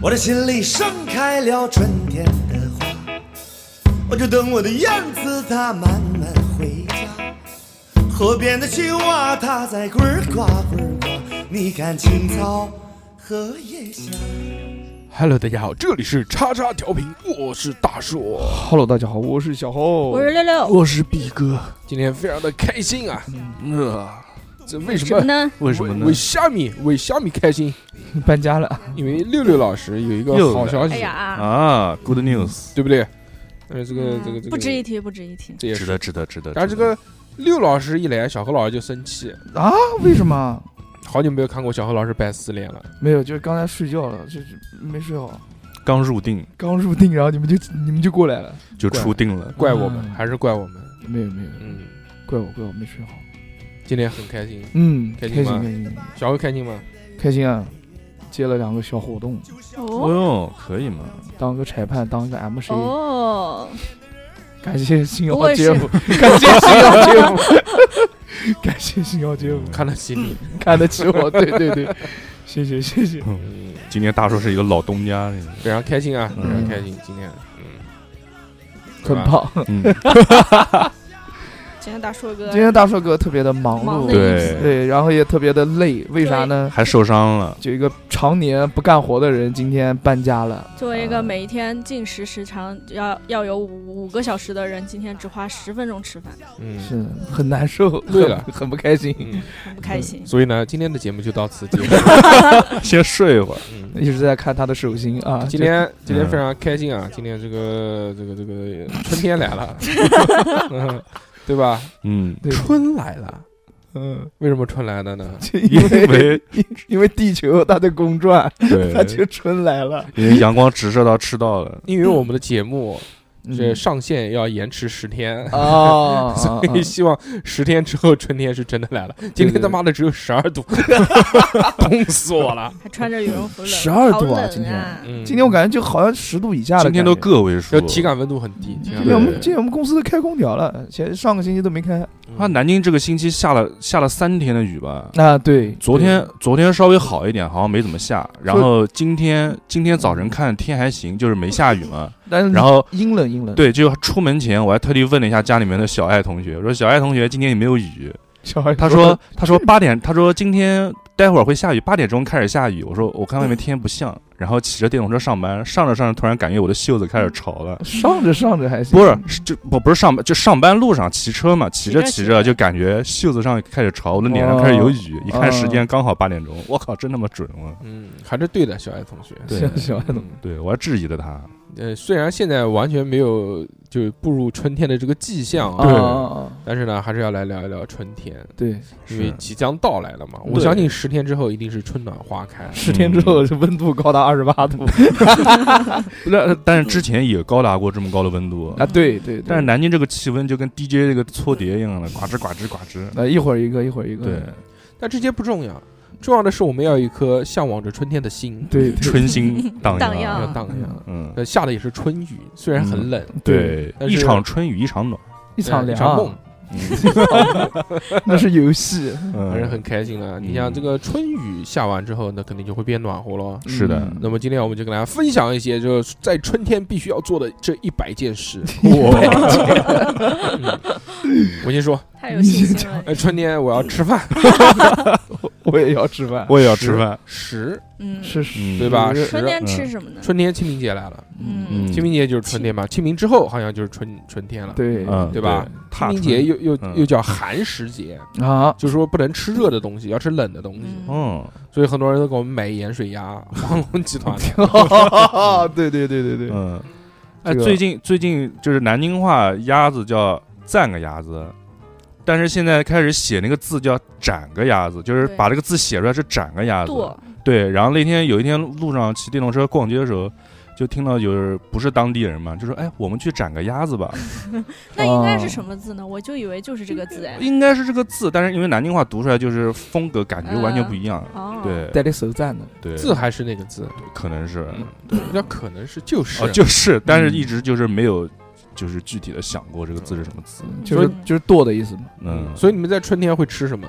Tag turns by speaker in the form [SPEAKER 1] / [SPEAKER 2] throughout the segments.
[SPEAKER 1] 我的心里盛开了春天的花，我就等我的燕子它慢慢回家。河边的青蛙它在呱儿呱呱儿呱，你看青草和夜霞。
[SPEAKER 2] Hello，大家好，这里是叉叉调频，我是大硕，
[SPEAKER 3] Hello，大家好，我是小侯，
[SPEAKER 4] 我是六六，
[SPEAKER 5] 我是比哥，
[SPEAKER 2] 今天非常的开心啊，
[SPEAKER 3] 嗯
[SPEAKER 2] 呃，这为什
[SPEAKER 4] 什么
[SPEAKER 2] 么？
[SPEAKER 4] 呢？
[SPEAKER 5] 为什么呢
[SPEAKER 2] 为？虾米为虾米开心，
[SPEAKER 3] 搬家了，
[SPEAKER 2] 因为六六老师有一个
[SPEAKER 5] 又
[SPEAKER 2] 好
[SPEAKER 5] 来
[SPEAKER 2] 消息
[SPEAKER 4] 哎，呀，
[SPEAKER 5] 啊，Good news，
[SPEAKER 2] 对不对？呃，这个
[SPEAKER 4] 嗯
[SPEAKER 2] 这个这个
[SPEAKER 4] 不值一提，不值一提。
[SPEAKER 2] 这也
[SPEAKER 5] 值
[SPEAKER 2] 是。
[SPEAKER 5] 得，值得，值得。
[SPEAKER 2] 但是这个六老师一来，小何老师就生气，
[SPEAKER 3] 啊？为什么？
[SPEAKER 2] 好久没有看过小何老师摆撕脸了。
[SPEAKER 3] 没有，就是刚才睡觉了，就是没睡好，
[SPEAKER 5] 刚入定
[SPEAKER 3] 刚入定，然后你们就你们就过来了，
[SPEAKER 5] 就
[SPEAKER 2] 怪
[SPEAKER 5] 出定了，
[SPEAKER 2] 怪我们，
[SPEAKER 3] 嗯
[SPEAKER 2] 还是怪我们。
[SPEAKER 3] 没有没有，
[SPEAKER 2] 嗯，
[SPEAKER 3] 怪我怪我没睡好，
[SPEAKER 2] 今天很开心，
[SPEAKER 3] 嗯，
[SPEAKER 2] 开
[SPEAKER 3] 开
[SPEAKER 2] 心
[SPEAKER 3] 心
[SPEAKER 2] 吗
[SPEAKER 3] 开心
[SPEAKER 2] 小何开心吗？
[SPEAKER 3] 开心啊！接了两个小活动，
[SPEAKER 4] 哦
[SPEAKER 5] 哦，可以吗？
[SPEAKER 3] 当个裁判，当个 MC，、
[SPEAKER 4] 哦，
[SPEAKER 3] 感谢星
[SPEAKER 4] 不
[SPEAKER 3] 耀
[SPEAKER 4] 会
[SPEAKER 3] 街
[SPEAKER 4] 是
[SPEAKER 3] 舞，感谢星耀街舞， 感谢星耀街舞，
[SPEAKER 5] 嗯
[SPEAKER 2] 看得起你。
[SPEAKER 3] 看得起我，对对对，谢谢谢谢，
[SPEAKER 2] 嗯，
[SPEAKER 5] 今天大叔是一个老东家，这个
[SPEAKER 2] 非常开心啊，非
[SPEAKER 5] 嗯
[SPEAKER 2] 常开心。今天，嗯，对
[SPEAKER 3] 很
[SPEAKER 2] 吧。
[SPEAKER 3] 棒。
[SPEAKER 5] 嗯，
[SPEAKER 4] 今天大硕哥
[SPEAKER 3] 今天大帅哥特别的忙
[SPEAKER 4] 忙
[SPEAKER 3] 碌，
[SPEAKER 4] 的
[SPEAKER 5] 对，
[SPEAKER 3] 对，然后也特别的累，为啥呢？
[SPEAKER 5] 还受伤了，
[SPEAKER 3] 就一个常年不干活的人，今天搬家了。
[SPEAKER 4] 作为一个每天进食时长要要有五五个小时的人，今天只花十分钟吃饭，
[SPEAKER 2] 嗯
[SPEAKER 3] 是很难受，
[SPEAKER 2] 对
[SPEAKER 5] 啊
[SPEAKER 2] 了
[SPEAKER 3] 很很不开心，
[SPEAKER 2] 嗯，
[SPEAKER 4] 很不开心。
[SPEAKER 2] 所以呢，今天的节目就到此结 束。
[SPEAKER 5] 先睡一会儿。
[SPEAKER 2] 嗯
[SPEAKER 3] 一直在看他的手心啊。
[SPEAKER 2] 今天今天非常开心啊！今天这个这个这个春天来 了， 嗯对吧？
[SPEAKER 5] 嗯，
[SPEAKER 3] 对
[SPEAKER 2] 春来了，
[SPEAKER 3] 嗯，
[SPEAKER 2] 为什么春来了呢？
[SPEAKER 3] 就
[SPEAKER 5] 因
[SPEAKER 3] 因为
[SPEAKER 5] 为
[SPEAKER 3] 因为地球它在公转，它就
[SPEAKER 5] 对，
[SPEAKER 3] 春来了。
[SPEAKER 5] 因为阳光直射到赤道了，
[SPEAKER 2] 因为我们的节目这
[SPEAKER 3] 嗯
[SPEAKER 2] 上线要延迟十 天，
[SPEAKER 3] 啊， 啊
[SPEAKER 2] 所以希望十天之后春天是真的来了。今天他妈的只有十二 度， 冻死我了。
[SPEAKER 4] 还穿着羽绒服冷，
[SPEAKER 3] 12
[SPEAKER 4] 好
[SPEAKER 3] 度啊
[SPEAKER 4] 冷
[SPEAKER 3] 今天
[SPEAKER 2] 嗯，
[SPEAKER 3] 今天我感觉就好像十度以下了。
[SPEAKER 5] 今天都个位数
[SPEAKER 2] 要。体感温度很低，体感
[SPEAKER 3] 今天
[SPEAKER 5] 对
[SPEAKER 3] 我
[SPEAKER 2] 温
[SPEAKER 3] 们
[SPEAKER 2] 度
[SPEAKER 3] 今天我们公司都开空调了，前上个星期都没开。
[SPEAKER 5] 啊，南京这个星期下了下了三天的雨吧？
[SPEAKER 3] 啊，对，
[SPEAKER 5] 昨天昨天稍微好一点，好像没怎么下。然后今天今天早晨看天还行，就是没下雨嘛。
[SPEAKER 3] 但是
[SPEAKER 5] 然后
[SPEAKER 3] 阴冷阴冷，，
[SPEAKER 5] 对，就出门前我还特地问了一下家里面的小爱同学，我说小爱同学今天有没有雨？
[SPEAKER 3] 小孩
[SPEAKER 5] 他说他说八点，他说今天待会儿会下雨，八点钟开始下雨。我说我看外面天不像，然后骑着电动车上班，上着上着突然感觉我的袖子开始潮了。
[SPEAKER 3] 上着上着还行，
[SPEAKER 5] 不是，是就我不是上班，就上班路上骑车嘛，骑着
[SPEAKER 4] 骑
[SPEAKER 5] 骑
[SPEAKER 4] 着
[SPEAKER 5] 着就感觉袖子上开始潮，我的脸上开始有雨。一看时间
[SPEAKER 3] 哦
[SPEAKER 5] 刚好八点钟，我靠，真他妈准了！
[SPEAKER 2] 嗯，还是对的，小爱同学。
[SPEAKER 5] 对
[SPEAKER 3] 小小孩子
[SPEAKER 2] 嗯
[SPEAKER 5] 对我还质疑了他，
[SPEAKER 2] 呃，虽然现在完全没有就步入春天的这个迹象啊，
[SPEAKER 3] 啊
[SPEAKER 5] 对
[SPEAKER 3] 啊啊
[SPEAKER 2] 但是呢，还是要来聊一聊春天，
[SPEAKER 3] 对，
[SPEAKER 2] 因为
[SPEAKER 5] 是
[SPEAKER 2] 即将到来了嘛。我
[SPEAKER 5] 对
[SPEAKER 2] 相信十天之后一定是春暖花开。
[SPEAKER 3] 十天之后是温度高达二十八度
[SPEAKER 5] 那嗯但是之前也高达过这么高的温度，
[SPEAKER 3] 啊！对对，
[SPEAKER 5] 但是南京这个气温就跟 DJ 这个搓碟一样
[SPEAKER 2] 嗯
[SPEAKER 5] 的，呱吱呱吱呱吱。
[SPEAKER 3] 那呃一会儿一个一会儿一个，
[SPEAKER 5] 对，
[SPEAKER 2] 但这些不重要，重要的是我们要有一颗向往着春天的心，
[SPEAKER 3] 对对
[SPEAKER 5] 春心荡
[SPEAKER 4] 荡
[SPEAKER 5] 漾。
[SPEAKER 4] 漾
[SPEAKER 2] 要荡漾。
[SPEAKER 5] 嗯，
[SPEAKER 2] 呃，下的也是春雨，虽然很冷，
[SPEAKER 5] 对，
[SPEAKER 2] 但
[SPEAKER 5] 一
[SPEAKER 2] 是
[SPEAKER 5] 场春雨一场啊暖。
[SPEAKER 3] 一场
[SPEAKER 2] 呃
[SPEAKER 3] 凉
[SPEAKER 2] 一场梦，
[SPEAKER 3] 那是游戏，
[SPEAKER 2] 还是
[SPEAKER 5] 嗯，
[SPEAKER 2] 很开心的。
[SPEAKER 5] 嗯
[SPEAKER 2] 你像这个春雨下完之后，那肯定就会变暖和了。
[SPEAKER 5] 是的
[SPEAKER 3] 嗯
[SPEAKER 2] 那么今天我们就跟大家分享一些，就是在春天必须要做的这一百件事。嗯我先说，
[SPEAKER 4] 太有信 心了。
[SPEAKER 2] 呃，春天我要吃饭，
[SPEAKER 3] 我也要吃饭，
[SPEAKER 5] 我也要吃饭，
[SPEAKER 2] 十，
[SPEAKER 4] 嗯，
[SPEAKER 3] 是是，
[SPEAKER 5] 嗯
[SPEAKER 2] 对吧？
[SPEAKER 3] 是
[SPEAKER 2] 十，
[SPEAKER 4] 春天吃什么呢？
[SPEAKER 2] 春天清明节来了，
[SPEAKER 4] 嗯
[SPEAKER 5] 嗯，
[SPEAKER 2] 清明节就是春天吧？清明之后好像就是春春天了，
[SPEAKER 3] 对
[SPEAKER 5] 嗯，
[SPEAKER 2] 对吧？清
[SPEAKER 5] 踏
[SPEAKER 2] 明
[SPEAKER 5] 春
[SPEAKER 2] 节又又
[SPEAKER 5] 嗯
[SPEAKER 2] 又叫寒食节，
[SPEAKER 3] 啊，
[SPEAKER 2] 就是说不能吃热的东西，要吃冷的东西。
[SPEAKER 4] 嗯
[SPEAKER 5] 嗯，
[SPEAKER 2] 所以很多人都给我们买盐水鸭，黄龙集团的。
[SPEAKER 3] 啊 对对对对对，
[SPEAKER 5] 嗯，哎，
[SPEAKER 3] 这个
[SPEAKER 5] 最近最近就是南京话鸭子叫赞个鸭子，但是现在开始写那个字叫斩个鸭子，就是
[SPEAKER 4] 对
[SPEAKER 5] 把这个字写出来是斩个鸭子。
[SPEAKER 4] 剁
[SPEAKER 5] 对，然后那天有一天路上骑电动车逛街的时候，就听到有人不是当地人嘛，就说哎，我们去斩个鸭子吧，
[SPEAKER 4] 那应该
[SPEAKER 3] 哦
[SPEAKER 4] 是什么字呢？我就以为就是这个字哎。
[SPEAKER 5] 应该是这个字，但是因为南京话读出来就是风格感觉完全不一样。
[SPEAKER 4] 哦，，
[SPEAKER 5] 对
[SPEAKER 3] 带的手赞的，
[SPEAKER 5] 对，
[SPEAKER 2] 字还是那个字，
[SPEAKER 5] 可能是
[SPEAKER 2] 嗯那可能是就是
[SPEAKER 5] 哦，就是，但是一直就是没有，就是具体的想过这个字是什么字。
[SPEAKER 3] 就是
[SPEAKER 4] 所以
[SPEAKER 3] 就是剁的意思嘛，
[SPEAKER 5] 嗯，
[SPEAKER 2] 所以你们在春天会吃什么？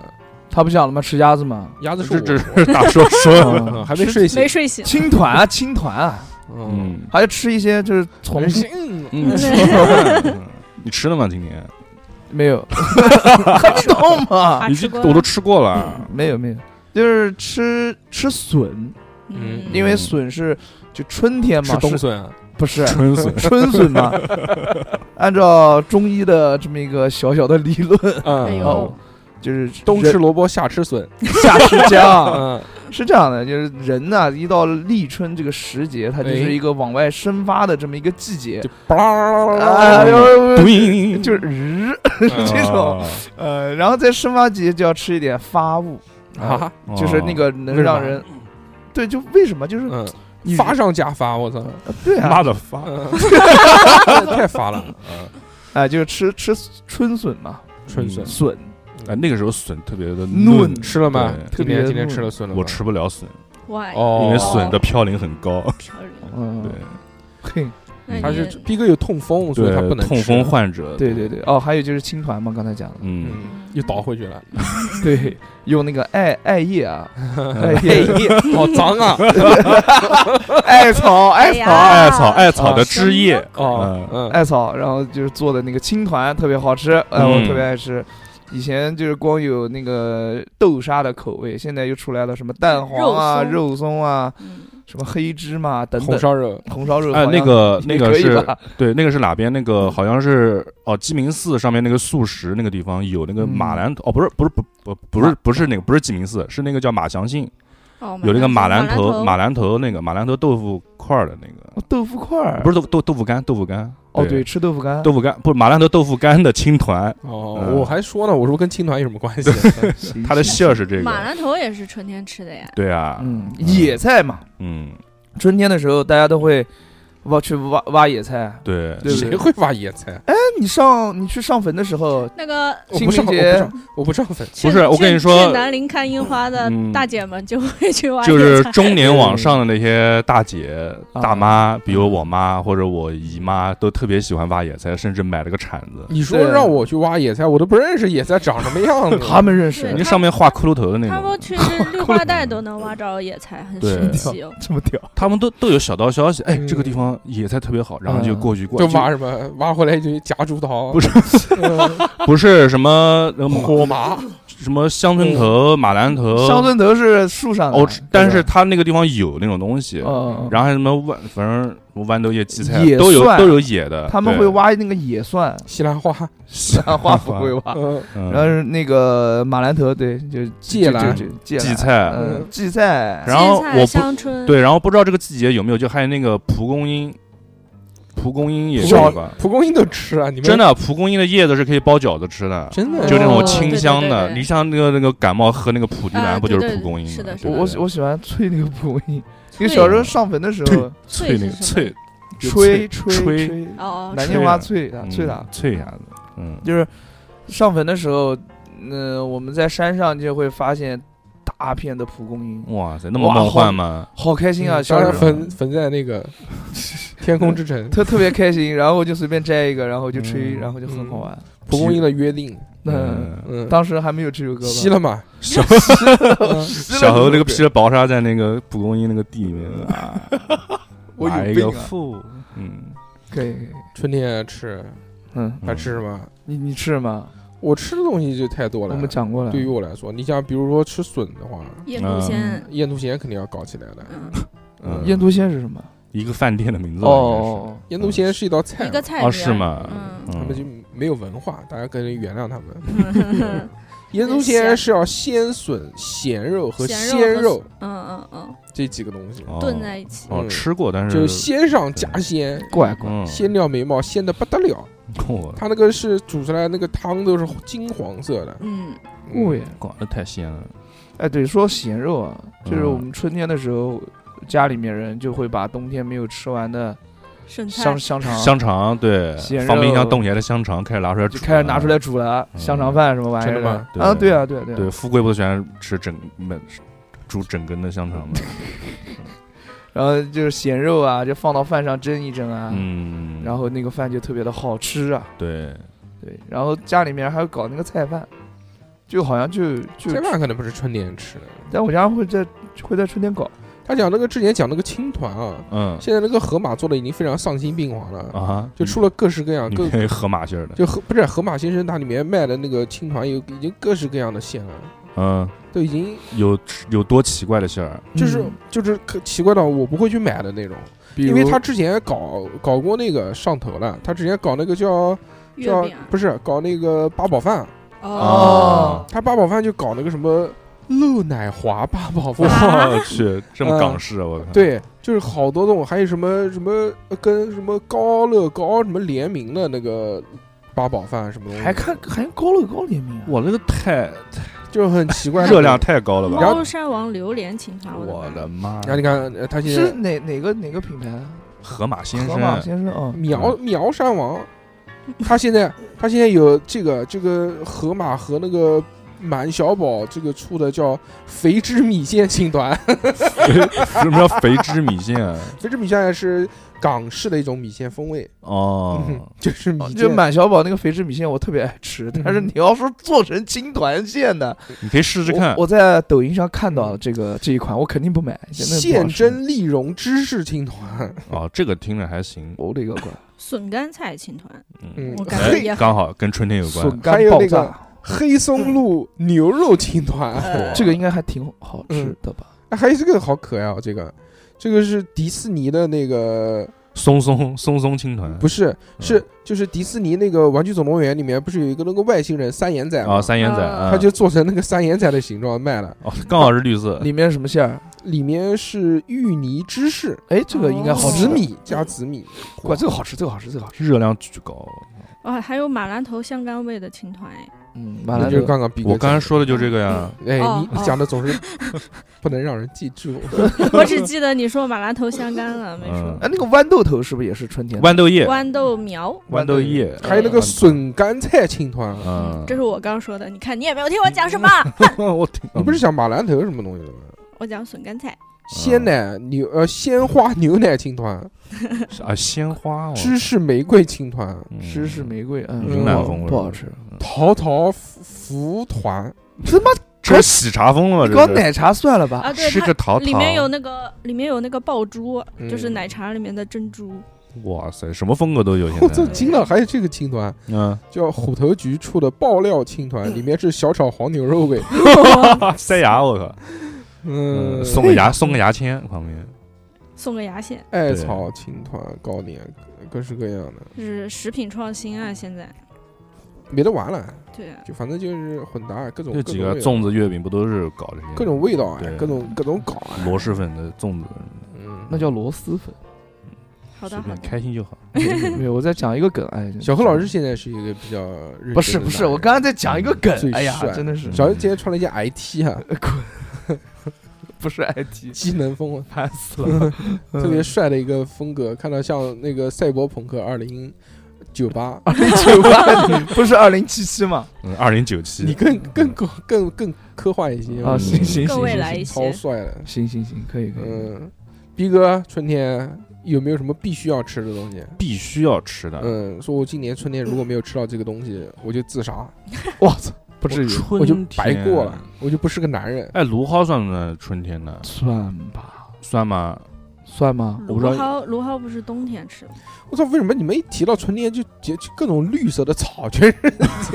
[SPEAKER 3] 他不想了吗？吃鸭子嘛。
[SPEAKER 2] 鸭子是
[SPEAKER 5] 这这
[SPEAKER 2] 我
[SPEAKER 5] 是大叔 说的，
[SPEAKER 2] 嗯
[SPEAKER 3] 嗯
[SPEAKER 2] 还没睡醒
[SPEAKER 4] 没，睡醒，
[SPEAKER 3] 青团啊，青团啊，
[SPEAKER 2] 嗯，
[SPEAKER 5] 嗯，
[SPEAKER 3] 还要吃一些就是虫
[SPEAKER 2] 还，行，
[SPEAKER 5] 嗯
[SPEAKER 4] 对
[SPEAKER 5] 嗯 你吃了吗？今天
[SPEAKER 3] 没 有，还知道吗？
[SPEAKER 4] 啊
[SPEAKER 5] 你
[SPEAKER 4] 吃
[SPEAKER 5] 这
[SPEAKER 4] 过
[SPEAKER 5] 我都吃过了，
[SPEAKER 3] 没有没有，就是吃吃笋，
[SPEAKER 2] 嗯
[SPEAKER 3] 因为笋是就春天嘛，
[SPEAKER 2] 吃冬
[SPEAKER 3] 是
[SPEAKER 2] 笋啊，
[SPEAKER 3] 不是
[SPEAKER 5] 春笋
[SPEAKER 3] 春 笋嘛？按照中医的这么一个小小的理论，
[SPEAKER 4] 哎
[SPEAKER 2] 嗯，
[SPEAKER 4] 呦
[SPEAKER 3] 哦，就是
[SPEAKER 2] 冬
[SPEAKER 3] 人
[SPEAKER 2] 吃萝卜夏吃笋，
[SPEAKER 3] 夏吃 姜，
[SPEAKER 2] 嗯，
[SPEAKER 3] 是这样的，就是人呐、一到立春这个时节，它就是一个往外生发的这么一个季节
[SPEAKER 2] 就。叭，
[SPEAKER 3] 哎呦
[SPEAKER 5] 对
[SPEAKER 3] 就是日 这种，呃，然后在生发季节就要吃一点发物，
[SPEAKER 2] 啊，
[SPEAKER 5] 哦
[SPEAKER 3] 就是那个能让人，对，就为什么就是
[SPEAKER 2] 嗯，
[SPEAKER 3] 你
[SPEAKER 2] 发上加发，我操，
[SPEAKER 3] 对啊，
[SPEAKER 5] 妈的发，
[SPEAKER 2] 嗯太发了，嗯
[SPEAKER 3] 哎，就是吃吃春笋嘛，
[SPEAKER 2] 春笋哎
[SPEAKER 3] 笋
[SPEAKER 5] 哎，那个时候笋特别的
[SPEAKER 3] 嫩
[SPEAKER 2] 吃了吗？
[SPEAKER 5] 对
[SPEAKER 3] 特
[SPEAKER 2] 今嗯
[SPEAKER 3] 别
[SPEAKER 2] 天今天
[SPEAKER 3] 嫩
[SPEAKER 2] 吃了笋了吗，
[SPEAKER 5] 我吃不了笋，
[SPEAKER 4] 哇，
[SPEAKER 2] 哦，
[SPEAKER 5] 因为笋的嘌呤很高，
[SPEAKER 4] 漂亮，
[SPEAKER 3] 嗯
[SPEAKER 5] 对，
[SPEAKER 3] 嘿，
[SPEAKER 4] 那
[SPEAKER 2] 他
[SPEAKER 4] 你
[SPEAKER 2] 是逼哥有痛风，所以他
[SPEAKER 5] 对
[SPEAKER 2] 不能吃
[SPEAKER 5] 痛风患者，
[SPEAKER 3] 对对对，哦，还有就是青团嘛，刚才讲的，
[SPEAKER 5] 嗯，
[SPEAKER 2] 嗯，又倒回去了，
[SPEAKER 3] 对，用那个艾艾叶 啊，艾叶、
[SPEAKER 2] 哎，好脏 啊！
[SPEAKER 3] 艾草、艾
[SPEAKER 4] 哎呀
[SPEAKER 3] 草、
[SPEAKER 5] 哦艾草艾草的
[SPEAKER 3] 啊
[SPEAKER 5] 枝叶，
[SPEAKER 2] 哦，嗯，
[SPEAKER 3] 艾草，然后就是做的那个青团特别好吃，哎、
[SPEAKER 5] 嗯
[SPEAKER 3] 我特别爱吃。以前就是光有那个豆沙的口味，现在又出来了什么蛋黄啊、
[SPEAKER 4] 肉
[SPEAKER 3] 肉松啊、
[SPEAKER 4] 嗯
[SPEAKER 3] 什么黑芝麻啊等等。
[SPEAKER 2] 红烧肉，
[SPEAKER 3] 红烧肉好
[SPEAKER 5] 哎，
[SPEAKER 3] 像
[SPEAKER 5] 那个
[SPEAKER 3] 也
[SPEAKER 5] 那个
[SPEAKER 3] 可以
[SPEAKER 5] 是
[SPEAKER 3] 吧
[SPEAKER 5] 对，那个是哪边？那个好像是哦，鸡鸣寺上面那个素食那个地方有那个马
[SPEAKER 3] 嗯
[SPEAKER 5] 兰头哦，不是不是不不不是不是那个不是鸡鸣寺，是那个叫马祥信，
[SPEAKER 4] 哦，
[SPEAKER 5] 有那个马兰
[SPEAKER 4] 兰
[SPEAKER 5] 头马兰头那个马兰头豆腐块儿的那个，
[SPEAKER 3] 哦豆腐块儿，
[SPEAKER 5] 不
[SPEAKER 3] 是
[SPEAKER 5] 是豆豆豆腐干豆腐干
[SPEAKER 3] 哦，对，吃豆腐干，
[SPEAKER 5] 豆腐干不是马兰头豆腐干的青团，
[SPEAKER 2] 哦，
[SPEAKER 5] 嗯
[SPEAKER 2] 我还说呢，我说跟青团有什么 关系？
[SPEAKER 5] 它的馅儿是这
[SPEAKER 4] 马
[SPEAKER 5] 个，
[SPEAKER 4] 兰头也是春天吃的呀，
[SPEAKER 5] 对啊，
[SPEAKER 3] 嗯野菜嘛，
[SPEAKER 5] 嗯
[SPEAKER 3] 春天的时候大家都会挖去挖挖野菜。
[SPEAKER 5] 对，
[SPEAKER 3] 对不对
[SPEAKER 2] 谁会挖野菜？
[SPEAKER 3] 那哎你上你去上坟的时候，
[SPEAKER 4] 那个
[SPEAKER 2] 我
[SPEAKER 3] 清
[SPEAKER 2] 不上，我
[SPEAKER 3] 明
[SPEAKER 2] 不
[SPEAKER 3] 节
[SPEAKER 2] 上，我不上粉。
[SPEAKER 4] 去
[SPEAKER 5] 不是我跟
[SPEAKER 4] 去
[SPEAKER 5] 你说
[SPEAKER 4] 去南陵看樱花的
[SPEAKER 5] 嗯
[SPEAKER 4] 大姐们就会去挖
[SPEAKER 5] 就
[SPEAKER 4] 野
[SPEAKER 5] 是
[SPEAKER 4] 菜
[SPEAKER 5] 中年往上的那些大姐、
[SPEAKER 3] 啊
[SPEAKER 5] 大妈，比如我妈或者我姨妈，都特别喜欢挖野菜，甚至买了个铲子。
[SPEAKER 2] 你说
[SPEAKER 3] 对
[SPEAKER 2] 让我去挖野菜，我都不认识野菜长什么 样
[SPEAKER 3] 他
[SPEAKER 2] 子。
[SPEAKER 3] 们认识
[SPEAKER 4] 对
[SPEAKER 5] 你上面画骷髅头的那
[SPEAKER 4] 嗯他
[SPEAKER 5] 种
[SPEAKER 4] 们， 去那绿化带都能挖着野菜，很神奇哦。
[SPEAKER 3] 这么屌，
[SPEAKER 5] 他们都都有小道消息，哎，
[SPEAKER 2] 嗯
[SPEAKER 5] 这个地方野菜特别好，然后就过去过
[SPEAKER 2] 就
[SPEAKER 5] 就
[SPEAKER 2] 挖什么？挖回来一堆夹竹桃，
[SPEAKER 5] 不
[SPEAKER 2] 是
[SPEAKER 5] 不是什么那个马
[SPEAKER 2] 火麻，
[SPEAKER 5] 什么乡村头、马兰头，
[SPEAKER 3] 乡村头是树上的，
[SPEAKER 5] 哦，但是他那个地方有那种东西，
[SPEAKER 3] 嗯，
[SPEAKER 5] 然后还有什么豌，反正什么豌豆叶、荠菜
[SPEAKER 3] 野
[SPEAKER 5] 都有
[SPEAKER 3] 蒜
[SPEAKER 5] 都有哦野的，
[SPEAKER 3] 他们
[SPEAKER 5] 对
[SPEAKER 3] 会，挖那个野蒜，啊
[SPEAKER 2] 西兰花，
[SPEAKER 3] 花不会挖。
[SPEAKER 2] 嗯，
[SPEAKER 5] 嗯
[SPEAKER 3] 然后是那个马兰头，对，就
[SPEAKER 2] 芥兰
[SPEAKER 3] 就就芥
[SPEAKER 5] 荠
[SPEAKER 3] 兰，
[SPEAKER 5] 菜，
[SPEAKER 3] 嗯，荠菜，
[SPEAKER 5] 然后
[SPEAKER 4] 芥菜
[SPEAKER 5] 我不
[SPEAKER 4] 香椿，
[SPEAKER 5] 对，然后不知道这个季节有没有，就还有那个蒲公英，蒲公英也
[SPEAKER 2] 蒲公
[SPEAKER 5] 有
[SPEAKER 2] 英
[SPEAKER 5] 吧？
[SPEAKER 2] 蒲公英都吃啊！你们
[SPEAKER 5] 真的，蒲公英的叶子是可以包饺子吃的，
[SPEAKER 2] 真的啊
[SPEAKER 5] 就那
[SPEAKER 4] 哦对
[SPEAKER 5] 种清
[SPEAKER 4] 对
[SPEAKER 5] 香
[SPEAKER 4] 对
[SPEAKER 5] 的。
[SPEAKER 4] 对
[SPEAKER 5] 你像那个那个感冒喝那个蒲地
[SPEAKER 4] 啊
[SPEAKER 5] 蓝，不
[SPEAKER 4] 对
[SPEAKER 5] 就是
[SPEAKER 4] 对
[SPEAKER 5] 蒲公英
[SPEAKER 4] 是
[SPEAKER 5] 吗？
[SPEAKER 4] 的是
[SPEAKER 5] 对
[SPEAKER 3] 我
[SPEAKER 4] 的
[SPEAKER 5] 不
[SPEAKER 3] 我
[SPEAKER 5] 对
[SPEAKER 3] 喜我喜欢吹那个蒲公英，因为
[SPEAKER 4] 脆
[SPEAKER 3] 小时候上坟的时候
[SPEAKER 4] 脆
[SPEAKER 5] 脆那个
[SPEAKER 4] 是什
[SPEAKER 5] 脆
[SPEAKER 4] 么
[SPEAKER 3] 吹
[SPEAKER 5] 吹
[SPEAKER 3] 吹，
[SPEAKER 4] 哦，
[SPEAKER 3] 南
[SPEAKER 4] 是
[SPEAKER 3] 京话
[SPEAKER 5] 吹
[SPEAKER 3] 脆的
[SPEAKER 5] 嗯
[SPEAKER 3] 脆的，
[SPEAKER 5] 脆啥子，嗯，
[SPEAKER 3] 就是上坟的时候，嗯，我们在山上就会发现大片的蒲公英，
[SPEAKER 5] 哇塞，那么
[SPEAKER 3] 哇
[SPEAKER 5] 梦
[SPEAKER 3] 好
[SPEAKER 5] 幻吗？
[SPEAKER 3] 好开心啊！
[SPEAKER 2] 嗯
[SPEAKER 3] 小
[SPEAKER 2] 当
[SPEAKER 3] 时
[SPEAKER 2] 然
[SPEAKER 3] 候
[SPEAKER 2] 焚焚在那 个天空之城，
[SPEAKER 3] 特特别开心，然后我就随便摘一个，然后就吹，
[SPEAKER 5] 嗯
[SPEAKER 3] 然后就很好玩。
[SPEAKER 2] 蒲公英的约定，
[SPEAKER 3] 嗯，
[SPEAKER 2] 嗯，
[SPEAKER 3] 当时还没有这首歌吧？
[SPEAKER 2] 吸了嘛？
[SPEAKER 5] 小
[SPEAKER 2] 嗯
[SPEAKER 5] 小猴那个披着薄纱在那个蒲公英那个地里面啊，
[SPEAKER 3] 我
[SPEAKER 5] 来
[SPEAKER 3] 有
[SPEAKER 5] 一个
[SPEAKER 3] 病啊！
[SPEAKER 5] 富，嗯，
[SPEAKER 3] 可以，可以
[SPEAKER 2] 春天吃
[SPEAKER 3] 嗯，
[SPEAKER 2] 还吃什么？
[SPEAKER 3] 你你吃吗？
[SPEAKER 2] 我吃的东西就太多
[SPEAKER 3] 我
[SPEAKER 2] 了。
[SPEAKER 3] 们讲过了。
[SPEAKER 2] 对于我来说，你像比如说吃笋的话，
[SPEAKER 4] 夜路线，
[SPEAKER 2] 燕都贤肯定要搞起来的。
[SPEAKER 4] 嗯，
[SPEAKER 5] 嗯
[SPEAKER 3] 燕都鲜是什么？
[SPEAKER 5] 一个饭店的名字吧应
[SPEAKER 3] 哦，
[SPEAKER 2] 燕都贤是一道菜
[SPEAKER 4] 一
[SPEAKER 2] 嘛，
[SPEAKER 4] 个
[SPEAKER 5] 该
[SPEAKER 4] 菜
[SPEAKER 5] 是，
[SPEAKER 4] 名
[SPEAKER 5] 哦是吗？
[SPEAKER 4] 嗯
[SPEAKER 2] 他
[SPEAKER 5] 嗯
[SPEAKER 2] 们就没有文化，大家可以原谅他们。
[SPEAKER 4] 嗯
[SPEAKER 2] 盐酥鲜是要鲜笋、咸肉和
[SPEAKER 4] 咸
[SPEAKER 2] 鲜
[SPEAKER 4] 肉和
[SPEAKER 2] 肉
[SPEAKER 4] 嗯嗯嗯，
[SPEAKER 2] 这几个东西，
[SPEAKER 5] 哦
[SPEAKER 4] 炖在一起，
[SPEAKER 5] 哦
[SPEAKER 2] 嗯
[SPEAKER 5] 吃过，但
[SPEAKER 2] 就是是鲜上加鲜，
[SPEAKER 3] 怪怪。
[SPEAKER 5] 嗯
[SPEAKER 2] 鲜掉眉毛，鲜的不得了。
[SPEAKER 5] 我
[SPEAKER 2] 它那个是煮出来那个汤都是金黄色的，
[SPEAKER 5] 哦
[SPEAKER 4] 嗯，
[SPEAKER 2] 嗯
[SPEAKER 3] 对，
[SPEAKER 5] 广的太鲜了，
[SPEAKER 3] 哎，对，说咸肉啊，就是
[SPEAKER 5] 嗯
[SPEAKER 3] 我们春天的时候，家里面人就会把冬天没有吃完的
[SPEAKER 4] 剩菜
[SPEAKER 3] 香香肠，
[SPEAKER 5] 香肠对
[SPEAKER 3] 鲜，肉
[SPEAKER 5] 放冰箱冻起来的香肠开始拿出来煮
[SPEAKER 3] 就
[SPEAKER 5] 了，
[SPEAKER 3] 开始拿出来煮了，
[SPEAKER 5] 嗯
[SPEAKER 3] 香肠饭什么玩意
[SPEAKER 2] 真
[SPEAKER 3] 儿
[SPEAKER 2] 的吗？
[SPEAKER 5] 对
[SPEAKER 3] 啊，对啊，对啊，啊
[SPEAKER 5] 对，富贵不是喜欢吃整没煮整根的香肠吗？
[SPEAKER 3] 然后就是咸肉啊，就放到饭上蒸一蒸啊，
[SPEAKER 5] 嗯，
[SPEAKER 3] 然后那个饭就特别的好吃啊。
[SPEAKER 5] 对，
[SPEAKER 3] 对，然后家里面还有搞那个菜饭，就好像就就
[SPEAKER 2] 这，饭可能不是春天吃的。
[SPEAKER 3] 但我家会在会在春天搞，
[SPEAKER 2] 他讲那个之前讲那个青团啊，
[SPEAKER 5] 嗯
[SPEAKER 2] 现在那个河马做的已经非常丧心病狂了，
[SPEAKER 5] 啊哈，
[SPEAKER 2] 就出了各式各样
[SPEAKER 5] 你
[SPEAKER 2] 各
[SPEAKER 5] 你可以河马馅儿的，
[SPEAKER 2] 就河不是河马先生，它里面卖的那个青团有已经各式各样的馅了，
[SPEAKER 5] 嗯，
[SPEAKER 2] 都已经
[SPEAKER 5] 有有多奇怪的馅儿，
[SPEAKER 2] 就是、
[SPEAKER 3] 嗯
[SPEAKER 2] 就是可奇怪到我不会去买的那种，
[SPEAKER 3] 比
[SPEAKER 2] 因
[SPEAKER 3] 如
[SPEAKER 2] 为他之前搞搞过那个上头了，他之前搞那个叫
[SPEAKER 4] 月
[SPEAKER 2] 叫
[SPEAKER 4] 饼啊
[SPEAKER 2] 不是搞那个八宝饭，
[SPEAKER 3] 哦
[SPEAKER 2] 他八宝饭就搞那个什么露奶滑八宝饭，
[SPEAKER 5] 我去，这么港式，我靠，，
[SPEAKER 2] 对，就是好多种，还有什么什么呃跟什么高乐高什么联名的那个八宝饭什么东西，
[SPEAKER 3] 还看还高乐高联名啊，
[SPEAKER 5] 我那个太
[SPEAKER 2] 就很奇怪，
[SPEAKER 5] 热量。太高了吧，
[SPEAKER 2] 然后
[SPEAKER 4] 猫山王榴莲青团，
[SPEAKER 5] 哦我
[SPEAKER 4] 的
[SPEAKER 5] 的妈，
[SPEAKER 2] 然后你看呃他现
[SPEAKER 3] 是
[SPEAKER 2] 在
[SPEAKER 3] 哪哪个哪个品牌啊？
[SPEAKER 5] 河马先
[SPEAKER 3] 河马
[SPEAKER 5] 生，
[SPEAKER 3] 先生啊，嗯
[SPEAKER 2] 苗苗山王，他现在他现在有这个这个河马和那个满小宝这个出的叫肥汁米线青团，
[SPEAKER 5] 什么叫肥汁米线啊？
[SPEAKER 2] 肥汁米线是港式的一种米线风味，
[SPEAKER 5] 哦，
[SPEAKER 2] 嗯就是米
[SPEAKER 3] 就
[SPEAKER 2] 线。
[SPEAKER 3] 满小宝那个肥汁米线，我特别爱吃，但
[SPEAKER 5] 嗯
[SPEAKER 3] 是你要说做成青团馅的，
[SPEAKER 5] 你可以试试看
[SPEAKER 3] 我，我在抖音上看到这个这一款，我肯定不买，真的不好
[SPEAKER 2] 嗯现
[SPEAKER 3] 吃。
[SPEAKER 2] 蒸丽蓉芝士青团，
[SPEAKER 5] 哦，这个听着还行，
[SPEAKER 3] 我勒个乖，
[SPEAKER 4] 笋干菜青团，
[SPEAKER 2] 嗯
[SPEAKER 5] 嗯，
[SPEAKER 4] 我，感觉
[SPEAKER 2] 黑
[SPEAKER 4] 也
[SPEAKER 5] 刚好跟春天有关
[SPEAKER 3] 笋，干
[SPEAKER 2] 还有
[SPEAKER 3] 爆
[SPEAKER 2] 那个
[SPEAKER 3] 炸，
[SPEAKER 2] 黑松露牛肉青团，
[SPEAKER 4] 呃
[SPEAKER 3] 这个应该还挺好吃
[SPEAKER 2] 嗯
[SPEAKER 3] 的吧？
[SPEAKER 2] 啊，还有这个好可爱哦，这个，这个是迪士尼的那个，
[SPEAKER 5] 松松松松青团，
[SPEAKER 2] 不是，
[SPEAKER 5] 嗯
[SPEAKER 2] 是就是迪士尼那个《玩具总动员》里面不是有一个那个外星人三眼仔吗？
[SPEAKER 5] 啊，三眼仔，
[SPEAKER 4] 啊
[SPEAKER 5] 嗯
[SPEAKER 2] 他就做成那个三眼仔的形状卖了，
[SPEAKER 5] 哦，刚好是绿色，
[SPEAKER 3] 里面什么馅儿？
[SPEAKER 2] 里面是芋泥芝士、
[SPEAKER 3] 哎，这个应
[SPEAKER 5] 哦
[SPEAKER 3] 该好吃
[SPEAKER 2] 紫，米加紫米，
[SPEAKER 3] 乖，这个好吃，这个好吃，这个好吃。
[SPEAKER 5] 热量巨高。啊
[SPEAKER 4] 哦，还有马兰头香干味的青团， 哎，
[SPEAKER 3] 嗯，马
[SPEAKER 2] 那
[SPEAKER 3] 兰
[SPEAKER 2] 就
[SPEAKER 3] 头
[SPEAKER 2] 是刚刚逼哥
[SPEAKER 5] 我刚才
[SPEAKER 2] 讲
[SPEAKER 5] 说的就这个呀，
[SPEAKER 2] 的，哎，
[SPEAKER 4] 哦
[SPEAKER 2] 你你
[SPEAKER 4] 哦
[SPEAKER 2] 讲的总是不能让人记住，
[SPEAKER 4] 我只记得你说马兰头香干了，没说
[SPEAKER 5] 嗯
[SPEAKER 3] 哎，那个豌豆头是不是也是春天的？
[SPEAKER 5] 豌豆叶，
[SPEAKER 4] 豌豆苗。
[SPEAKER 5] 豌豆叶，
[SPEAKER 2] 嗯还有那个笋干菜青团，
[SPEAKER 5] 嗯，
[SPEAKER 4] 这是我刚说的，你看你也没有听我讲什么，
[SPEAKER 5] 我挺，
[SPEAKER 2] 你不是讲马兰头什么东西的吗？
[SPEAKER 5] 嗯
[SPEAKER 4] 我讲笋干菜，
[SPEAKER 2] 鲜奶牛呃鲜花牛奶青团，
[SPEAKER 5] 啊鲜花，我
[SPEAKER 2] 芝士玫瑰青团，
[SPEAKER 5] 嗯
[SPEAKER 3] 芝士玫瑰，嗯，
[SPEAKER 5] 云
[SPEAKER 2] 南
[SPEAKER 3] 不好
[SPEAKER 5] 风味儿
[SPEAKER 3] 不好吃。
[SPEAKER 5] 嗯
[SPEAKER 2] 桃桃福团，
[SPEAKER 3] 他妈
[SPEAKER 5] 这是喜茶风了吗？
[SPEAKER 3] 搞
[SPEAKER 5] 这
[SPEAKER 3] 奶茶算了吧？
[SPEAKER 4] 啊，对，
[SPEAKER 5] 是吃
[SPEAKER 4] 它
[SPEAKER 5] 个桃桃，
[SPEAKER 4] 里面有那个里面有那个爆珠，
[SPEAKER 2] 嗯
[SPEAKER 4] 就是奶茶里面的珍 珠，
[SPEAKER 5] 哇塞，什么风格都有
[SPEAKER 2] 我
[SPEAKER 5] 现
[SPEAKER 2] 这
[SPEAKER 5] 在，
[SPEAKER 2] 惊了，还有这个青团
[SPEAKER 5] 嗯，
[SPEAKER 2] 叫虎头局出的爆料青团，
[SPEAKER 4] 嗯
[SPEAKER 2] 里面是小炒黄牛肉味，
[SPEAKER 5] 啊塞牙，我靠，
[SPEAKER 2] 嗯，
[SPEAKER 5] 送个牙，送个牙签旁边，
[SPEAKER 4] 送个牙线，
[SPEAKER 2] 艾草青团糕点，各式各样的，
[SPEAKER 4] 就是食品创新啊，现在
[SPEAKER 2] 没得玩了，
[SPEAKER 4] 对啊，
[SPEAKER 2] 就反正就是混搭各种各
[SPEAKER 5] 这几
[SPEAKER 2] 种
[SPEAKER 5] 个
[SPEAKER 2] 味道
[SPEAKER 5] 粽子、月饼不都是搞这些
[SPEAKER 2] 各种味道啊
[SPEAKER 5] 对，
[SPEAKER 2] 各种各种搞啊，
[SPEAKER 5] 螺蛳粉的粽子？
[SPEAKER 2] 嗯，
[SPEAKER 3] 那叫螺蛳粉。
[SPEAKER 4] 好的
[SPEAKER 5] 随
[SPEAKER 4] 好
[SPEAKER 5] 便
[SPEAKER 4] 的，
[SPEAKER 5] 开心就好。
[SPEAKER 3] 没有，我在讲一个梗。哎，
[SPEAKER 2] 小何老师现在是一个比较认真的
[SPEAKER 3] 不是不
[SPEAKER 2] 男
[SPEAKER 3] 是，
[SPEAKER 2] 人
[SPEAKER 3] 我刚刚在讲一个梗
[SPEAKER 2] 哎嗯最。
[SPEAKER 3] 哎呀
[SPEAKER 2] 帅，
[SPEAKER 3] 真的是
[SPEAKER 5] 嗯
[SPEAKER 2] 小何今天穿了一件 IT 啊，
[SPEAKER 3] 滚，不是 IT，
[SPEAKER 2] 机能风啊。
[SPEAKER 3] 烦 死了，
[SPEAKER 2] 特别帅的一个风格，看到像那个赛博朋克二零九八，
[SPEAKER 3] 二零九八，不是二零七七嘛？
[SPEAKER 5] 嗯，二零九七，
[SPEAKER 2] 你更更更更更科幻一些嗯
[SPEAKER 3] 啊，行行行，
[SPEAKER 4] 更未来
[SPEAKER 3] 行
[SPEAKER 4] 一
[SPEAKER 2] 超
[SPEAKER 4] 些，
[SPEAKER 2] 帅的，
[SPEAKER 3] 行行行，可以可以。
[SPEAKER 2] 嗯，逼哥，春天有没有什么必须要吃的东西？
[SPEAKER 5] 必须要吃的。
[SPEAKER 2] 嗯，说我今年春天如果没有吃到这个东西，我就自杀，
[SPEAKER 3] 我操，不至于，
[SPEAKER 5] 春
[SPEAKER 2] 我就
[SPEAKER 5] 天啊
[SPEAKER 2] 白过了，我就不是个男人。
[SPEAKER 5] 哎，芦蒿算不算春天的？
[SPEAKER 3] 算吧，
[SPEAKER 5] 算吗？
[SPEAKER 3] 算吗？
[SPEAKER 5] 我不知道
[SPEAKER 4] 芦蒿芦蒿不是冬天吃吗？
[SPEAKER 2] 我操，为什么你们一提到春天就就就各种绿色的草， 全是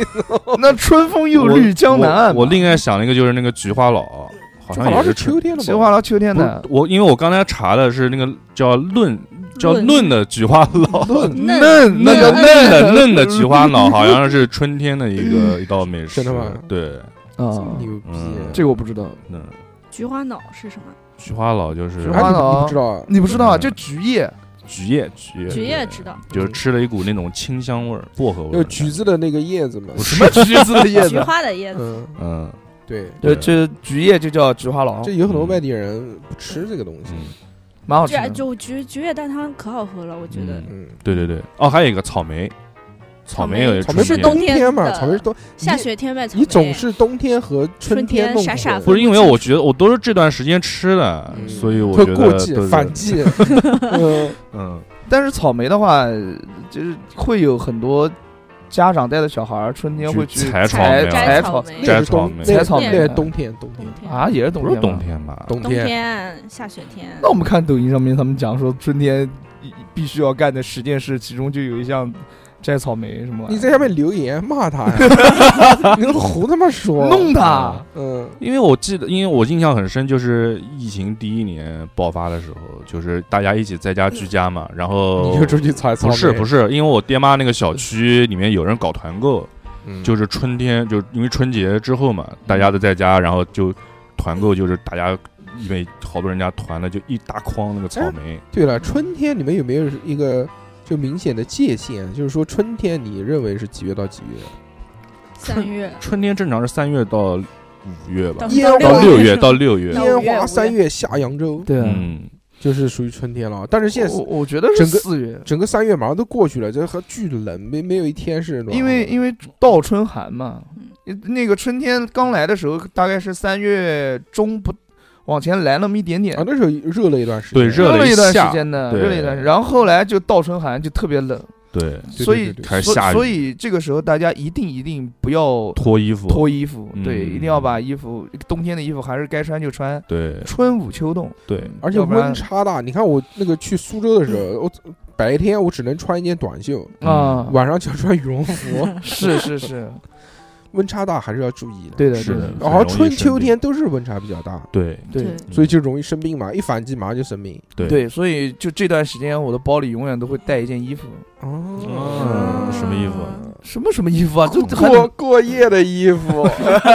[SPEAKER 3] 那春风又
[SPEAKER 5] 我
[SPEAKER 3] 绿江南岸嘛，
[SPEAKER 5] 我我另外想了一个，就是那个菊花老，好
[SPEAKER 2] 啊这
[SPEAKER 5] 像
[SPEAKER 2] 好像
[SPEAKER 5] 也
[SPEAKER 2] 是
[SPEAKER 5] 春
[SPEAKER 2] 秋天了吧？
[SPEAKER 3] 菊花到秋天的
[SPEAKER 5] 不是我因为我刚才查的是那个叫论叫
[SPEAKER 4] 论
[SPEAKER 5] 论的菊花脑，
[SPEAKER 2] 论
[SPEAKER 4] 嫩
[SPEAKER 3] 嫩
[SPEAKER 5] 那个
[SPEAKER 4] 嫩
[SPEAKER 5] 嫩的嫩的菊花脑好像是春天的一个一道美食。
[SPEAKER 2] 嗯真的吗
[SPEAKER 5] 对，
[SPEAKER 2] 这么
[SPEAKER 3] 啊，
[SPEAKER 2] 牛逼，哎
[SPEAKER 5] 嗯
[SPEAKER 3] 这个我不知道，
[SPEAKER 5] 嗯，
[SPEAKER 4] 菊花脑是什么？
[SPEAKER 5] 菊花老就是
[SPEAKER 3] 菊
[SPEAKER 2] 哎
[SPEAKER 3] 花
[SPEAKER 2] 你
[SPEAKER 3] 脑
[SPEAKER 2] 不知道啊？
[SPEAKER 3] 你不知道啊？
[SPEAKER 5] 嗯
[SPEAKER 3] 就菊叶，
[SPEAKER 5] 菊叶菊叶
[SPEAKER 4] 菊叶知道，
[SPEAKER 5] 就是吃了一股那种清香味儿，薄荷味
[SPEAKER 2] 就
[SPEAKER 5] 儿。
[SPEAKER 2] 橘子的那个叶子嘛。
[SPEAKER 5] 不
[SPEAKER 3] 什
[SPEAKER 5] 是
[SPEAKER 3] 么，橘子的叶
[SPEAKER 4] 菊
[SPEAKER 3] 子？
[SPEAKER 4] 花的叶子，
[SPEAKER 2] 嗯，
[SPEAKER 5] 嗯
[SPEAKER 2] 对，
[SPEAKER 3] 就就菊叶就叫菊花老
[SPEAKER 2] 这，有很多外地人不吃这个东西。
[SPEAKER 5] 嗯，
[SPEAKER 3] 蛮好吃
[SPEAKER 4] 这
[SPEAKER 3] 的。
[SPEAKER 4] 啊就菊菊叶蛋汤可好喝了，我觉得
[SPEAKER 5] 嗯
[SPEAKER 2] 嗯，
[SPEAKER 5] 对对对。哦，还有一个草莓，草莓有一个
[SPEAKER 2] 草莓
[SPEAKER 5] 春
[SPEAKER 2] 是
[SPEAKER 5] 天
[SPEAKER 2] 冬天嘛？
[SPEAKER 4] 春天的
[SPEAKER 2] 草莓是冬，
[SPEAKER 4] 下雪天卖草莓，
[SPEAKER 2] 你总是冬天和春
[SPEAKER 4] 天
[SPEAKER 2] 弄
[SPEAKER 4] 傻
[SPEAKER 2] 混
[SPEAKER 4] 傻
[SPEAKER 5] 不是因为我觉得我都是这段时间吃的，
[SPEAKER 2] 嗯
[SPEAKER 5] 所以我
[SPEAKER 2] 会
[SPEAKER 5] 觉得
[SPEAKER 2] 过季
[SPEAKER 5] 都是
[SPEAKER 2] 反 季。嗯，
[SPEAKER 5] 嗯
[SPEAKER 3] 但是草莓的话，就是会有很多家长带着小孩儿春天会去
[SPEAKER 5] 去采
[SPEAKER 3] 草莓
[SPEAKER 5] 莓
[SPEAKER 3] 摘
[SPEAKER 5] 啊，
[SPEAKER 3] 草
[SPEAKER 4] 草
[SPEAKER 3] 莓
[SPEAKER 4] 莓，
[SPEAKER 2] 那
[SPEAKER 5] 摘
[SPEAKER 2] 是
[SPEAKER 5] 草
[SPEAKER 2] 冬
[SPEAKER 5] 莓，
[SPEAKER 2] 那
[SPEAKER 3] 采草莓
[SPEAKER 2] 那是冬天，冬天
[SPEAKER 4] 冬，天
[SPEAKER 3] 啊，也是冬
[SPEAKER 5] 不
[SPEAKER 3] 天
[SPEAKER 5] 是
[SPEAKER 3] 吗
[SPEAKER 5] 冬。天吧？
[SPEAKER 2] 冬
[SPEAKER 4] 冬天下雪天，
[SPEAKER 3] 那我们看抖音上面他们讲说春天一必须要干的十件事，其中就有一项摘草莓什么玩意儿。
[SPEAKER 2] 你在下面留言骂他呀， 你能胡他妈说？
[SPEAKER 3] 弄他，
[SPEAKER 2] 嗯，
[SPEAKER 5] 因为我记得，因为我印象很深，就是疫情第一年爆发的时候，就是大家一起在家居家嘛，然后
[SPEAKER 2] 你就出去采草
[SPEAKER 5] 不
[SPEAKER 2] 莓，
[SPEAKER 5] 是不是，因为我爹妈那个小区里面有人搞团购，
[SPEAKER 2] 嗯，
[SPEAKER 5] 就是春天，就是因为春节之后嘛，大家都在家，然后就团购，就是大家因为好多人家团了，就一大筐那个
[SPEAKER 2] 哎
[SPEAKER 5] 草莓，
[SPEAKER 2] 对了，春天你们有没有一个就明显的界限？就是说春天你认为是几月到几月？
[SPEAKER 4] 三月
[SPEAKER 5] 春天正常是三月到五月吧
[SPEAKER 4] 到，
[SPEAKER 2] 烟
[SPEAKER 4] 到
[SPEAKER 5] 到
[SPEAKER 2] 花
[SPEAKER 5] 六
[SPEAKER 4] 月
[SPEAKER 5] 月到六月，
[SPEAKER 4] 到
[SPEAKER 2] 烟
[SPEAKER 4] 五月
[SPEAKER 2] 花
[SPEAKER 4] 五
[SPEAKER 2] 三
[SPEAKER 4] 月
[SPEAKER 2] 月下扬州，
[SPEAKER 3] 对啊，
[SPEAKER 5] 嗯，
[SPEAKER 2] 就是属于春天了。但是现在
[SPEAKER 3] 我我觉得是
[SPEAKER 2] 整个
[SPEAKER 3] 四月，
[SPEAKER 2] 整个三月马上都过去了，这还巨冷，没没有一天是暖和的。
[SPEAKER 3] 因为因为倒春寒嘛
[SPEAKER 4] 嗯，
[SPEAKER 3] 那个春天刚来的时候，大概是三月中不往前来那么一点点
[SPEAKER 2] 啊，那时候热了一段时间，
[SPEAKER 5] 对热
[SPEAKER 3] 了
[SPEAKER 5] 了
[SPEAKER 3] 一段
[SPEAKER 5] 下
[SPEAKER 3] 时间的，
[SPEAKER 5] 对
[SPEAKER 3] 热了一段时间，然后后来就倒春寒，就特别冷，
[SPEAKER 5] 对，
[SPEAKER 2] 对
[SPEAKER 3] 所以
[SPEAKER 2] 对对
[SPEAKER 5] 开始
[SPEAKER 3] 所
[SPEAKER 5] 下雨
[SPEAKER 3] 所以这个时候大家一定一定不要
[SPEAKER 5] 脱衣服，
[SPEAKER 3] 脱衣服，对，
[SPEAKER 5] 嗯
[SPEAKER 3] 一定要把衣服冬天的衣服还是该穿就穿，
[SPEAKER 5] 对
[SPEAKER 3] 春捂秋冻，
[SPEAKER 5] 对，
[SPEAKER 2] 而且
[SPEAKER 3] 要不然
[SPEAKER 2] 温差大。你看我那个去苏州的时
[SPEAKER 4] 嗯
[SPEAKER 2] 候，我白天我只能穿一件短袖，
[SPEAKER 3] 啊，
[SPEAKER 2] 晚上就要穿羽绒 服，
[SPEAKER 3] 是是是，温
[SPEAKER 2] 温差大还是要注意的。，
[SPEAKER 3] 对的
[SPEAKER 5] 是
[SPEAKER 3] 对
[SPEAKER 5] 的
[SPEAKER 3] 的，
[SPEAKER 2] 然
[SPEAKER 5] 很
[SPEAKER 2] 后
[SPEAKER 5] 容易
[SPEAKER 2] 春
[SPEAKER 5] 生
[SPEAKER 2] 秋
[SPEAKER 5] 病
[SPEAKER 2] 天都是温差比较大，
[SPEAKER 5] 对
[SPEAKER 3] 对
[SPEAKER 5] 所
[SPEAKER 2] 所
[SPEAKER 5] 以
[SPEAKER 2] 以
[SPEAKER 5] 就
[SPEAKER 2] 就容易生病嘛，一反季马上就生病。
[SPEAKER 5] 对
[SPEAKER 3] 对，所以就这段时间我的包里永远都会带一件衣服，
[SPEAKER 2] 哦
[SPEAKER 5] 什么衣服
[SPEAKER 3] 什么什么衣服啊，这这还
[SPEAKER 2] 过过夜的衣服，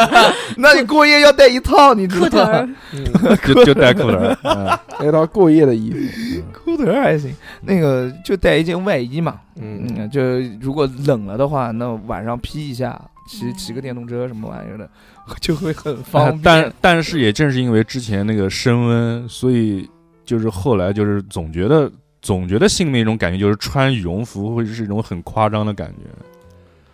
[SPEAKER 3] 那你过夜要带一套，你知
[SPEAKER 4] 裤头
[SPEAKER 3] 道
[SPEAKER 4] 儿
[SPEAKER 3] 吗？
[SPEAKER 2] 嗯
[SPEAKER 5] 就就戴口罩儿，嗯
[SPEAKER 2] 那套过夜的衣服，
[SPEAKER 3] 裤头儿还行，那个就带一件外衣嘛。
[SPEAKER 2] 嗯，
[SPEAKER 3] 嗯，就如果冷了的话，那晚上披一下，骑
[SPEAKER 4] 嗯
[SPEAKER 3] 骑个电动车什么玩意儿的，就会很
[SPEAKER 5] 但
[SPEAKER 3] 方便
[SPEAKER 5] 哎 但。但是也正是因为之前那个升温，所以就是后来就是总觉得总觉得性的一种感觉，就是穿羽绒服会是一种很夸张的感觉，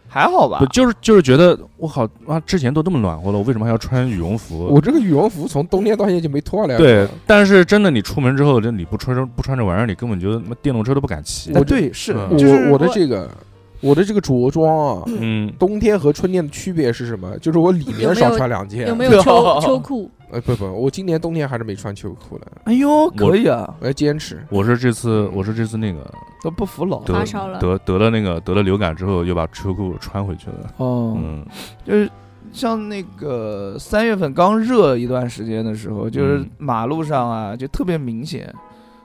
[SPEAKER 3] 还好吧
[SPEAKER 5] 不？就是就是觉得我靠妈之前都这么暖和了，我为什么还要穿羽绒服？
[SPEAKER 2] 我这个羽绒服从冬天到现在就没脱了呀。
[SPEAKER 5] 对，但是真的你出门之后，这你不穿不穿这玩意儿，你根本就他妈电动车都不敢骑。
[SPEAKER 3] 哎对是，
[SPEAKER 5] 嗯
[SPEAKER 3] 就是
[SPEAKER 2] 我我的这个我的这个着装啊，
[SPEAKER 5] 嗯，
[SPEAKER 2] 冬天和春天的区别是什么？就是我里面少穿两件。
[SPEAKER 4] 有没有
[SPEAKER 3] 哦
[SPEAKER 4] 秋秋裤？
[SPEAKER 2] 呃，不不，我今年冬天还是没穿秋裤呢，
[SPEAKER 3] 哎呦，可以啊，
[SPEAKER 2] 我要坚持。
[SPEAKER 5] 我是这次我是这次那个
[SPEAKER 3] 都不服老啊
[SPEAKER 5] 得
[SPEAKER 4] 发烧了
[SPEAKER 5] 得得了那个得了流感之后，又把秋裤穿回去了。
[SPEAKER 3] 哦
[SPEAKER 5] 嗯，
[SPEAKER 3] 就是像那个三月份刚热一段时间的时候，就是
[SPEAKER 5] 嗯
[SPEAKER 3] 马路上啊，就特别明显，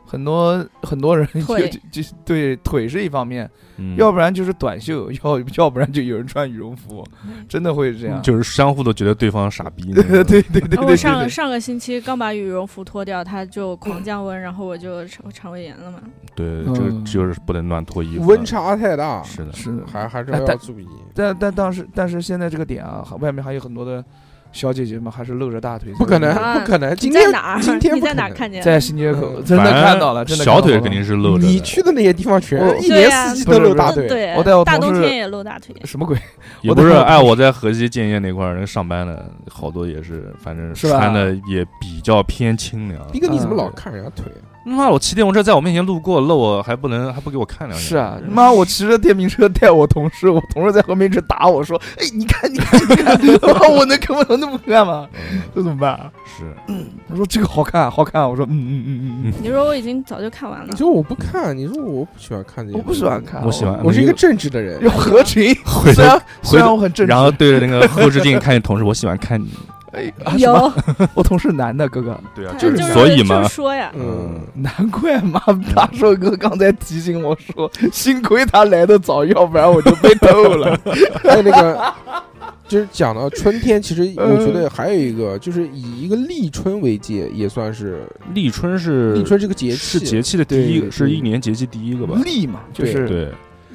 [SPEAKER 3] 很多很多人就
[SPEAKER 4] 腿
[SPEAKER 3] 就就对腿是一方面，
[SPEAKER 5] 嗯
[SPEAKER 3] 要不然就是短袖，要要不然就有人穿羽绒服，真的会这样。。
[SPEAKER 5] 就是相互都觉得对方傻逼
[SPEAKER 3] 对
[SPEAKER 5] 那种
[SPEAKER 3] 对对对
[SPEAKER 4] 然后我
[SPEAKER 3] 对
[SPEAKER 4] 上
[SPEAKER 3] 对，
[SPEAKER 4] 上个星期刚把羽绒服脱掉，它就狂降温，然后我就肠肠胃炎了嘛。
[SPEAKER 5] 对，
[SPEAKER 3] 嗯
[SPEAKER 5] 这个就是不能乱脱衣服。
[SPEAKER 2] 温差太大，
[SPEAKER 5] 是的，
[SPEAKER 3] 是的，
[SPEAKER 2] 还还是
[SPEAKER 3] 哎
[SPEAKER 2] 要
[SPEAKER 3] 但
[SPEAKER 2] 注意。
[SPEAKER 3] 但但当时但是现在这个点啊，还外面还有很多的小姐姐们还是露着大腿，
[SPEAKER 2] 不可能，
[SPEAKER 4] 啊
[SPEAKER 2] 不可能！今
[SPEAKER 4] 你
[SPEAKER 2] 天
[SPEAKER 4] 在哪儿？
[SPEAKER 2] 今天
[SPEAKER 4] 你
[SPEAKER 2] 不
[SPEAKER 4] 在
[SPEAKER 2] 可
[SPEAKER 4] 哪
[SPEAKER 2] 能
[SPEAKER 4] 看见？
[SPEAKER 3] 在新街口真的
[SPEAKER 5] 嗯反正
[SPEAKER 3] 看到了，真的看到
[SPEAKER 5] 小腿
[SPEAKER 3] 了
[SPEAKER 5] 肯定是露着的。
[SPEAKER 2] 你去的那些地方全
[SPEAKER 3] 我
[SPEAKER 2] 是一
[SPEAKER 4] 对啊
[SPEAKER 2] 年
[SPEAKER 4] 呀
[SPEAKER 2] 四季都露大腿，
[SPEAKER 4] 嗯对，
[SPEAKER 3] 我带我
[SPEAKER 4] 大
[SPEAKER 3] 同
[SPEAKER 4] 冬
[SPEAKER 3] 事
[SPEAKER 4] 天也露大腿。
[SPEAKER 3] 什么鬼？
[SPEAKER 5] 也不是，哎，我在河西建业那块儿，那个上班的好多也是，反正
[SPEAKER 3] 是吧
[SPEAKER 5] 穿的也比较偏清凉。
[SPEAKER 2] 逼哥你怎么
[SPEAKER 3] 嗯
[SPEAKER 2] 老看人家腿？
[SPEAKER 5] 妈，我骑电动车在我面前路过，露我还不能还不给我看两眼？
[SPEAKER 3] 是
[SPEAKER 4] 嗯
[SPEAKER 3] 啊，妈！我骑着电瓶车带我同事，我同事在后面一直打我说：“哎，你看，你看，你看， 妈我能看不能那么看吗？
[SPEAKER 5] 嗯，
[SPEAKER 3] 这怎么办啊
[SPEAKER 5] 是？”
[SPEAKER 3] 他说：“这个好看，好看。”我说：“嗯嗯嗯嗯
[SPEAKER 4] 你说我已经早就看完了
[SPEAKER 2] 你，说我不看，你说我不喜欢看这
[SPEAKER 3] 嗯，
[SPEAKER 2] 些，
[SPEAKER 3] 我不喜欢，看，
[SPEAKER 5] 我喜欢嗯
[SPEAKER 2] 我是一个正直的人
[SPEAKER 3] 要。合群。
[SPEAKER 5] 回头
[SPEAKER 3] 虽然虽
[SPEAKER 5] 回
[SPEAKER 3] 然
[SPEAKER 5] 头，
[SPEAKER 3] 我很正直，
[SPEAKER 5] 然后对着那个后视镜看你同事，我喜欢看你。
[SPEAKER 3] 哎啊什么
[SPEAKER 4] 有，
[SPEAKER 3] 我同事男的哥哥，
[SPEAKER 5] 对
[SPEAKER 4] 他
[SPEAKER 2] 就是
[SPEAKER 5] 所以嘛
[SPEAKER 4] 啊就是，说呀，
[SPEAKER 2] 嗯，
[SPEAKER 3] 难怪妈大寿哥刚才提醒我说，幸亏他来的早，要不然我就被偷了。
[SPEAKER 2] 还有那个，就是讲到春天，其实我觉
[SPEAKER 4] 嗯
[SPEAKER 2] 得还有一个，就是以一个立春为界，也算是
[SPEAKER 5] 立春是
[SPEAKER 2] 立春这个节气。
[SPEAKER 5] 是节气的第一
[SPEAKER 2] 对
[SPEAKER 5] 个，是一年节气第一个吧？
[SPEAKER 3] 力嘛，就
[SPEAKER 2] 对
[SPEAKER 3] 是
[SPEAKER 5] 对，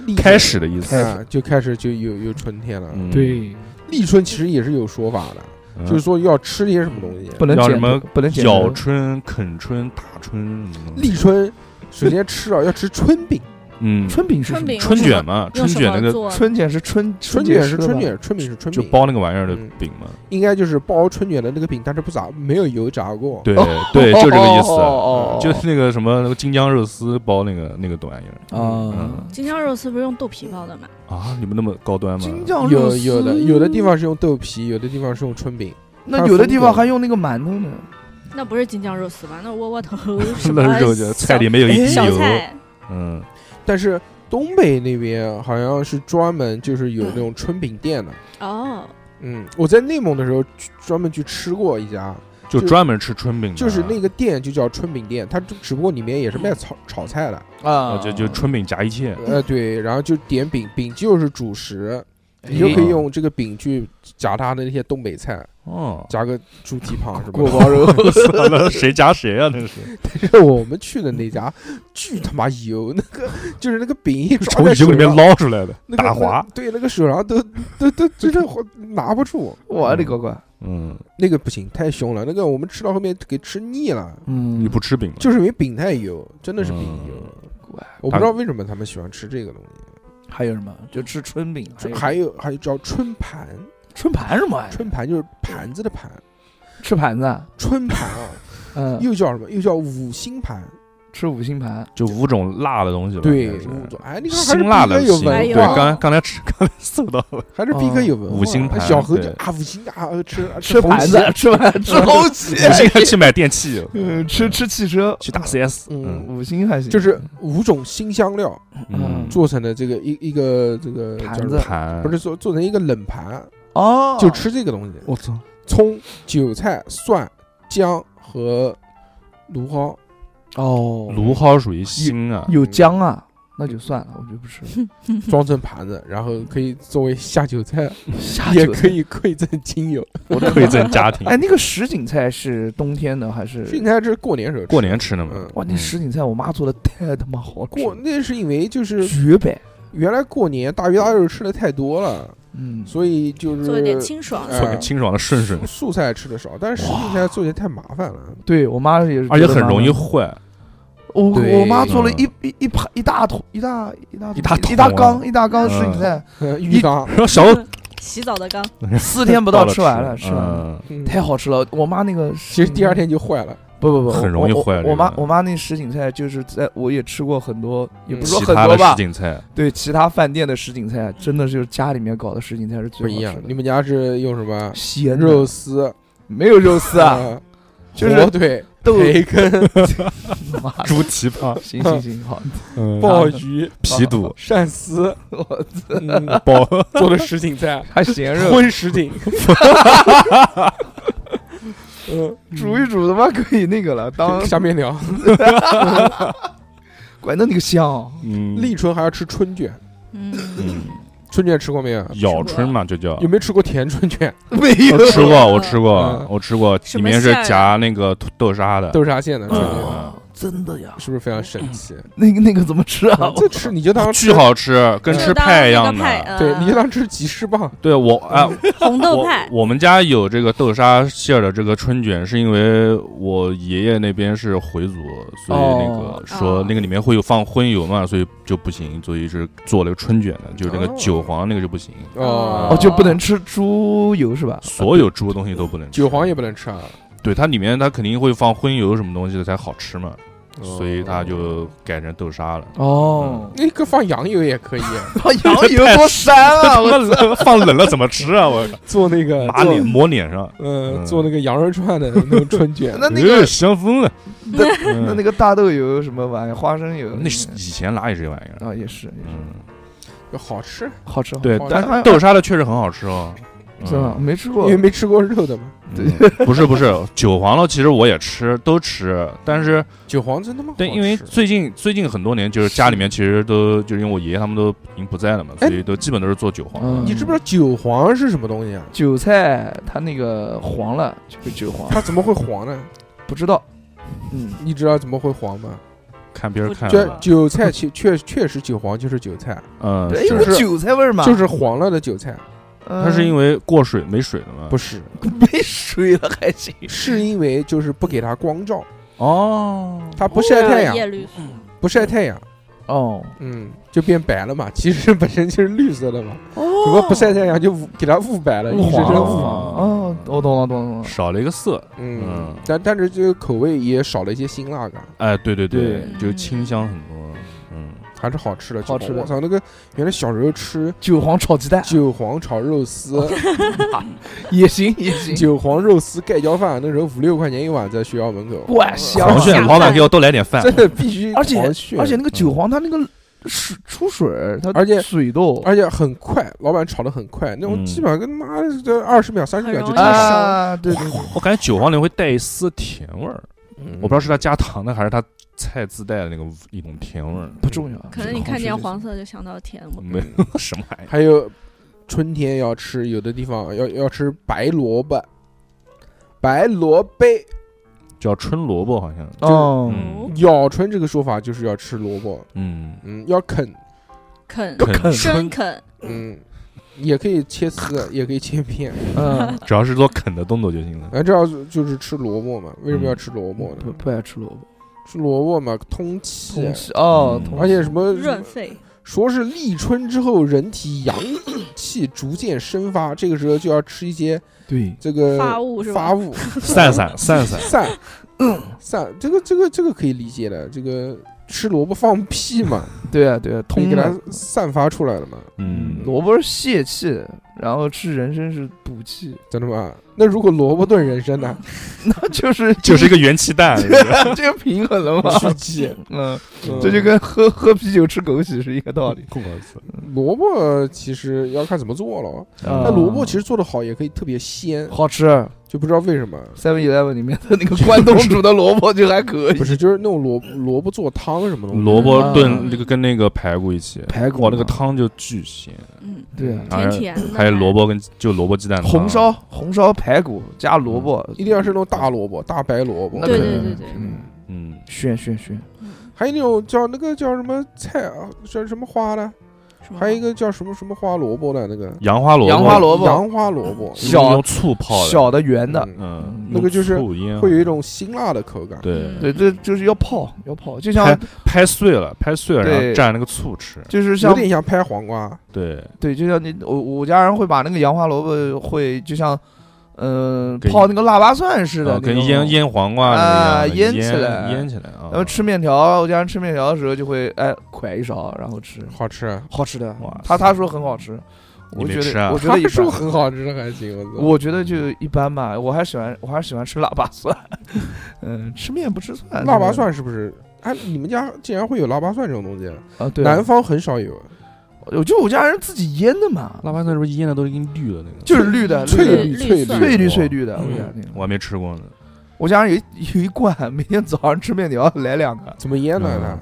[SPEAKER 2] 立
[SPEAKER 5] 开始的意思。
[SPEAKER 2] 啊，就开始就有有春天了。
[SPEAKER 5] 嗯，
[SPEAKER 3] 对，
[SPEAKER 2] 立春其实也是有说法的，
[SPEAKER 5] 嗯
[SPEAKER 2] 就是说要吃些什么东西。
[SPEAKER 3] 不能
[SPEAKER 5] 要
[SPEAKER 3] 剪
[SPEAKER 5] 什么
[SPEAKER 3] 不能剪
[SPEAKER 5] 咬
[SPEAKER 3] 头
[SPEAKER 5] 春、啃春、打春什么的
[SPEAKER 2] 立春首先吃啊，要吃春饼，
[SPEAKER 5] 嗯，
[SPEAKER 3] 春饼是什
[SPEAKER 4] 春
[SPEAKER 3] 么
[SPEAKER 4] 饼
[SPEAKER 5] 春
[SPEAKER 4] 用什
[SPEAKER 5] 卷
[SPEAKER 4] 么
[SPEAKER 5] 嘛，春
[SPEAKER 4] 用什
[SPEAKER 5] 卷
[SPEAKER 4] 么
[SPEAKER 5] 那个
[SPEAKER 4] 做的？
[SPEAKER 3] 春卷是春
[SPEAKER 2] 春
[SPEAKER 3] 节
[SPEAKER 2] 卷是
[SPEAKER 3] 吃的
[SPEAKER 2] 春
[SPEAKER 3] 吧，
[SPEAKER 2] 卷，春饼是春
[SPEAKER 5] 就
[SPEAKER 2] 饼，
[SPEAKER 5] 包那个玩意儿的
[SPEAKER 2] 嗯
[SPEAKER 5] 饼嘛。
[SPEAKER 2] 应该就是包春卷的那个饼，但是不炸，没有油炸过。
[SPEAKER 5] 对对，就这个意思。
[SPEAKER 3] 哦
[SPEAKER 5] 就那个什么那个京酱肉丝包那个那个玩意儿嗯
[SPEAKER 3] 啊，
[SPEAKER 4] 京酱肉丝不是用豆皮包的吗？
[SPEAKER 5] 啊，你们那么高端吗？
[SPEAKER 3] 京酱肉
[SPEAKER 2] 有
[SPEAKER 3] 丝
[SPEAKER 2] 有的有的地方是用豆皮，有的地方是用春饼，
[SPEAKER 3] 那有的地方还用那个馒头呢。
[SPEAKER 4] 那不是京酱肉丝吧？那窝窝 头什么
[SPEAKER 5] 那肉就菜里没有一滴
[SPEAKER 4] 小
[SPEAKER 5] 油，
[SPEAKER 4] 菜，
[SPEAKER 5] 嗯，
[SPEAKER 2] 但是。东北那边好像是专门就是
[SPEAKER 3] 嗯
[SPEAKER 2] 有那种春饼店的，
[SPEAKER 4] 哦，
[SPEAKER 2] 嗯，我在内蒙的时候去专门去吃过一家，
[SPEAKER 3] 嗯
[SPEAKER 5] 就
[SPEAKER 2] 就
[SPEAKER 5] 专门吃春饼的，
[SPEAKER 2] 就是那个店就叫春饼店，它就只不过里面也是卖炒炒菜的，
[SPEAKER 3] 嗯啊
[SPEAKER 5] 哦，就就春饼夹一切，
[SPEAKER 2] 呃，对，然后就点饼，饼就是主食，你就
[SPEAKER 5] 哎
[SPEAKER 2] 可以用这个饼去夹它的那些东北菜，
[SPEAKER 5] 哦，
[SPEAKER 2] 夹个猪蹄膀什么
[SPEAKER 3] 锅
[SPEAKER 2] 的。
[SPEAKER 3] 包肉，
[SPEAKER 5] 那谁夹谁啊？那是
[SPEAKER 2] 就是 我们去的那家，巨他妈油，那个就是那个饼一抓
[SPEAKER 5] 从
[SPEAKER 2] 在手
[SPEAKER 5] 油里面
[SPEAKER 2] 上，
[SPEAKER 5] 捞出来的，
[SPEAKER 2] 那个
[SPEAKER 5] 打滑，，
[SPEAKER 2] 对，那个手上都都都真的拿不住，
[SPEAKER 3] 我的个乖！
[SPEAKER 5] 嗯，
[SPEAKER 2] 那个不行，太凶了，那个我们吃到后面给吃腻了。
[SPEAKER 3] 嗯
[SPEAKER 5] 你不吃饼了，
[SPEAKER 2] 就是因为饼太油，真的是饼
[SPEAKER 5] 嗯
[SPEAKER 2] 油。
[SPEAKER 3] 乖
[SPEAKER 2] 我不知道为什么他们喜欢吃这个东西。
[SPEAKER 3] 还有什么？就吃春饼，
[SPEAKER 2] 春
[SPEAKER 3] 还哎
[SPEAKER 2] 还有还有叫春盘，
[SPEAKER 3] 春盘什么玩意儿？
[SPEAKER 2] 春盘就是盘子的盘，
[SPEAKER 3] 吃盘子啊，
[SPEAKER 2] 春盘啊，
[SPEAKER 3] 嗯，
[SPEAKER 2] 又叫什么？又叫五星盘。
[SPEAKER 3] 吃五星盘，
[SPEAKER 5] 就五种辣的东西吧，
[SPEAKER 2] 对
[SPEAKER 5] 应该，是
[SPEAKER 2] 五种哎，你看还是
[SPEAKER 5] 辛辣
[SPEAKER 2] 逼
[SPEAKER 5] 的
[SPEAKER 2] 哥有
[SPEAKER 5] 辛，
[SPEAKER 4] 哎
[SPEAKER 2] 文
[SPEAKER 5] 对，
[SPEAKER 4] 呦
[SPEAKER 2] 化，
[SPEAKER 5] 刚刚才吃 刚才搜到了，
[SPEAKER 2] 还是逼哥有文化。
[SPEAKER 5] 五星盘
[SPEAKER 2] 小何就
[SPEAKER 5] 对
[SPEAKER 2] 啊五星啊呃吃啊
[SPEAKER 3] 吃
[SPEAKER 2] 红
[SPEAKER 3] 盘
[SPEAKER 2] 旗
[SPEAKER 3] 子，吃盘，吃红旗，
[SPEAKER 5] 五星还去买电器，
[SPEAKER 3] 嗯，吃吃汽车，
[SPEAKER 5] 去打 CS，
[SPEAKER 2] 嗯
[SPEAKER 5] 嗯
[SPEAKER 3] 五星还行，
[SPEAKER 2] 就是五种新香料
[SPEAKER 5] 嗯，
[SPEAKER 2] 做成的这个一一个这个
[SPEAKER 3] 盘
[SPEAKER 2] 叫什
[SPEAKER 3] 子
[SPEAKER 2] 么
[SPEAKER 5] 盘
[SPEAKER 2] 不是做做成一个冷盘，
[SPEAKER 3] 哦，
[SPEAKER 2] 就吃这个东西。
[SPEAKER 5] 我操，
[SPEAKER 2] 葱、韭菜、蒜、姜和芦蒿。
[SPEAKER 3] 哦，
[SPEAKER 5] 芦蒿属于辛啊，
[SPEAKER 3] 有姜啊，那就算了，我就不吃了。嗯
[SPEAKER 2] 装成盘子，然后可以作为下酒菜，
[SPEAKER 3] 下
[SPEAKER 2] 也
[SPEAKER 3] 酒
[SPEAKER 2] 可
[SPEAKER 3] 菜。
[SPEAKER 2] 以 馈赠亲友。
[SPEAKER 5] 我馈赠家庭
[SPEAKER 3] 哎，，那个什锦菜是冬天的还是？
[SPEAKER 2] 应该是过年时候吃，
[SPEAKER 5] 过年吃的嘛
[SPEAKER 2] 嗯，
[SPEAKER 3] 哇，那什锦菜我妈做的太他妈好吃
[SPEAKER 2] 过
[SPEAKER 3] 了，
[SPEAKER 2] 那是因为就是
[SPEAKER 3] 绝版。
[SPEAKER 2] 原来过年大鱼大肉吃的太多了，
[SPEAKER 3] 嗯，
[SPEAKER 2] 所以就是
[SPEAKER 4] 做一点清爽
[SPEAKER 2] 哎
[SPEAKER 4] 的。
[SPEAKER 5] 呃做个清爽的顺顺，
[SPEAKER 2] 素菜吃的少，但是实际菜做起来太麻烦了。
[SPEAKER 3] 对我妈也是，
[SPEAKER 5] 而且很容易。坏，
[SPEAKER 3] 我
[SPEAKER 2] 对
[SPEAKER 3] 我妈做了一一一盘一大桶一大一大
[SPEAKER 5] 一大
[SPEAKER 3] 一大
[SPEAKER 5] 桶啊
[SPEAKER 3] 缸一大缸什锦菜，
[SPEAKER 2] 呃鱼缸
[SPEAKER 5] 然后 小欧
[SPEAKER 4] 嗯洗澡的缸，
[SPEAKER 3] 四天不到
[SPEAKER 5] 吃
[SPEAKER 3] 吃完了，吃完了。
[SPEAKER 5] 嗯
[SPEAKER 2] 嗯
[SPEAKER 3] 太好吃了！我妈那个
[SPEAKER 2] 其
[SPEAKER 3] 其
[SPEAKER 2] 实第二天就坏了。
[SPEAKER 3] 不不不，
[SPEAKER 5] 很
[SPEAKER 3] 我
[SPEAKER 5] 容易
[SPEAKER 3] 我
[SPEAKER 5] 坏这
[SPEAKER 3] 我
[SPEAKER 5] 个
[SPEAKER 3] 妈我妈那什锦菜就是在我也吃过很多，也不是说
[SPEAKER 5] 嗯其
[SPEAKER 3] 很
[SPEAKER 5] 他
[SPEAKER 3] 多
[SPEAKER 5] 的什
[SPEAKER 3] 吧，啊
[SPEAKER 5] 锦菜，
[SPEAKER 3] 对其他饭店的什锦菜真的是就是家里面搞的什锦菜是最
[SPEAKER 2] 不
[SPEAKER 3] 好吃
[SPEAKER 2] 一样，
[SPEAKER 3] 的
[SPEAKER 2] 你们家是用什么？
[SPEAKER 3] 咸的
[SPEAKER 2] 肉丝
[SPEAKER 3] 没有肉丝啊，
[SPEAKER 2] 呃
[SPEAKER 3] 就是
[SPEAKER 2] 火腿、
[SPEAKER 3] 豆
[SPEAKER 2] 培根、
[SPEAKER 3] 妈的
[SPEAKER 5] 猪蹄 啊嗯膀、
[SPEAKER 3] 行行行，好，
[SPEAKER 2] 鲍鱼、
[SPEAKER 5] 皮肚、
[SPEAKER 2] 鳝丝，
[SPEAKER 3] 我
[SPEAKER 2] 嗯，
[SPEAKER 5] 包
[SPEAKER 2] 做的什锦菜，
[SPEAKER 3] 还咸肉
[SPEAKER 2] 荤什锦。嗯，
[SPEAKER 3] 煮一煮他妈可以那个了， 当
[SPEAKER 2] 下面聊。
[SPEAKER 3] 嗯 管那那个 香，
[SPEAKER 5] 嗯
[SPEAKER 3] 啊
[SPEAKER 2] 立春还要吃春卷，
[SPEAKER 4] 嗯，
[SPEAKER 5] 嗯
[SPEAKER 2] 春卷吃过没有？
[SPEAKER 5] 咬春嘛，这叫
[SPEAKER 2] 有没有吃过甜春卷？
[SPEAKER 3] 没
[SPEAKER 5] 我
[SPEAKER 3] 有啊
[SPEAKER 5] 吃过，我吃过
[SPEAKER 2] 嗯，
[SPEAKER 5] 我吃过，
[SPEAKER 4] 什
[SPEAKER 5] 里
[SPEAKER 4] 么
[SPEAKER 5] 面是
[SPEAKER 4] 馅儿啊
[SPEAKER 5] 夹那个土豆沙的，
[SPEAKER 2] 豆沙馅的春卷，
[SPEAKER 3] 啊，真的呀，
[SPEAKER 2] 是不是非常神奇？嗯
[SPEAKER 3] 那个那个怎么吃啊？
[SPEAKER 2] 这吃你就当吃
[SPEAKER 5] 巨，好
[SPEAKER 3] 嗯
[SPEAKER 5] 吃，跟吃派一样的。
[SPEAKER 4] 的
[SPEAKER 2] 对，你就当吃集市棒。
[SPEAKER 5] 对我哎，
[SPEAKER 4] 呃红啊嗯豆
[SPEAKER 5] 我
[SPEAKER 4] 派，
[SPEAKER 5] 我们家有这个豆沙馅儿的这个春卷，是因为我爷爷那边是回族，所以那
[SPEAKER 3] 哦
[SPEAKER 5] 个说
[SPEAKER 4] 哦
[SPEAKER 5] 那个里面会有放荤油嘛，所以就不行，所以是做了个春卷的，就是那个
[SPEAKER 2] 哦
[SPEAKER 5] 韭黄那个就不行，
[SPEAKER 3] 哦，
[SPEAKER 2] 哦，
[SPEAKER 3] 就不能吃猪油是吧？
[SPEAKER 5] 所有猪的东西都不能吃。
[SPEAKER 2] 韭黄也不能吃啊，
[SPEAKER 5] 对它里面它肯定会放荤油什么东西的才好吃嘛，
[SPEAKER 2] 哦
[SPEAKER 5] 所以它就改成豆沙 了。
[SPEAKER 3] 哦，
[SPEAKER 2] 那个放羊油也可 以
[SPEAKER 3] 把羊 油多膻啊！我。
[SPEAKER 5] 冷 放冷了怎么吃啊？我
[SPEAKER 2] 做那个
[SPEAKER 5] 拿
[SPEAKER 2] 做
[SPEAKER 5] 脸抹脸上，
[SPEAKER 2] 呃，
[SPEAKER 5] 嗯
[SPEAKER 2] 做那个羊肉串的那种春卷
[SPEAKER 3] 那那个
[SPEAKER 5] 呃香疯了。
[SPEAKER 3] 那
[SPEAKER 5] 嗯
[SPEAKER 3] 那个大豆油什么玩意儿，花生油
[SPEAKER 5] 那是以前哪有这玩意儿？
[SPEAKER 3] 啊也是也是
[SPEAKER 5] 嗯，
[SPEAKER 2] 好吃，
[SPEAKER 3] 好吃，
[SPEAKER 5] 对
[SPEAKER 2] 好，
[SPEAKER 5] 但
[SPEAKER 3] 像
[SPEAKER 5] 嗯豆沙的确实很好吃哦。嗯
[SPEAKER 3] 是吧？没吃
[SPEAKER 2] 因
[SPEAKER 3] 过
[SPEAKER 2] 为没吃过肉的嘛。
[SPEAKER 5] 嗯不是不是，韭黄了，其实我也吃，都吃，但是
[SPEAKER 2] 韭黄真他妈好吃。
[SPEAKER 5] 但因为最近最近很多年，就是家里面其实都就是因为我爷爷他们都已经不在了嘛，
[SPEAKER 2] 哎
[SPEAKER 5] 所以都基本都是做韭黄
[SPEAKER 3] 嗯
[SPEAKER 5] 的。
[SPEAKER 2] 你知不知道韭黄是什么东西啊？
[SPEAKER 3] 韭菜，它那个黄了，这个韭黄
[SPEAKER 2] 它怎么会黄呢？
[SPEAKER 3] 不知道，嗯，
[SPEAKER 2] 你知道怎么会黄吗？
[SPEAKER 5] 看别人
[SPEAKER 4] 不
[SPEAKER 5] 看
[SPEAKER 4] 知
[SPEAKER 2] 就
[SPEAKER 4] 道
[SPEAKER 5] 了，
[SPEAKER 2] 韭菜其确确实韭黄就是韭菜，
[SPEAKER 5] 嗯，
[SPEAKER 3] 对，哎有
[SPEAKER 5] 啊是啊
[SPEAKER 3] 股韭菜味儿嘛，
[SPEAKER 2] 就是黄了的韭菜，
[SPEAKER 3] 它
[SPEAKER 5] 它是因为过水没水了嘛？
[SPEAKER 2] 不
[SPEAKER 5] 是
[SPEAKER 2] 是，
[SPEAKER 3] 没水嗯了还行，
[SPEAKER 2] 是因为就是不给它光照，
[SPEAKER 5] 哦，
[SPEAKER 2] 它不晒太
[SPEAKER 4] 叶
[SPEAKER 2] 阳，
[SPEAKER 4] 绿素
[SPEAKER 2] 不晒太阳，
[SPEAKER 3] 哦
[SPEAKER 2] 嗯，就变白了嘛。其实本身就是绿色的嘛，
[SPEAKER 3] 哦
[SPEAKER 2] 只不过不晒太阳就捂给它捂白了，一直
[SPEAKER 3] 黄
[SPEAKER 2] 是
[SPEAKER 3] 了
[SPEAKER 2] 雾嘛。
[SPEAKER 3] 哦，我懂了，懂了，懂了。
[SPEAKER 5] 少了一个色。
[SPEAKER 2] 嗯
[SPEAKER 5] 嗯，
[SPEAKER 2] 但但是这个口味也少了一些辛辣感，
[SPEAKER 5] 哎，对对
[SPEAKER 4] 对
[SPEAKER 5] 就清香很多。嗯，
[SPEAKER 2] 还是好吃的。
[SPEAKER 3] 好吃的
[SPEAKER 2] 我操，那个原来小时候 吃
[SPEAKER 3] 韭黄炒鸡蛋
[SPEAKER 2] 韭黄炒肉
[SPEAKER 3] 哦
[SPEAKER 2] 丝、
[SPEAKER 3] 也行，也行，
[SPEAKER 2] 韭黄肉丝盖浇饭，那时候五六块钱一碗，在学校门口，
[SPEAKER 3] 哇香
[SPEAKER 5] 黄
[SPEAKER 4] 下
[SPEAKER 5] 旋，
[SPEAKER 4] 饭
[SPEAKER 5] 老板给我多来点饭。
[SPEAKER 2] 真的必须
[SPEAKER 3] 而且
[SPEAKER 2] 狂炫
[SPEAKER 3] 而且那个
[SPEAKER 5] 嗯
[SPEAKER 3] 韭黄它那个水出水儿，它
[SPEAKER 2] 而且
[SPEAKER 3] 水豆
[SPEAKER 2] 而且很快，老板炒的很快，那种
[SPEAKER 5] 嗯
[SPEAKER 2] 基本上跟妈这二十秒、三十秒就
[SPEAKER 4] 很容
[SPEAKER 2] 炒。
[SPEAKER 4] 易
[SPEAKER 3] 啊，对对对，
[SPEAKER 5] 我感觉韭黄里会带一丝甜味儿，
[SPEAKER 2] 嗯
[SPEAKER 5] 我不知道是他加糖的还是他菜自带的那个一种甜味儿，
[SPEAKER 3] 不重要，
[SPEAKER 4] 可能你看见黄色就想到甜了。
[SPEAKER 5] 没什么玩意儿。
[SPEAKER 2] 还有春天要吃，有的地方要要吃白萝卜，白萝卜
[SPEAKER 5] 叫春萝卜好像。
[SPEAKER 3] 哦，
[SPEAKER 5] 嗯
[SPEAKER 2] 咬春这个说法就是要吃萝卜，
[SPEAKER 5] 嗯，
[SPEAKER 2] 嗯，要啃，
[SPEAKER 4] 啃
[SPEAKER 3] 要啃
[SPEAKER 4] 生啃，
[SPEAKER 2] 嗯，也可以切丝，也可以切片，
[SPEAKER 3] 嗯，
[SPEAKER 5] 只要是做啃的动作就行了。
[SPEAKER 2] 哎，这要就是吃萝卜嘛？为什么要吃萝卜
[SPEAKER 3] 不
[SPEAKER 2] 呢？
[SPEAKER 3] 不爱吃萝卜，
[SPEAKER 2] 吃萝卜嘛，通气
[SPEAKER 3] 嗯通，气哦，
[SPEAKER 5] 嗯
[SPEAKER 3] 通
[SPEAKER 2] 而且什么
[SPEAKER 4] 润肺，
[SPEAKER 2] 说是立春之后，人体阳气逐渐生发，这个时候就要吃一些
[SPEAKER 3] 对，
[SPEAKER 2] 这个
[SPEAKER 4] 发物是吧
[SPEAKER 2] 发物
[SPEAKER 5] 散散散散，
[SPEAKER 2] 散 散，这个这个这个可以理解的。这个吃萝卜放屁嘛，
[SPEAKER 3] 对啊对啊，
[SPEAKER 2] 可以
[SPEAKER 3] 通
[SPEAKER 2] 给它
[SPEAKER 3] 的
[SPEAKER 2] 散发出来了嘛，
[SPEAKER 5] 嗯，
[SPEAKER 3] 萝卜是泄气，然后吃人参是补气，
[SPEAKER 2] 真的吗？那如果萝卜炖人参呢？
[SPEAKER 3] 嗯那就是啊
[SPEAKER 5] 就是 一个元气弹。
[SPEAKER 3] 这个平衡了嘛，
[SPEAKER 2] 去气，
[SPEAKER 3] 嗯，
[SPEAKER 2] 嗯
[SPEAKER 3] 这就跟喝喝啤酒吃枸杞是一个道 理。
[SPEAKER 5] 我操！
[SPEAKER 2] 嗯萝卜其实要看怎么做了。
[SPEAKER 3] 啊
[SPEAKER 2] 那萝卜其实做的好，也可以特别鲜，
[SPEAKER 3] 好吃
[SPEAKER 2] 就不知道为什么。
[SPEAKER 3] ，Seven Eleven 里面的那个关东煮的萝卜就还可以
[SPEAKER 2] 不，是，就是那种萝萝卜做汤什么东西，
[SPEAKER 5] 萝卜炖这个跟那个排骨一起，
[SPEAKER 3] 排骨
[SPEAKER 5] 哇，那个汤就巨鲜，
[SPEAKER 4] 嗯，
[SPEAKER 3] 对嗯啊，
[SPEAKER 4] 甜甜的，
[SPEAKER 5] 还有萝卜跟就萝卜鸡蛋汤
[SPEAKER 3] 红烧红烧排骨加萝卜，
[SPEAKER 2] 嗯一定要是那种大萝卜、大白萝卜。
[SPEAKER 3] 那
[SPEAKER 4] 对，
[SPEAKER 3] 可
[SPEAKER 4] 对
[SPEAKER 3] 能
[SPEAKER 4] 对对对，
[SPEAKER 2] 嗯，
[SPEAKER 5] 嗯，
[SPEAKER 3] 炫炫炫，
[SPEAKER 2] 还有那种叫那个叫什么菜啊，叫什么花的，
[SPEAKER 4] 什么
[SPEAKER 2] 还有一个叫什么什么花萝卜的那个
[SPEAKER 5] 杨花萝卜，
[SPEAKER 3] 杨花萝卜
[SPEAKER 2] 洋花萝卜，
[SPEAKER 5] 是
[SPEAKER 3] 小
[SPEAKER 5] 用醋泡的，
[SPEAKER 3] 小的圆的，
[SPEAKER 2] 嗯
[SPEAKER 5] 嗯，
[SPEAKER 2] 那个就是
[SPEAKER 5] 用醋腌
[SPEAKER 2] 会有一种辛辣的口感。
[SPEAKER 5] 对
[SPEAKER 4] 嗯
[SPEAKER 3] 对，这就是要泡要泡，就像
[SPEAKER 5] 还拍碎了，拍碎了，然后
[SPEAKER 3] 对
[SPEAKER 5] 蘸那个醋吃，
[SPEAKER 3] 就是
[SPEAKER 2] 有
[SPEAKER 3] 像
[SPEAKER 2] 点像拍黄瓜，
[SPEAKER 5] 对，
[SPEAKER 3] 对，就像你我我家人会把那个洋花萝卜会就像嗯
[SPEAKER 5] 给
[SPEAKER 3] 泡那个腊八蒜似
[SPEAKER 5] 啊
[SPEAKER 3] 的，
[SPEAKER 5] 跟
[SPEAKER 3] 那种
[SPEAKER 5] 腌，腌黄瓜
[SPEAKER 3] 啊
[SPEAKER 5] 那个样
[SPEAKER 3] 腌
[SPEAKER 5] 子
[SPEAKER 3] 起来
[SPEAKER 5] 腌起来啊，
[SPEAKER 3] 然后吃面条，我家人吃面条的时候就会哎㧟一勺，然后吃，
[SPEAKER 2] 好吃。啊
[SPEAKER 3] 好吃的
[SPEAKER 5] 哇，
[SPEAKER 3] 他他说很好吃，我
[SPEAKER 5] 没
[SPEAKER 3] 觉
[SPEAKER 5] 吃
[SPEAKER 3] 得、
[SPEAKER 5] 啊
[SPEAKER 3] 我觉
[SPEAKER 2] 他
[SPEAKER 3] 得一
[SPEAKER 2] 们说
[SPEAKER 3] 般。
[SPEAKER 2] 很好吃，还行。我操
[SPEAKER 3] 我觉得就一般吧，我还喜欢，我还喜欢吃腊八蒜， 嗯，吃面不吃蒜。
[SPEAKER 2] 腊八
[SPEAKER 3] 这个
[SPEAKER 2] 蒜是不是？哎，你们家竟然会有腊八蒜这种东西？
[SPEAKER 3] 啊，对啊，
[SPEAKER 2] 南方很少有，
[SPEAKER 3] 我就我家人自己腌的嘛，
[SPEAKER 5] 腊八蒜是不是腌的都已经绿了那个？
[SPEAKER 3] 就是绿的，
[SPEAKER 2] 翠
[SPEAKER 3] 呃
[SPEAKER 2] 绿
[SPEAKER 3] 绿的
[SPEAKER 4] 绿
[SPEAKER 2] 翠
[SPEAKER 4] 色
[SPEAKER 3] 翠绿
[SPEAKER 5] 绿
[SPEAKER 3] 翠绿的。
[SPEAKER 2] 嗯
[SPEAKER 3] 我家那个，
[SPEAKER 5] 我还没吃过呢，
[SPEAKER 3] 我家人有一有一罐，每天早上吃面条来两个。
[SPEAKER 2] 怎么腌的呢？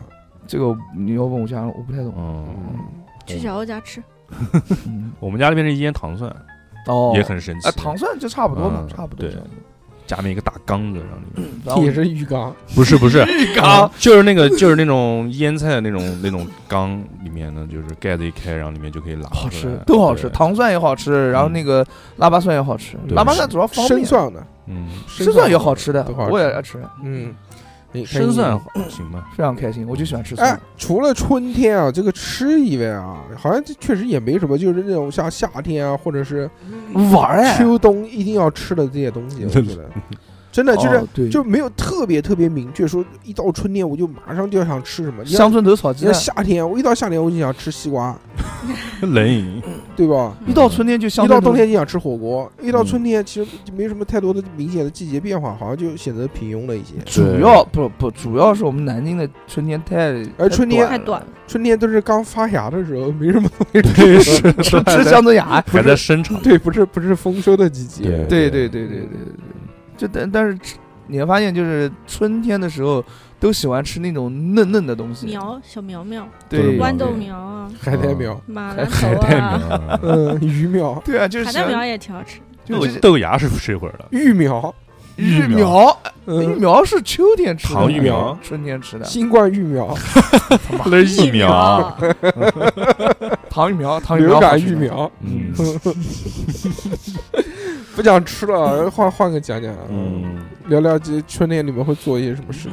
[SPEAKER 3] 这个你要问我家人，我不太懂。啊
[SPEAKER 5] 嗯，
[SPEAKER 4] 去小欧家吃，
[SPEAKER 3] 嗯
[SPEAKER 5] 我们家那边是腌糖蒜，
[SPEAKER 3] 哦，
[SPEAKER 5] 也很神奇
[SPEAKER 3] 啊，，糖蒜就差不多嘛，
[SPEAKER 5] 嗯
[SPEAKER 3] 差不多。
[SPEAKER 5] 对
[SPEAKER 3] 差不多
[SPEAKER 5] 下面一个大缸子，然后里面
[SPEAKER 3] 然后
[SPEAKER 2] 也是浴缸，
[SPEAKER 5] 不是 不是，啊
[SPEAKER 3] 一缸，
[SPEAKER 5] 就是那个就是那种腌菜的那种那种缸里面呢，就是盖子一开，然后里面就可以拿
[SPEAKER 3] 好
[SPEAKER 5] 出
[SPEAKER 3] 吃
[SPEAKER 5] 来，
[SPEAKER 3] 都好吃，
[SPEAKER 5] 对嗯
[SPEAKER 3] 糖蒜也好吃，然后那个腊八蒜也好吃。
[SPEAKER 5] 对
[SPEAKER 3] 腊八蒜主要方便
[SPEAKER 2] 生，蒜的，
[SPEAKER 5] 嗯，
[SPEAKER 3] 生蒜也好吃的
[SPEAKER 2] 都，好吃
[SPEAKER 3] 我也爱吃，
[SPEAKER 2] 嗯，你看
[SPEAKER 5] 生蒜
[SPEAKER 2] 你。
[SPEAKER 5] 行吧，
[SPEAKER 3] 非常开心。我就喜欢吃
[SPEAKER 2] 哎
[SPEAKER 3] 蒜，，
[SPEAKER 2] 除了春天啊，这个吃以外啊，好像这确实也没什么，就是那种像夏天啊，或者是
[SPEAKER 3] 玩儿哎，
[SPEAKER 2] 秋冬一定要吃的这些东西，我觉 得真的就是
[SPEAKER 3] 哦对
[SPEAKER 2] 就没有特别特别明确说，一到春天我就马上就要想吃什么。你像
[SPEAKER 3] 乡村头炒
[SPEAKER 2] 你
[SPEAKER 3] 鸡
[SPEAKER 2] 像
[SPEAKER 3] 蛋，
[SPEAKER 2] 夏天，我一到夏天我就想吃西瓜，
[SPEAKER 5] 冷饮，
[SPEAKER 2] 对吧？
[SPEAKER 3] 一到春天就乡
[SPEAKER 2] 一到
[SPEAKER 3] 村
[SPEAKER 2] 冬
[SPEAKER 3] 头
[SPEAKER 2] 天就想吃火锅，一到春天其实就没什么太多的明显的季节变化，好像就显得平庸了一些。
[SPEAKER 3] 主要不不，主要是我们南京的春天太
[SPEAKER 2] 而春天
[SPEAKER 4] 太
[SPEAKER 3] 了
[SPEAKER 4] 短，
[SPEAKER 2] 春天都是刚发芽的时候，没什么东西
[SPEAKER 5] 对
[SPEAKER 2] 吃。
[SPEAKER 5] 是是
[SPEAKER 3] 吃乡村芽。
[SPEAKER 5] 还在生长，
[SPEAKER 2] 对，不是不是丰收的季节。
[SPEAKER 3] 对对对对对对，就但但是吃你会发现，就是春天的时候都喜欢吃那种嫩嫩的东西，
[SPEAKER 4] 苗小苗苗，
[SPEAKER 5] 就是
[SPEAKER 3] 对
[SPEAKER 5] 苗
[SPEAKER 4] 豌豆苗啊，
[SPEAKER 2] 海带苗，
[SPEAKER 4] 马兰
[SPEAKER 5] 海
[SPEAKER 4] 头
[SPEAKER 5] 带
[SPEAKER 4] 啊，
[SPEAKER 5] 苗，
[SPEAKER 2] 嗯，鱼 苗、
[SPEAKER 3] 对啊，就是
[SPEAKER 4] 海
[SPEAKER 3] 喜
[SPEAKER 4] 带苗
[SPEAKER 3] 欢
[SPEAKER 4] 也挺好吃，
[SPEAKER 3] 就
[SPEAKER 5] 豆
[SPEAKER 3] 是
[SPEAKER 5] 豆芽是不是一会儿的？
[SPEAKER 2] 育苗、
[SPEAKER 3] 玉
[SPEAKER 5] 玉
[SPEAKER 3] 苗，玉
[SPEAKER 2] 嗯，
[SPEAKER 3] 苗是秋天吃的，
[SPEAKER 5] 糖玉苗
[SPEAKER 3] 春天吃的，
[SPEAKER 2] 新冠育苗、
[SPEAKER 5] 那
[SPEAKER 3] 啊
[SPEAKER 5] 是疫苗，，
[SPEAKER 3] 糖玉苗，糖玉苗
[SPEAKER 2] 流
[SPEAKER 3] 好
[SPEAKER 2] 感
[SPEAKER 3] 吃
[SPEAKER 2] 育
[SPEAKER 3] 的，
[SPEAKER 2] 苗。
[SPEAKER 5] 嗯
[SPEAKER 2] 不想吃了，换换个讲讲啊，
[SPEAKER 5] 嗯，
[SPEAKER 2] 聊聊这春天你们会做一些什么事情？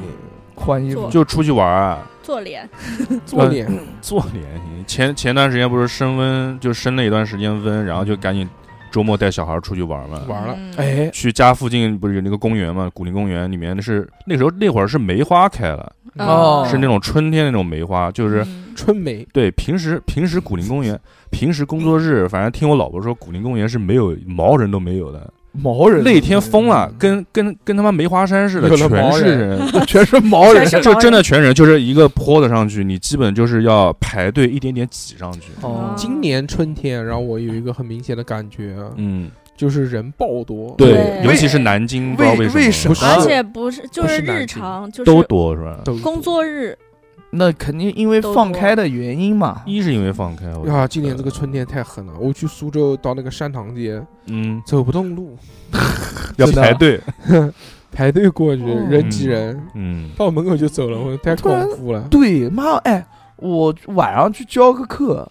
[SPEAKER 3] 换衣服
[SPEAKER 4] 做
[SPEAKER 5] 就出去玩儿，
[SPEAKER 4] 做脸，
[SPEAKER 2] 嗯做脸，
[SPEAKER 5] 做脸。前前段时间不是升温，就升了一段时间温，然后就赶紧周末带小孩出去玩儿嘛。
[SPEAKER 2] 玩了
[SPEAKER 4] 嗯，
[SPEAKER 2] 哎，
[SPEAKER 5] 去家附近不是有那个公园嘛？古林公园里面是那时候那会儿是梅花开了，
[SPEAKER 3] 哦
[SPEAKER 5] 是那种春天那种梅花，就是
[SPEAKER 4] 嗯
[SPEAKER 2] 春梅
[SPEAKER 5] 对，平时平时古林公园，平时工作日，反正听我老婆说，古林公园是没有毛人都没有的。
[SPEAKER 3] 毛人
[SPEAKER 5] 那天疯了，跟跟跟他妈梅花山似的，
[SPEAKER 2] 有了
[SPEAKER 5] 全
[SPEAKER 2] 毛
[SPEAKER 5] 是
[SPEAKER 2] 人
[SPEAKER 5] 人，
[SPEAKER 3] 全是毛人
[SPEAKER 4] 全是
[SPEAKER 5] 就
[SPEAKER 4] 毛
[SPEAKER 5] 真的全人，就是一个坡子上去，你基本就是要排队一点点挤上去。
[SPEAKER 3] 哦
[SPEAKER 4] 嗯
[SPEAKER 2] 今年春天让我有一个很明显的感觉，啊
[SPEAKER 5] 嗯，
[SPEAKER 2] 就是人爆多，
[SPEAKER 5] 对，
[SPEAKER 4] 对
[SPEAKER 5] 尤其是南京，不知道
[SPEAKER 3] 为
[SPEAKER 5] 为什
[SPEAKER 3] 什么
[SPEAKER 5] 么
[SPEAKER 2] 不是
[SPEAKER 4] 而且不是就
[SPEAKER 2] 不
[SPEAKER 4] 是
[SPEAKER 2] 是南
[SPEAKER 4] 日
[SPEAKER 2] 京
[SPEAKER 4] 常就
[SPEAKER 5] 都
[SPEAKER 4] 是
[SPEAKER 5] 多是吧？
[SPEAKER 2] 都
[SPEAKER 4] 工作日，
[SPEAKER 3] 那肯定因为放开的原因嘛。
[SPEAKER 5] 一是因为放开，我觉得
[SPEAKER 2] 啊，今年这个春，天太狠了，我去苏州到那个山塘街
[SPEAKER 5] 嗯，
[SPEAKER 2] 走不动路，
[SPEAKER 5] 要
[SPEAKER 3] 是的
[SPEAKER 5] 排队，
[SPEAKER 2] 排队过去，
[SPEAKER 3] 哦
[SPEAKER 2] 人挤人，
[SPEAKER 5] 嗯，
[SPEAKER 2] 到门口就走了，我太
[SPEAKER 3] 突然
[SPEAKER 2] 恐怖了。
[SPEAKER 3] 对，妈哎，我晚上去教个课，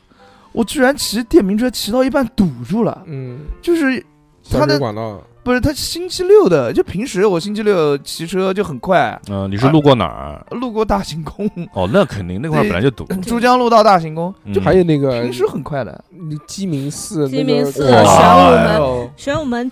[SPEAKER 3] 我居然骑电瓶车骑到一半堵住了，
[SPEAKER 2] 嗯，
[SPEAKER 3] 就是
[SPEAKER 2] 小
[SPEAKER 3] 他
[SPEAKER 2] 水
[SPEAKER 3] 的
[SPEAKER 2] 管道
[SPEAKER 3] 不是他星期六的，就平时我星期六骑车就很快，
[SPEAKER 5] 嗯，你是路过哪儿？
[SPEAKER 3] 路过大行宫，
[SPEAKER 5] 哦，那肯定那块儿本来就堵，
[SPEAKER 3] 珠江路到大行宫，
[SPEAKER 5] 嗯
[SPEAKER 3] 就
[SPEAKER 2] 还有那个
[SPEAKER 3] 平时很快的。
[SPEAKER 2] 鸡鸣寺，
[SPEAKER 4] 鸡鸣寺、
[SPEAKER 2] 那
[SPEAKER 4] 玄
[SPEAKER 2] 个
[SPEAKER 5] 哇
[SPEAKER 4] 武
[SPEAKER 5] 哎
[SPEAKER 4] 门、
[SPEAKER 3] 哦，
[SPEAKER 4] 玄武门、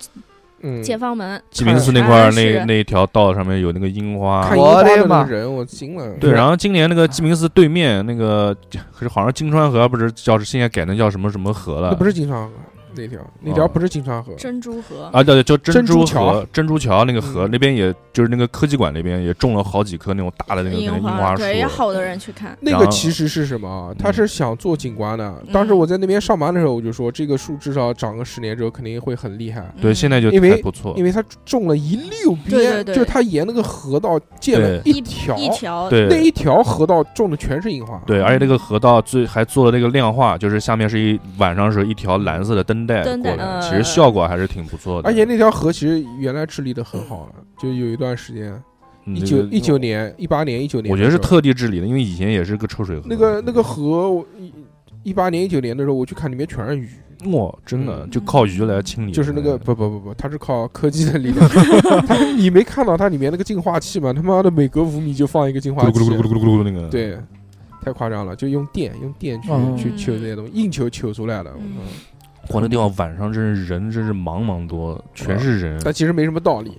[SPEAKER 2] 嗯，
[SPEAKER 4] 解放门，
[SPEAKER 5] 鸡鸣寺那块儿
[SPEAKER 4] 看
[SPEAKER 5] 那
[SPEAKER 4] 是
[SPEAKER 5] 那一条道上面有那个樱花
[SPEAKER 2] 看，樱
[SPEAKER 3] 我
[SPEAKER 2] 花
[SPEAKER 3] 的
[SPEAKER 2] 的那
[SPEAKER 3] 妈
[SPEAKER 2] 个人，我惊了。
[SPEAKER 5] 对，然后今年那个鸡鸣寺对面那个，可是好像金川河不是叫现在改成叫什么什么河了？
[SPEAKER 2] 那不是金川河那条，那条不是金川河，
[SPEAKER 4] 珍珠河，
[SPEAKER 5] 啊，对，对就珍
[SPEAKER 2] 珍珠
[SPEAKER 5] 珠
[SPEAKER 2] 桥
[SPEAKER 5] 河、珍珠桥那个
[SPEAKER 2] 嗯
[SPEAKER 5] 河那边也，就是那个科技馆那边也种了好几棵那种大的那个那个樱
[SPEAKER 4] 花，
[SPEAKER 5] 树，啊
[SPEAKER 4] 对，有好多人去看，
[SPEAKER 2] 那
[SPEAKER 5] 然
[SPEAKER 2] 个
[SPEAKER 5] 后
[SPEAKER 2] 其实是什么啊？他
[SPEAKER 5] 嗯
[SPEAKER 2] 是想做景观的。当时
[SPEAKER 4] 嗯
[SPEAKER 2] 我在那边上班的时候，我就说这个树至少长个十年之后肯定会很厉害，
[SPEAKER 5] 对，
[SPEAKER 4] 嗯
[SPEAKER 5] 现在就
[SPEAKER 2] 因为
[SPEAKER 5] 还不错
[SPEAKER 2] 因，为它种了一溜边，
[SPEAKER 4] 对对对
[SPEAKER 2] 就是它沿那个河道建了
[SPEAKER 5] 对
[SPEAKER 4] 一
[SPEAKER 2] 条，
[SPEAKER 4] 一条，
[SPEAKER 2] 那
[SPEAKER 5] 对
[SPEAKER 2] 一嗯条河道种的全是樱花。
[SPEAKER 5] 对，而且那个河道最还做了那个亮化，就是下面是一晚上是一条蓝色的灯带
[SPEAKER 4] 灯带
[SPEAKER 5] 过来，
[SPEAKER 4] 嗯
[SPEAKER 5] 其实效果还是挺不错的。
[SPEAKER 2] 而且那条河其实原来治理的很好了，就有一段时间，
[SPEAKER 5] 嗯
[SPEAKER 2] 一
[SPEAKER 5] 那
[SPEAKER 2] 九
[SPEAKER 5] 个
[SPEAKER 2] 一九年、一八年、一九年的时候，
[SPEAKER 5] 我觉得是特地治理的，因为以前也是个臭水河。
[SPEAKER 2] 那个那个河，我一八年、一九年的时候，我去看里面全是鱼，
[SPEAKER 5] 哇，真的
[SPEAKER 2] 嗯
[SPEAKER 5] 就靠鱼来清理，
[SPEAKER 2] 就是那个不不不不，它是靠科技的力量。 它你没看到它里面那个净化器吗？他妈的每隔五米就放一个净
[SPEAKER 5] 咕
[SPEAKER 2] 化
[SPEAKER 5] 噜咕噜咕噜咕
[SPEAKER 2] 器，啊
[SPEAKER 5] 噜咕噜咕噜那个。
[SPEAKER 2] 对，太夸张了，就用电用电去
[SPEAKER 3] 嗯
[SPEAKER 2] 去求这些东西，硬求求出来的。我
[SPEAKER 4] 嗯
[SPEAKER 2] 操
[SPEAKER 5] 哇，那地方晚上真是人真是茫茫多，全是人，
[SPEAKER 2] 但其实没什么道理。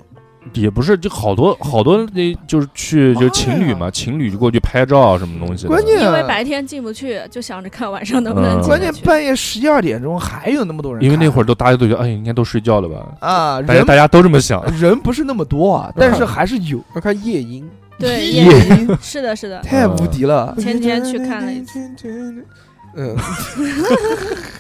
[SPEAKER 5] 也不是就好多好多那就是去就情侣嘛，情侣就过去拍照啊什么东西的。
[SPEAKER 3] 关键
[SPEAKER 4] 因为白天进不去，就想着看晚上能不能
[SPEAKER 5] 嗯
[SPEAKER 4] 进
[SPEAKER 3] 嗯关
[SPEAKER 4] 得
[SPEAKER 3] 键
[SPEAKER 4] 去。
[SPEAKER 3] 半夜十一二点钟还有那么多人看，
[SPEAKER 5] 因为那会儿都大家都觉得哎，应该都睡觉了吧，
[SPEAKER 3] 啊，
[SPEAKER 5] 大家
[SPEAKER 3] 人
[SPEAKER 5] 大家都这么想。
[SPEAKER 3] 啊人不是那么多啊，
[SPEAKER 5] 嗯
[SPEAKER 3] 但是还是有，
[SPEAKER 2] 要看夜莺，
[SPEAKER 4] 对，
[SPEAKER 3] 夜
[SPEAKER 4] 夜
[SPEAKER 3] 莺
[SPEAKER 4] 是的，是的，
[SPEAKER 3] 太无敌了。
[SPEAKER 4] 前天去看了一
[SPEAKER 2] 次，嗯，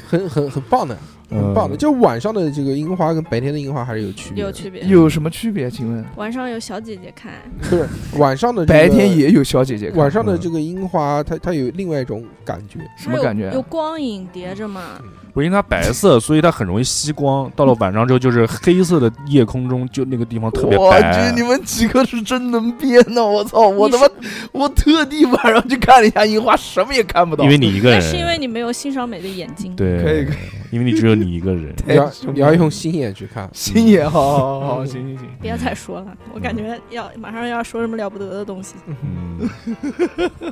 [SPEAKER 2] 很很很棒的，很
[SPEAKER 5] 嗯
[SPEAKER 2] 棒的。就晚上的这个樱花跟白天的樱花还是有区别的，
[SPEAKER 4] 有区别。
[SPEAKER 3] 有什么区别？请问
[SPEAKER 4] 晚上有小姐姐看，
[SPEAKER 2] 不是晚上的这个
[SPEAKER 3] 白天也有嗯小姐姐看，
[SPEAKER 2] 晚上的这个樱花，它它有另外一种感觉，
[SPEAKER 3] 什么感觉
[SPEAKER 5] 啊
[SPEAKER 4] 它有有光影叠着嘛？
[SPEAKER 5] 不是因为它白色，所以它很容易吸光。到了晚上之后，就是黑色的夜空中，就那个地方特别
[SPEAKER 3] 我去，
[SPEAKER 5] 白
[SPEAKER 3] 你。们几个是真能编呐！我操，我他
[SPEAKER 4] 你
[SPEAKER 3] 妈，我特地晚上去看了一下樱花，什么也看不到。
[SPEAKER 5] 因为你一个
[SPEAKER 4] 那
[SPEAKER 5] 人，
[SPEAKER 4] 是因为你没有欣赏美的眼睛。，
[SPEAKER 5] 对，
[SPEAKER 3] 可以可
[SPEAKER 5] 因为你只有你一 个人。
[SPEAKER 2] 你
[SPEAKER 3] 哎
[SPEAKER 2] 要你要用心眼去 看。
[SPEAKER 3] 星爷，好好好好，行行行，
[SPEAKER 4] 别再说了，我感觉要马上要说什么了不得的东西。
[SPEAKER 5] 嗯，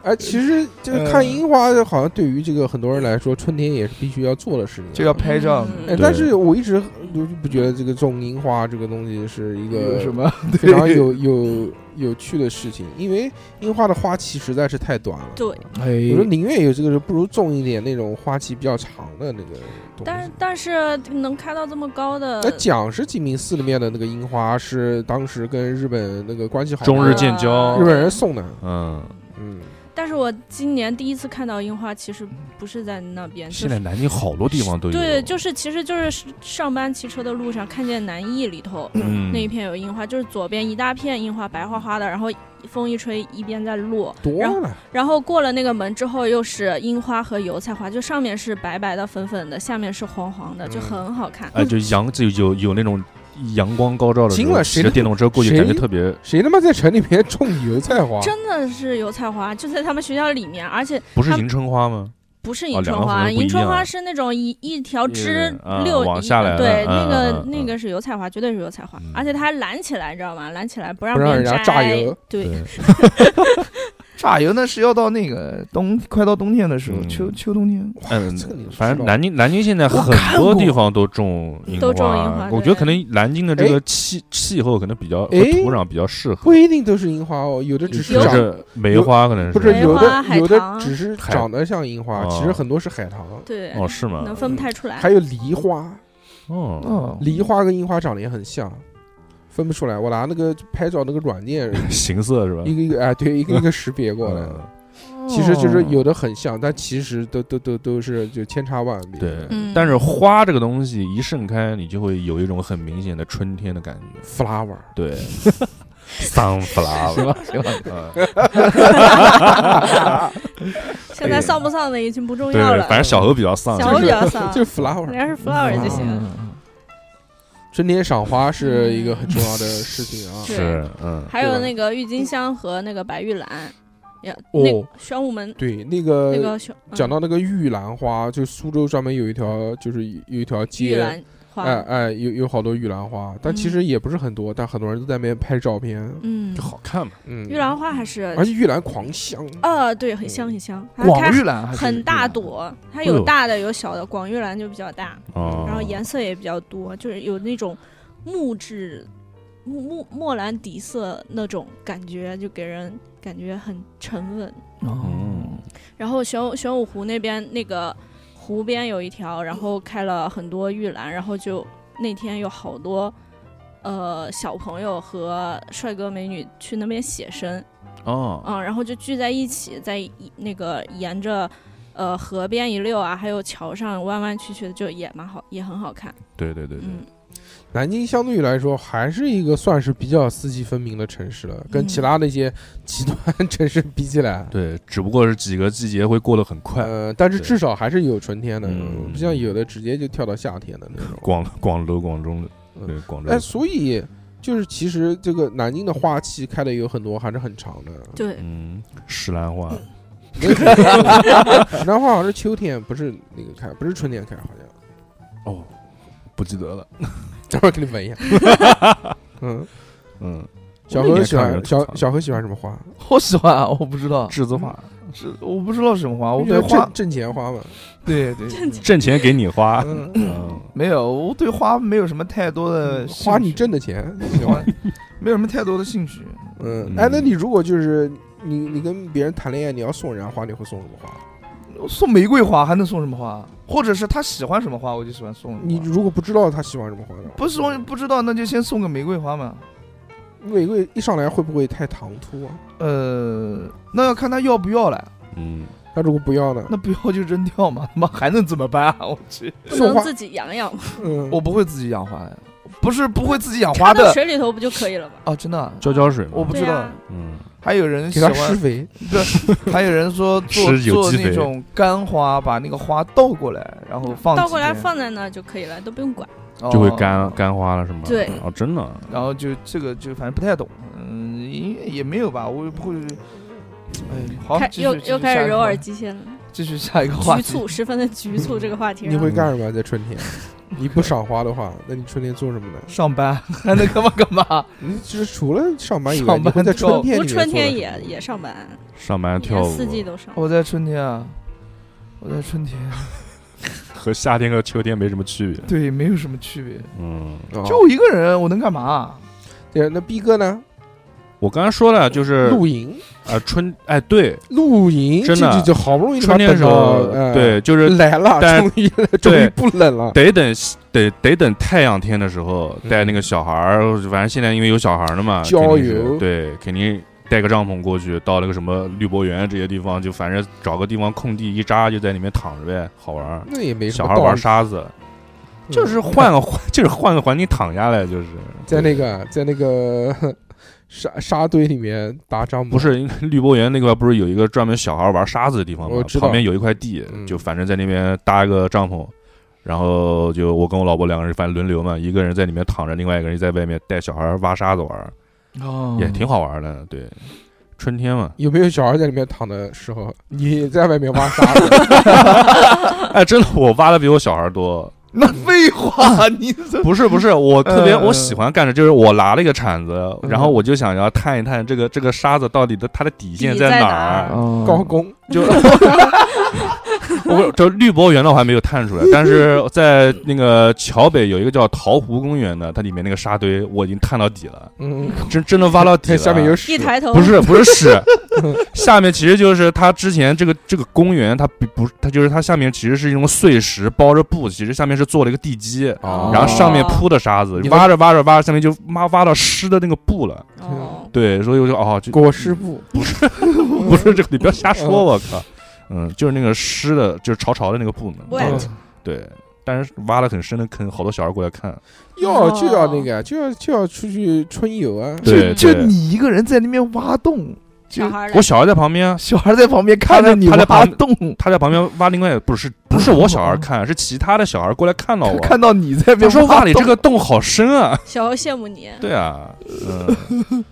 [SPEAKER 2] 哎，其实就是
[SPEAKER 3] 嗯
[SPEAKER 2] 看樱花，好像对于这个很多人来说，春天也是必须要做的事情。
[SPEAKER 3] 就要拍照，
[SPEAKER 4] 嗯
[SPEAKER 2] 哎，
[SPEAKER 5] 对
[SPEAKER 2] 但是我一直就不觉得这个种樱花这个东西是一
[SPEAKER 3] 有
[SPEAKER 2] 个
[SPEAKER 3] 什么？
[SPEAKER 2] 非常有有有趣的事情，因为樱花的花期实在是太短了。
[SPEAKER 4] 对，
[SPEAKER 3] 哎
[SPEAKER 2] 我说宁愿有这个，不如种一点那种花期比较长的那个东
[SPEAKER 4] 但
[SPEAKER 2] 西
[SPEAKER 4] 是。但是能开到这么高的
[SPEAKER 2] 那，讲是鸡鸣寺里面的那个樱花，是当时跟日本那个关系好的
[SPEAKER 5] 中日建
[SPEAKER 4] 哦
[SPEAKER 5] 交
[SPEAKER 2] 日本人送的，
[SPEAKER 5] 嗯，
[SPEAKER 2] 嗯，
[SPEAKER 4] 啊但是我今年第一次看到樱花，其实不是在那边，就
[SPEAKER 5] 现
[SPEAKER 4] 是
[SPEAKER 5] 在南京好多地方都有。
[SPEAKER 4] 对，就是其实就是上班骑车的路上看见南艺里头。
[SPEAKER 5] 嗯
[SPEAKER 4] 那一片有樱花，就是左边一大片樱花，白花花的，然后风一吹，一边在落，
[SPEAKER 2] 多
[SPEAKER 4] 然后
[SPEAKER 2] 了，
[SPEAKER 4] 然后过了那个门之后，又是樱花和油菜花，就上面是白白的、粉粉的，下面是黄黄的，就很好看。
[SPEAKER 5] 嗯
[SPEAKER 2] 嗯
[SPEAKER 5] 哎，就阳就有有那种阳光高照的时
[SPEAKER 2] 惊
[SPEAKER 5] 候，
[SPEAKER 2] 了
[SPEAKER 5] 骑
[SPEAKER 2] 谁
[SPEAKER 5] 着
[SPEAKER 2] 能
[SPEAKER 5] 电动车过去，
[SPEAKER 2] 谁
[SPEAKER 5] 感觉特别
[SPEAKER 2] 谁他妈在城里面种油菜花？
[SPEAKER 4] 真的是油菜花，就在他们学校里面，而且
[SPEAKER 5] 不是
[SPEAKER 4] 他
[SPEAKER 5] 迎春花吗？
[SPEAKER 4] 不是
[SPEAKER 5] 哦
[SPEAKER 4] 迎
[SPEAKER 5] 两
[SPEAKER 4] 春
[SPEAKER 5] 个好
[SPEAKER 4] 花，
[SPEAKER 5] 像不一
[SPEAKER 4] 迎春花
[SPEAKER 5] 样
[SPEAKER 4] 是那种一一条枝
[SPEAKER 5] 嗯啊
[SPEAKER 4] 六
[SPEAKER 5] 往下来的
[SPEAKER 4] 对，
[SPEAKER 5] 嗯
[SPEAKER 4] 那个
[SPEAKER 5] 嗯嗯
[SPEAKER 4] 那个是油菜花，绝对是油菜花
[SPEAKER 5] 嗯，
[SPEAKER 4] 而且它还拦起来，你知道吗？拦起来不让
[SPEAKER 2] 不让
[SPEAKER 4] 别
[SPEAKER 2] 人家榨
[SPEAKER 4] 摘
[SPEAKER 2] 油，
[SPEAKER 4] 对，
[SPEAKER 3] 榨油那是要到那个冬快到冬天的时候，
[SPEAKER 5] 嗯
[SPEAKER 3] 秋秋冬天。
[SPEAKER 5] 嗯
[SPEAKER 2] 这个你，
[SPEAKER 5] 反
[SPEAKER 2] 知
[SPEAKER 5] 正
[SPEAKER 2] 道
[SPEAKER 5] 南京南京现在
[SPEAKER 3] 我
[SPEAKER 5] 很
[SPEAKER 3] 看
[SPEAKER 5] 多
[SPEAKER 3] 过
[SPEAKER 5] 地方都种樱
[SPEAKER 4] 都种樱花
[SPEAKER 5] 我觉得
[SPEAKER 4] 对
[SPEAKER 5] 可能南京的这
[SPEAKER 2] 哎
[SPEAKER 5] 个气气候可能比较和
[SPEAKER 2] 哎
[SPEAKER 5] 土壤比较适合
[SPEAKER 2] 不，一定都是樱花哦，有的只是
[SPEAKER 5] 就
[SPEAKER 4] 有
[SPEAKER 2] 长，
[SPEAKER 5] 是梅花可能
[SPEAKER 2] 不
[SPEAKER 5] 是
[SPEAKER 2] 是
[SPEAKER 4] 梅
[SPEAKER 2] 有
[SPEAKER 4] 花
[SPEAKER 2] 的
[SPEAKER 4] 海
[SPEAKER 2] 有的
[SPEAKER 4] 棠
[SPEAKER 2] 只是
[SPEAKER 5] 海
[SPEAKER 2] 长得像樱花，
[SPEAKER 5] 哦
[SPEAKER 2] 其实很多是海棠，
[SPEAKER 4] 对，
[SPEAKER 5] 哦是吗
[SPEAKER 4] 能？分不太出来
[SPEAKER 2] 还。有梨花，嗯
[SPEAKER 5] 哦，
[SPEAKER 3] 哦，
[SPEAKER 2] 梨花跟樱花长得也很像，分不出来。我拿那个拍照那个软 件，
[SPEAKER 5] 形色是吧？
[SPEAKER 2] 一个一个哎，对，一个一个识别过来。
[SPEAKER 5] 嗯
[SPEAKER 2] 其实就是有的很像，但其实都都都都是就千差万别。
[SPEAKER 5] 对
[SPEAKER 4] 嗯，
[SPEAKER 5] 但是花这个东西一盛开，你就会有一种很明显的春天的感觉。
[SPEAKER 2] ，flower
[SPEAKER 5] 对，sunflower，
[SPEAKER 3] 行吧，
[SPEAKER 5] 嗯
[SPEAKER 4] 现在丧不丧的已经不重
[SPEAKER 5] 哎对
[SPEAKER 4] 要了，，
[SPEAKER 5] 反正小猴比较丧，
[SPEAKER 4] 小
[SPEAKER 5] 就
[SPEAKER 4] 猴
[SPEAKER 5] 是
[SPEAKER 4] 比较 丧，
[SPEAKER 2] 就
[SPEAKER 4] 人
[SPEAKER 2] flower。
[SPEAKER 4] 家是 flower 就行了。
[SPEAKER 3] 嗯
[SPEAKER 2] 春天赏花
[SPEAKER 4] 嗯
[SPEAKER 2] 是一个很重要的事情啊。
[SPEAKER 4] 对
[SPEAKER 5] 是嗯，
[SPEAKER 4] 还有
[SPEAKER 2] 对吧
[SPEAKER 4] 那个郁金香和那个白玉兰，也
[SPEAKER 2] 哦
[SPEAKER 4] 那个玄武门
[SPEAKER 2] 对，那
[SPEAKER 4] 那
[SPEAKER 2] 个
[SPEAKER 4] 个嗯玄
[SPEAKER 2] 讲
[SPEAKER 4] 到
[SPEAKER 2] 到那个玉兰花，就苏州专门有一条，就是有一条
[SPEAKER 4] 玉
[SPEAKER 2] 街，
[SPEAKER 4] 兰
[SPEAKER 2] 哎
[SPEAKER 4] 花，
[SPEAKER 2] 哎，有有好多玉兰花，但其
[SPEAKER 4] 嗯
[SPEAKER 2] 实也不是很多，但很多人都在那边拍照片。
[SPEAKER 4] 嗯
[SPEAKER 5] 就，好看嘛。
[SPEAKER 2] 嗯，
[SPEAKER 4] 玉兰花还是
[SPEAKER 2] 而且玉兰狂香，
[SPEAKER 4] 呃，对，很香很香，它
[SPEAKER 3] 广
[SPEAKER 4] 开
[SPEAKER 3] 玉兰还是
[SPEAKER 4] 很大
[SPEAKER 3] 玉兰，
[SPEAKER 4] 朵，它
[SPEAKER 5] 哎
[SPEAKER 4] 有
[SPEAKER 5] 呦
[SPEAKER 4] 大的有小的，广玉兰就比较大，
[SPEAKER 5] 哦，
[SPEAKER 4] 然后颜色也比较多，就是有那种木质木木莫兰底色那种感觉，就给人感觉很沉稳。
[SPEAKER 5] 嗯
[SPEAKER 3] 嗯，
[SPEAKER 4] 然后玄玄武湖那边那个湖边有一条，然后开了很多玉兰，然后就那天有好多呃小朋友和帅哥美女去那边写生，
[SPEAKER 5] 哦，
[SPEAKER 4] 嗯，然后就聚在一起，在一那个沿着。呃，河边一溜啊，还有桥上弯弯曲曲的，就也蛮好，也很好看。
[SPEAKER 5] 对对对对，
[SPEAKER 4] 嗯，
[SPEAKER 2] 南京相对于来说还是一个算是比较四季分明的城市了，跟
[SPEAKER 4] 嗯
[SPEAKER 2] 其他那些极端 城市比起来，
[SPEAKER 5] 对，只不过是几个季节会过得很快。
[SPEAKER 2] 呃，但是
[SPEAKER 5] 对
[SPEAKER 2] 至少还是有春天的，
[SPEAKER 5] 嗯
[SPEAKER 2] 不像有的直接就跳到夏天的那种。
[SPEAKER 5] 广广州、广州的，
[SPEAKER 2] 嗯
[SPEAKER 5] 对广州
[SPEAKER 2] 哎，。所以就是其实这个南京的花期开的有很多，还是很 长的。
[SPEAKER 4] 对，
[SPEAKER 5] 嗯，石兰花，
[SPEAKER 4] 嗯
[SPEAKER 2] 南花好像是秋天，不是那个开，不是春天开，好像。
[SPEAKER 5] 哦，不记得了。
[SPEAKER 2] 待会儿给你闻一下。嗯，
[SPEAKER 5] 嗯，
[SPEAKER 2] 小
[SPEAKER 5] 我那
[SPEAKER 2] 何
[SPEAKER 5] 年
[SPEAKER 2] 喜
[SPEAKER 5] 看
[SPEAKER 2] 欢
[SPEAKER 5] 人
[SPEAKER 2] 小
[SPEAKER 5] 吐槽
[SPEAKER 2] 小何喜欢什么花？
[SPEAKER 3] 好喜欢啊！ 我不知道，
[SPEAKER 5] 栀子花，
[SPEAKER 4] 嗯
[SPEAKER 3] 是我不知道什么花，我
[SPEAKER 2] 就
[SPEAKER 3] 哦对花
[SPEAKER 2] 挣挣钱花嘛。
[SPEAKER 3] 对对对
[SPEAKER 5] 挣钱给你花。
[SPEAKER 2] 嗯，
[SPEAKER 5] 嗯，
[SPEAKER 3] 没有，我对花没有什么太多
[SPEAKER 4] 呃
[SPEAKER 3] 的兴趣
[SPEAKER 2] 花你挣的钱喜
[SPEAKER 3] 花
[SPEAKER 2] 欢。
[SPEAKER 3] 没有什么太多的兴趣。
[SPEAKER 2] 嗯
[SPEAKER 5] 嗯，
[SPEAKER 2] 哎，那你如果就是你你跟别人谈恋爱，你要送人家花，你会送什么花？
[SPEAKER 3] 送玫瑰花还能送什么花？或者是他喜欢什么花，我就喜欢送什
[SPEAKER 2] 你
[SPEAKER 3] 么花。
[SPEAKER 2] 如果嗯不知道他喜欢什么花的话，
[SPEAKER 3] 不送不知道，那就先送个玫瑰花嘛。
[SPEAKER 2] 玫瑰一上来会不会太唐突啊？
[SPEAKER 3] 呃，那要看他要不要了，
[SPEAKER 5] 嗯，
[SPEAKER 2] 他如果不要呢？
[SPEAKER 3] 那不要就扔掉嘛， 他妈还能怎么办啊？我去，
[SPEAKER 4] 不
[SPEAKER 2] 送花
[SPEAKER 4] 能自己养养吗？
[SPEAKER 2] 嗯，
[SPEAKER 3] 我不会自己养花的，不是不会自己养花
[SPEAKER 4] 插到
[SPEAKER 3] 的
[SPEAKER 4] 水里头不就可以了吗？
[SPEAKER 3] 哦，真的啊，
[SPEAKER 5] 浇浇水嘛。
[SPEAKER 3] 我不
[SPEAKER 4] 对
[SPEAKER 3] 知道
[SPEAKER 4] 啊。
[SPEAKER 5] 嗯，
[SPEAKER 3] 还有人
[SPEAKER 2] 给
[SPEAKER 3] 喜
[SPEAKER 2] 他施
[SPEAKER 3] 欢，
[SPEAKER 2] 肥，
[SPEAKER 3] 还有人说做
[SPEAKER 5] 施有
[SPEAKER 3] 做
[SPEAKER 5] 机
[SPEAKER 3] 那
[SPEAKER 5] 肥
[SPEAKER 3] 种干花，把那个花倒过来，然后放
[SPEAKER 4] 倒
[SPEAKER 3] 几
[SPEAKER 4] 过来
[SPEAKER 3] 天
[SPEAKER 4] 放在那儿就可以了，都不用管。
[SPEAKER 5] 就会
[SPEAKER 3] 哦
[SPEAKER 5] 干啊干花了是吗？
[SPEAKER 4] 对
[SPEAKER 5] 哦，真的。
[SPEAKER 3] 然后就这个就反正不太懂，嗯，也也没有吧，我也不会。哎，好，
[SPEAKER 4] 开
[SPEAKER 3] 继续
[SPEAKER 4] 又
[SPEAKER 3] 继续
[SPEAKER 4] 又开
[SPEAKER 3] 下一
[SPEAKER 4] 始
[SPEAKER 3] 个
[SPEAKER 4] 揉
[SPEAKER 3] 话
[SPEAKER 4] 耳
[SPEAKER 3] 题，
[SPEAKER 4] 机线了，
[SPEAKER 3] 继续下一个话
[SPEAKER 4] 局
[SPEAKER 3] 题。
[SPEAKER 4] 促，十分的局促这个话题。
[SPEAKER 2] 你会
[SPEAKER 4] 让
[SPEAKER 2] 干什么？在春天，你不赏花的话，那你春天做什么呢？
[SPEAKER 3] 上班还能干嘛干嘛？
[SPEAKER 2] 你就是除了上班以外，
[SPEAKER 3] 上
[SPEAKER 2] 你会
[SPEAKER 3] 班
[SPEAKER 2] 在
[SPEAKER 3] 之
[SPEAKER 2] 春
[SPEAKER 3] 后
[SPEAKER 2] 天里
[SPEAKER 4] 我
[SPEAKER 2] 面
[SPEAKER 4] 春天
[SPEAKER 2] 做
[SPEAKER 4] 也
[SPEAKER 2] 什么
[SPEAKER 4] 也上班，
[SPEAKER 5] 上班
[SPEAKER 4] 一
[SPEAKER 5] 跳
[SPEAKER 4] 年
[SPEAKER 5] 舞
[SPEAKER 4] 四季都上。
[SPEAKER 3] 我在春天啊，我在春天，
[SPEAKER 5] 和夏天和秋天没什么区别。
[SPEAKER 3] 对，没有什么区别，
[SPEAKER 5] 嗯，
[SPEAKER 2] 哦
[SPEAKER 3] 就我一个人，我能干嘛？
[SPEAKER 2] 对，那逼哥呢？
[SPEAKER 5] 我刚刚说了，就是
[SPEAKER 2] 露营，
[SPEAKER 5] 啊春哎对，
[SPEAKER 2] 露营，
[SPEAKER 5] 真的
[SPEAKER 2] 这就就好不容易
[SPEAKER 5] 春天的时候
[SPEAKER 2] 等到哎
[SPEAKER 5] 对，就是
[SPEAKER 2] 来了，
[SPEAKER 5] 但
[SPEAKER 2] 终于 终于
[SPEAKER 5] 对
[SPEAKER 2] 不冷了。
[SPEAKER 5] 得等得得等太阳天的时候
[SPEAKER 2] 嗯
[SPEAKER 5] 带那个小孩儿，反正现在因为有小孩儿了嘛，
[SPEAKER 2] 郊
[SPEAKER 5] 肯定是
[SPEAKER 2] 游
[SPEAKER 5] 对，肯定带个帐篷过去，到那个什么绿博园这些地方，就反正找个地方空地一扎，就在里面躺着呗，好玩儿。
[SPEAKER 2] 那也没什
[SPEAKER 5] 小
[SPEAKER 2] 么
[SPEAKER 5] 孩
[SPEAKER 2] 道
[SPEAKER 5] 儿
[SPEAKER 2] 理，
[SPEAKER 5] 玩沙子，
[SPEAKER 2] 嗯
[SPEAKER 5] 就是换个环， 就是换个环境躺下来，就是
[SPEAKER 2] 在那个在那个 呵沙沙堆里面搭帐篷，
[SPEAKER 5] 不是绿博园那块不是有一个专门小孩玩沙子的地方吗
[SPEAKER 2] 我知？道
[SPEAKER 5] 旁边有一块地，
[SPEAKER 2] 嗯
[SPEAKER 5] 就反正在那边搭一个帐篷，然后就我跟我老婆两个人反正轮流嘛，一个人在里面躺着，另外一个人在外面带小孩挖沙子玩儿，
[SPEAKER 3] 哦
[SPEAKER 5] 也挺好玩的。对，春天嘛，
[SPEAKER 2] 有没有小孩在里面躺的时候，你在外面挖沙 子？
[SPEAKER 5] 哎，真的，我挖的比我小孩多。
[SPEAKER 3] 那废话，
[SPEAKER 5] 嗯
[SPEAKER 3] 你怎么
[SPEAKER 5] 不是不是，我特别
[SPEAKER 3] 嗯
[SPEAKER 5] 我喜欢干的就是我拿了一个铲子，
[SPEAKER 2] 嗯
[SPEAKER 5] 然后我就想要探一探这个这个沙子到底的它的底线
[SPEAKER 4] 底在
[SPEAKER 5] 哪
[SPEAKER 4] 哪
[SPEAKER 5] 儿。
[SPEAKER 2] 高工
[SPEAKER 5] 就我这绿博园的我还没有探出来，但是在那个桥北有一个叫桃湖公园的，它里面那个沙堆我已经探到底了，
[SPEAKER 2] 嗯，
[SPEAKER 5] 真真的挖到底
[SPEAKER 2] 看
[SPEAKER 5] 了。啊
[SPEAKER 2] 下面有屎
[SPEAKER 4] 一，抬头
[SPEAKER 5] 不是不是屎， 下面其实就是它之前这个这个公园，它不不它就是它下面其实是一种碎石包着布，其实下面是做了一个地基，
[SPEAKER 2] 哦
[SPEAKER 5] 然后上面铺的沙子
[SPEAKER 2] 你，的
[SPEAKER 5] 挖着挖着挖，下面就挖挖到湿的那个布了。
[SPEAKER 4] 哦，
[SPEAKER 5] 对，所以我就哦，这
[SPEAKER 2] 裹尸布，
[SPEAKER 3] 嗯
[SPEAKER 5] 不是这个，你不要瞎说，我
[SPEAKER 3] 哦
[SPEAKER 5] 靠，嗯，就是那个湿的，就是潮潮的那个布嘛。
[SPEAKER 4] Wet
[SPEAKER 5] 嗯对，但是挖了很深的坑，好多小孩过来看。
[SPEAKER 2] 要就要那
[SPEAKER 4] 哦
[SPEAKER 2] 个，就要就要出去春游啊！
[SPEAKER 5] 对，
[SPEAKER 3] 就
[SPEAKER 5] 对
[SPEAKER 3] 你一个人在那边挖洞，就
[SPEAKER 4] 小孩儿来
[SPEAKER 5] 我小孩在旁边，
[SPEAKER 3] 小孩在旁边看着你
[SPEAKER 5] 他在
[SPEAKER 3] 挖
[SPEAKER 5] 旁边
[SPEAKER 3] 洞，
[SPEAKER 5] 他在旁边挖另外不是不是我小孩看，是其他的小孩过来看到我。
[SPEAKER 3] 看到你在那
[SPEAKER 5] 他
[SPEAKER 3] 边
[SPEAKER 5] 说：“哇，
[SPEAKER 3] 挖
[SPEAKER 5] 你这个洞好深啊
[SPEAKER 4] 小孩羡慕你！”，
[SPEAKER 5] 对啊， 嗯，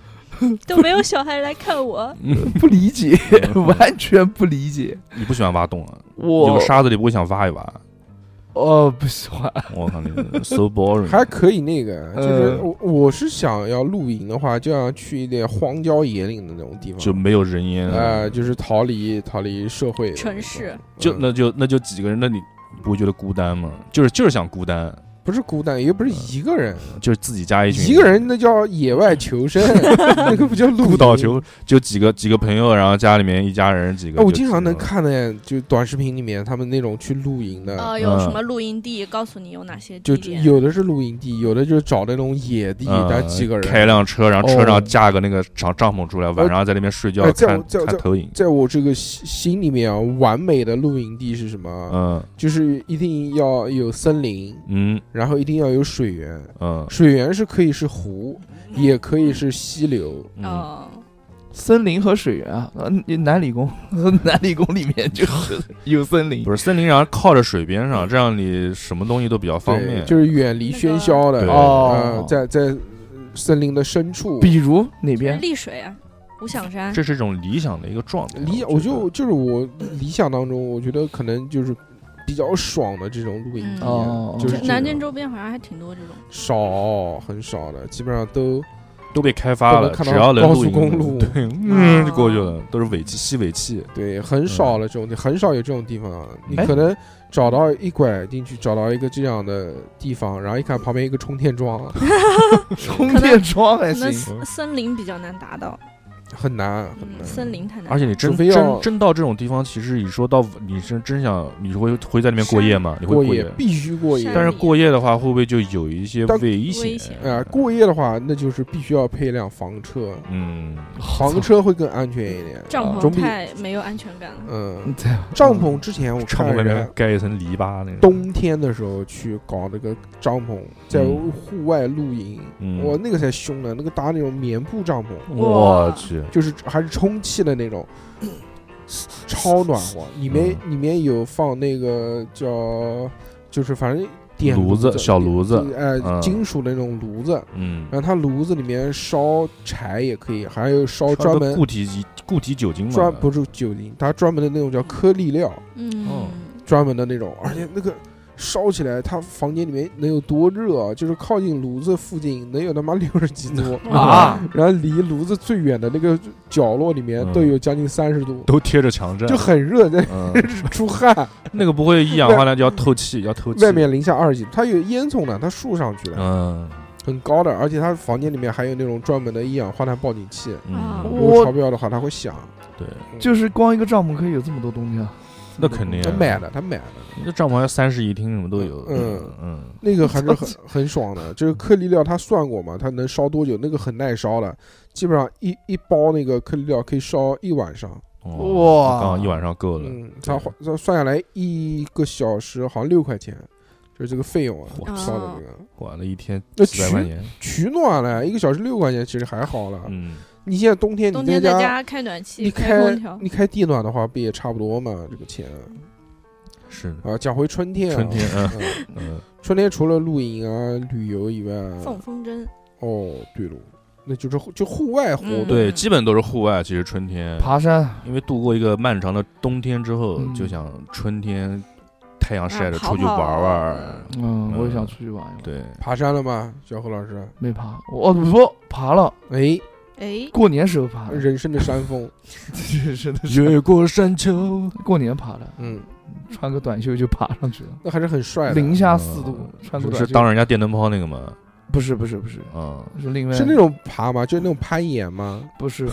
[SPEAKER 4] 都没有小孩来看我，
[SPEAKER 3] 洞不理解， 完全不理解。
[SPEAKER 5] 嗯你不喜欢挖洞啊？有
[SPEAKER 3] 我
[SPEAKER 5] 沙子你不会想挖一挖？
[SPEAKER 3] 哦不喜欢，
[SPEAKER 5] 我靠，你 so boring。
[SPEAKER 2] 还可以那
[SPEAKER 5] 嗯
[SPEAKER 2] 个，就是
[SPEAKER 3] 呃
[SPEAKER 2] 我我是想要露营的话，就要去一点荒郊野岭的那种地方，
[SPEAKER 5] 就没有人烟
[SPEAKER 3] 嗯
[SPEAKER 2] 啊，就是逃离逃离社会的
[SPEAKER 4] 城
[SPEAKER 2] 那种
[SPEAKER 4] 市，
[SPEAKER 5] 就
[SPEAKER 2] 嗯
[SPEAKER 5] 那就那就几个人，那你不会觉得孤单吗？就是就是想孤单，
[SPEAKER 2] 不是孤单，也不是一个人，
[SPEAKER 5] 就是自己加一群
[SPEAKER 2] 一个人那叫野外求 生，那个不叫露
[SPEAKER 5] 孤
[SPEAKER 2] 营
[SPEAKER 5] 岛。球，就几个几个朋友，然后家里面一家人几个
[SPEAKER 2] 哎，
[SPEAKER 5] 就。
[SPEAKER 2] 我经常能看见，就短视频里面他们那种去露营的，
[SPEAKER 4] 呃，有什么露营地，告诉你有哪些
[SPEAKER 2] 就
[SPEAKER 4] 地
[SPEAKER 2] 就
[SPEAKER 4] 点。
[SPEAKER 2] 有的是露营地，有的就是找那种野地，
[SPEAKER 5] 嗯，
[SPEAKER 2] 但几个人
[SPEAKER 5] 开辆车，然后车
[SPEAKER 2] 哦
[SPEAKER 5] 上架个那个帐帐篷出来，晚上在那边睡觉
[SPEAKER 2] 哎在我
[SPEAKER 5] 看
[SPEAKER 2] 在我
[SPEAKER 5] 看投影。
[SPEAKER 2] 在我这个心心里面啊，完美的露营地是什么？啊
[SPEAKER 5] 嗯
[SPEAKER 2] 就是一定要有森林，
[SPEAKER 5] 嗯
[SPEAKER 2] 然后一定要有水源。
[SPEAKER 5] 嗯
[SPEAKER 2] 水源是可以是湖，也可以是溪流。
[SPEAKER 5] 嗯，
[SPEAKER 4] 哦，
[SPEAKER 3] 森林和水源啊，呃南理工， 南理工里面 就是有森林
[SPEAKER 5] 不。是森林，然后靠着水边上，这样你什么东西都比较方
[SPEAKER 2] 嗯对
[SPEAKER 5] 便。
[SPEAKER 2] 就是远离喧嚣的
[SPEAKER 5] 对
[SPEAKER 2] 呃
[SPEAKER 3] 哦，
[SPEAKER 2] 在在呃森林的深处。
[SPEAKER 3] 比如哪
[SPEAKER 4] 是
[SPEAKER 3] 边？
[SPEAKER 4] 丽水啊，五想山
[SPEAKER 5] 这是一种理想的一个状态。
[SPEAKER 2] 理，我
[SPEAKER 5] 我觉得
[SPEAKER 2] 就就是我理想当中，我觉得可能就是比较爽的这种露营
[SPEAKER 5] 哦
[SPEAKER 2] 地啊
[SPEAKER 3] 嗯，
[SPEAKER 2] 就是
[SPEAKER 4] 就
[SPEAKER 2] 这
[SPEAKER 4] 南
[SPEAKER 2] 种
[SPEAKER 4] 京周边好像还挺多这种。
[SPEAKER 2] 少很少的，基本上都
[SPEAKER 5] 都被开发
[SPEAKER 2] 都
[SPEAKER 5] 了，
[SPEAKER 2] 能看
[SPEAKER 5] 只
[SPEAKER 2] 到
[SPEAKER 5] 要能
[SPEAKER 2] 高
[SPEAKER 5] 露
[SPEAKER 2] 速
[SPEAKER 5] 营
[SPEAKER 2] 公路啊
[SPEAKER 5] 对，嗯，
[SPEAKER 4] 哦
[SPEAKER 5] 就过去了，都是尾气吸尾气。
[SPEAKER 2] 对很少了这种地，很少有这种地方。你
[SPEAKER 5] 哎
[SPEAKER 2] 可能找到一拐进去，找到一个这样的地方，然后一看旁边一个充电 桩，
[SPEAKER 3] 充电桩还
[SPEAKER 4] 可能
[SPEAKER 3] 行。
[SPEAKER 4] 森森林比较难达到，
[SPEAKER 2] 很难很
[SPEAKER 4] 嗯，
[SPEAKER 2] 难。
[SPEAKER 4] 森林太难。
[SPEAKER 5] 而且你真
[SPEAKER 2] 除非要
[SPEAKER 5] 真真到这种地方，其实你说到你是真想，你会会在里面过夜吗？你会
[SPEAKER 2] 过
[SPEAKER 5] 夜
[SPEAKER 2] 夜，必须过夜。
[SPEAKER 5] 但是过夜的话，会不会就有一些
[SPEAKER 2] 但
[SPEAKER 5] 危
[SPEAKER 4] 危
[SPEAKER 5] 险
[SPEAKER 4] 险？
[SPEAKER 2] 啊、过夜的话，那就是必须要配一辆房车，
[SPEAKER 5] 嗯，
[SPEAKER 2] 房车会更安全一点。
[SPEAKER 4] 帐
[SPEAKER 2] 总
[SPEAKER 4] 篷
[SPEAKER 2] 比
[SPEAKER 4] 太没有安全感了。
[SPEAKER 2] 嗯，
[SPEAKER 3] 对啊
[SPEAKER 2] 帐篷之前我
[SPEAKER 5] 帐
[SPEAKER 2] 看
[SPEAKER 5] 篷外
[SPEAKER 2] 人
[SPEAKER 5] 面
[SPEAKER 2] 家
[SPEAKER 5] 盖一层篱笆那种。
[SPEAKER 2] 冬天的时候去搞那个帐篷，在
[SPEAKER 5] 嗯
[SPEAKER 2] 户外露营，
[SPEAKER 5] 嗯
[SPEAKER 2] 我那个才凶呢，那个搭那种棉布帐篷，
[SPEAKER 5] 我去，
[SPEAKER 2] 就是还是充气的那 种，超暖和，里面、
[SPEAKER 5] 嗯
[SPEAKER 2] 里面有放那个叫，就是反正点
[SPEAKER 5] 炉子
[SPEAKER 2] 子
[SPEAKER 5] 小炉子
[SPEAKER 2] 就是呃，
[SPEAKER 5] 嗯
[SPEAKER 2] 金属那种炉子。
[SPEAKER 5] 嗯，
[SPEAKER 2] 然后它炉子里面烧柴也可以，还有烧
[SPEAKER 5] 烧
[SPEAKER 2] 专
[SPEAKER 5] 个
[SPEAKER 2] 门
[SPEAKER 5] 固体固体酒精嘛，
[SPEAKER 2] 专不是酒精，它专门的那种叫颗粒料，
[SPEAKER 5] 哦
[SPEAKER 4] 嗯，
[SPEAKER 2] 专门的那种，而且那个烧起来，它房间里面能有多热啊？就是靠近炉子附近能有他妈六十几 度，
[SPEAKER 3] 啊，
[SPEAKER 2] 然后离炉子最远的那个角落里面
[SPEAKER 5] 嗯
[SPEAKER 2] 都有将近三十度，
[SPEAKER 5] 都贴着墙站，
[SPEAKER 2] 就很热，在
[SPEAKER 5] 嗯，
[SPEAKER 2] 出 汗，
[SPEAKER 5] 那个不会一氧化碳就要透气，要透气。
[SPEAKER 2] 外面零下二十几，它有烟囱的，它竖上去了，
[SPEAKER 5] 嗯
[SPEAKER 2] 很高的，而且它房间里面还有那种专门的一氧化碳报警器，
[SPEAKER 4] 啊
[SPEAKER 5] 嗯，
[SPEAKER 2] 如果
[SPEAKER 3] 我
[SPEAKER 2] 超标的话它会响，
[SPEAKER 5] 对，
[SPEAKER 3] 就是光一个帐篷可以有这么多东西啊？
[SPEAKER 5] 那肯定
[SPEAKER 2] 他买的，他买的。
[SPEAKER 5] 这帐篷要三室一厅，什么都有。
[SPEAKER 2] 嗯
[SPEAKER 5] 嗯
[SPEAKER 2] 那个还是 很很爽的，就是颗粒料，他算过嘛，它能烧多久？那个很耐烧的，基本上一一包那个颗粒料可以烧一晚上。
[SPEAKER 5] 哦
[SPEAKER 3] 哇
[SPEAKER 5] 刚好一晚上够了。
[SPEAKER 2] 嗯，它花它算下来一个小时好像六块钱，就是这个费用啊，
[SPEAKER 5] 哇
[SPEAKER 2] 烧的这个
[SPEAKER 5] 管了一天
[SPEAKER 2] 那
[SPEAKER 5] 几百块钱，
[SPEAKER 2] 取暖了，一个小时六块钱其实还好了。
[SPEAKER 5] 嗯，
[SPEAKER 2] 你现在冬天
[SPEAKER 4] 冬
[SPEAKER 2] 你
[SPEAKER 4] 天在
[SPEAKER 2] 家
[SPEAKER 4] 家开暖气、
[SPEAKER 2] 你
[SPEAKER 4] 开空调，
[SPEAKER 2] 你开地暖的话，不也差不多嘛？这个钱
[SPEAKER 5] 是的，
[SPEAKER 2] 啊，讲回春天啊，
[SPEAKER 5] 春天嗯
[SPEAKER 2] 嗯
[SPEAKER 5] 嗯，
[SPEAKER 2] 春天除了露营啊、旅游以外，
[SPEAKER 4] 放风筝。
[SPEAKER 2] 哦，对了，那就是户就户外活动。
[SPEAKER 5] 对，
[SPEAKER 4] 嗯
[SPEAKER 5] 基本都是户外。其实春天，
[SPEAKER 3] 爬山，
[SPEAKER 5] 因为度过一个漫长的冬天之后，
[SPEAKER 3] 嗯
[SPEAKER 5] 就想春天太阳晒着
[SPEAKER 4] 啊
[SPEAKER 5] 出去
[SPEAKER 4] 跑跑
[SPEAKER 5] 玩玩。
[SPEAKER 3] 嗯，我也
[SPEAKER 5] 嗯
[SPEAKER 3] 想出去玩一玩，
[SPEAKER 5] 对，
[SPEAKER 2] 爬山了吗，小何老师？
[SPEAKER 3] 没爬，我哦不爬了，
[SPEAKER 2] 哎，
[SPEAKER 4] 哎，
[SPEAKER 3] 过年时候爬的，
[SPEAKER 2] 人生的山峰，
[SPEAKER 3] 是的，
[SPEAKER 5] 越过山丘，
[SPEAKER 3] 过年爬的，
[SPEAKER 2] 嗯，
[SPEAKER 3] 穿个短袖就爬上去了，
[SPEAKER 2] 那还是很帅的。
[SPEAKER 3] 零下四度，穿个
[SPEAKER 5] 哎嗯不
[SPEAKER 3] 短袖
[SPEAKER 5] 是当人家电灯泡那个吗？
[SPEAKER 3] 不是不是不是，
[SPEAKER 5] 嗯，
[SPEAKER 3] 是另外
[SPEAKER 2] 是那种爬吗？就是那种攀岩吗？
[SPEAKER 3] 不是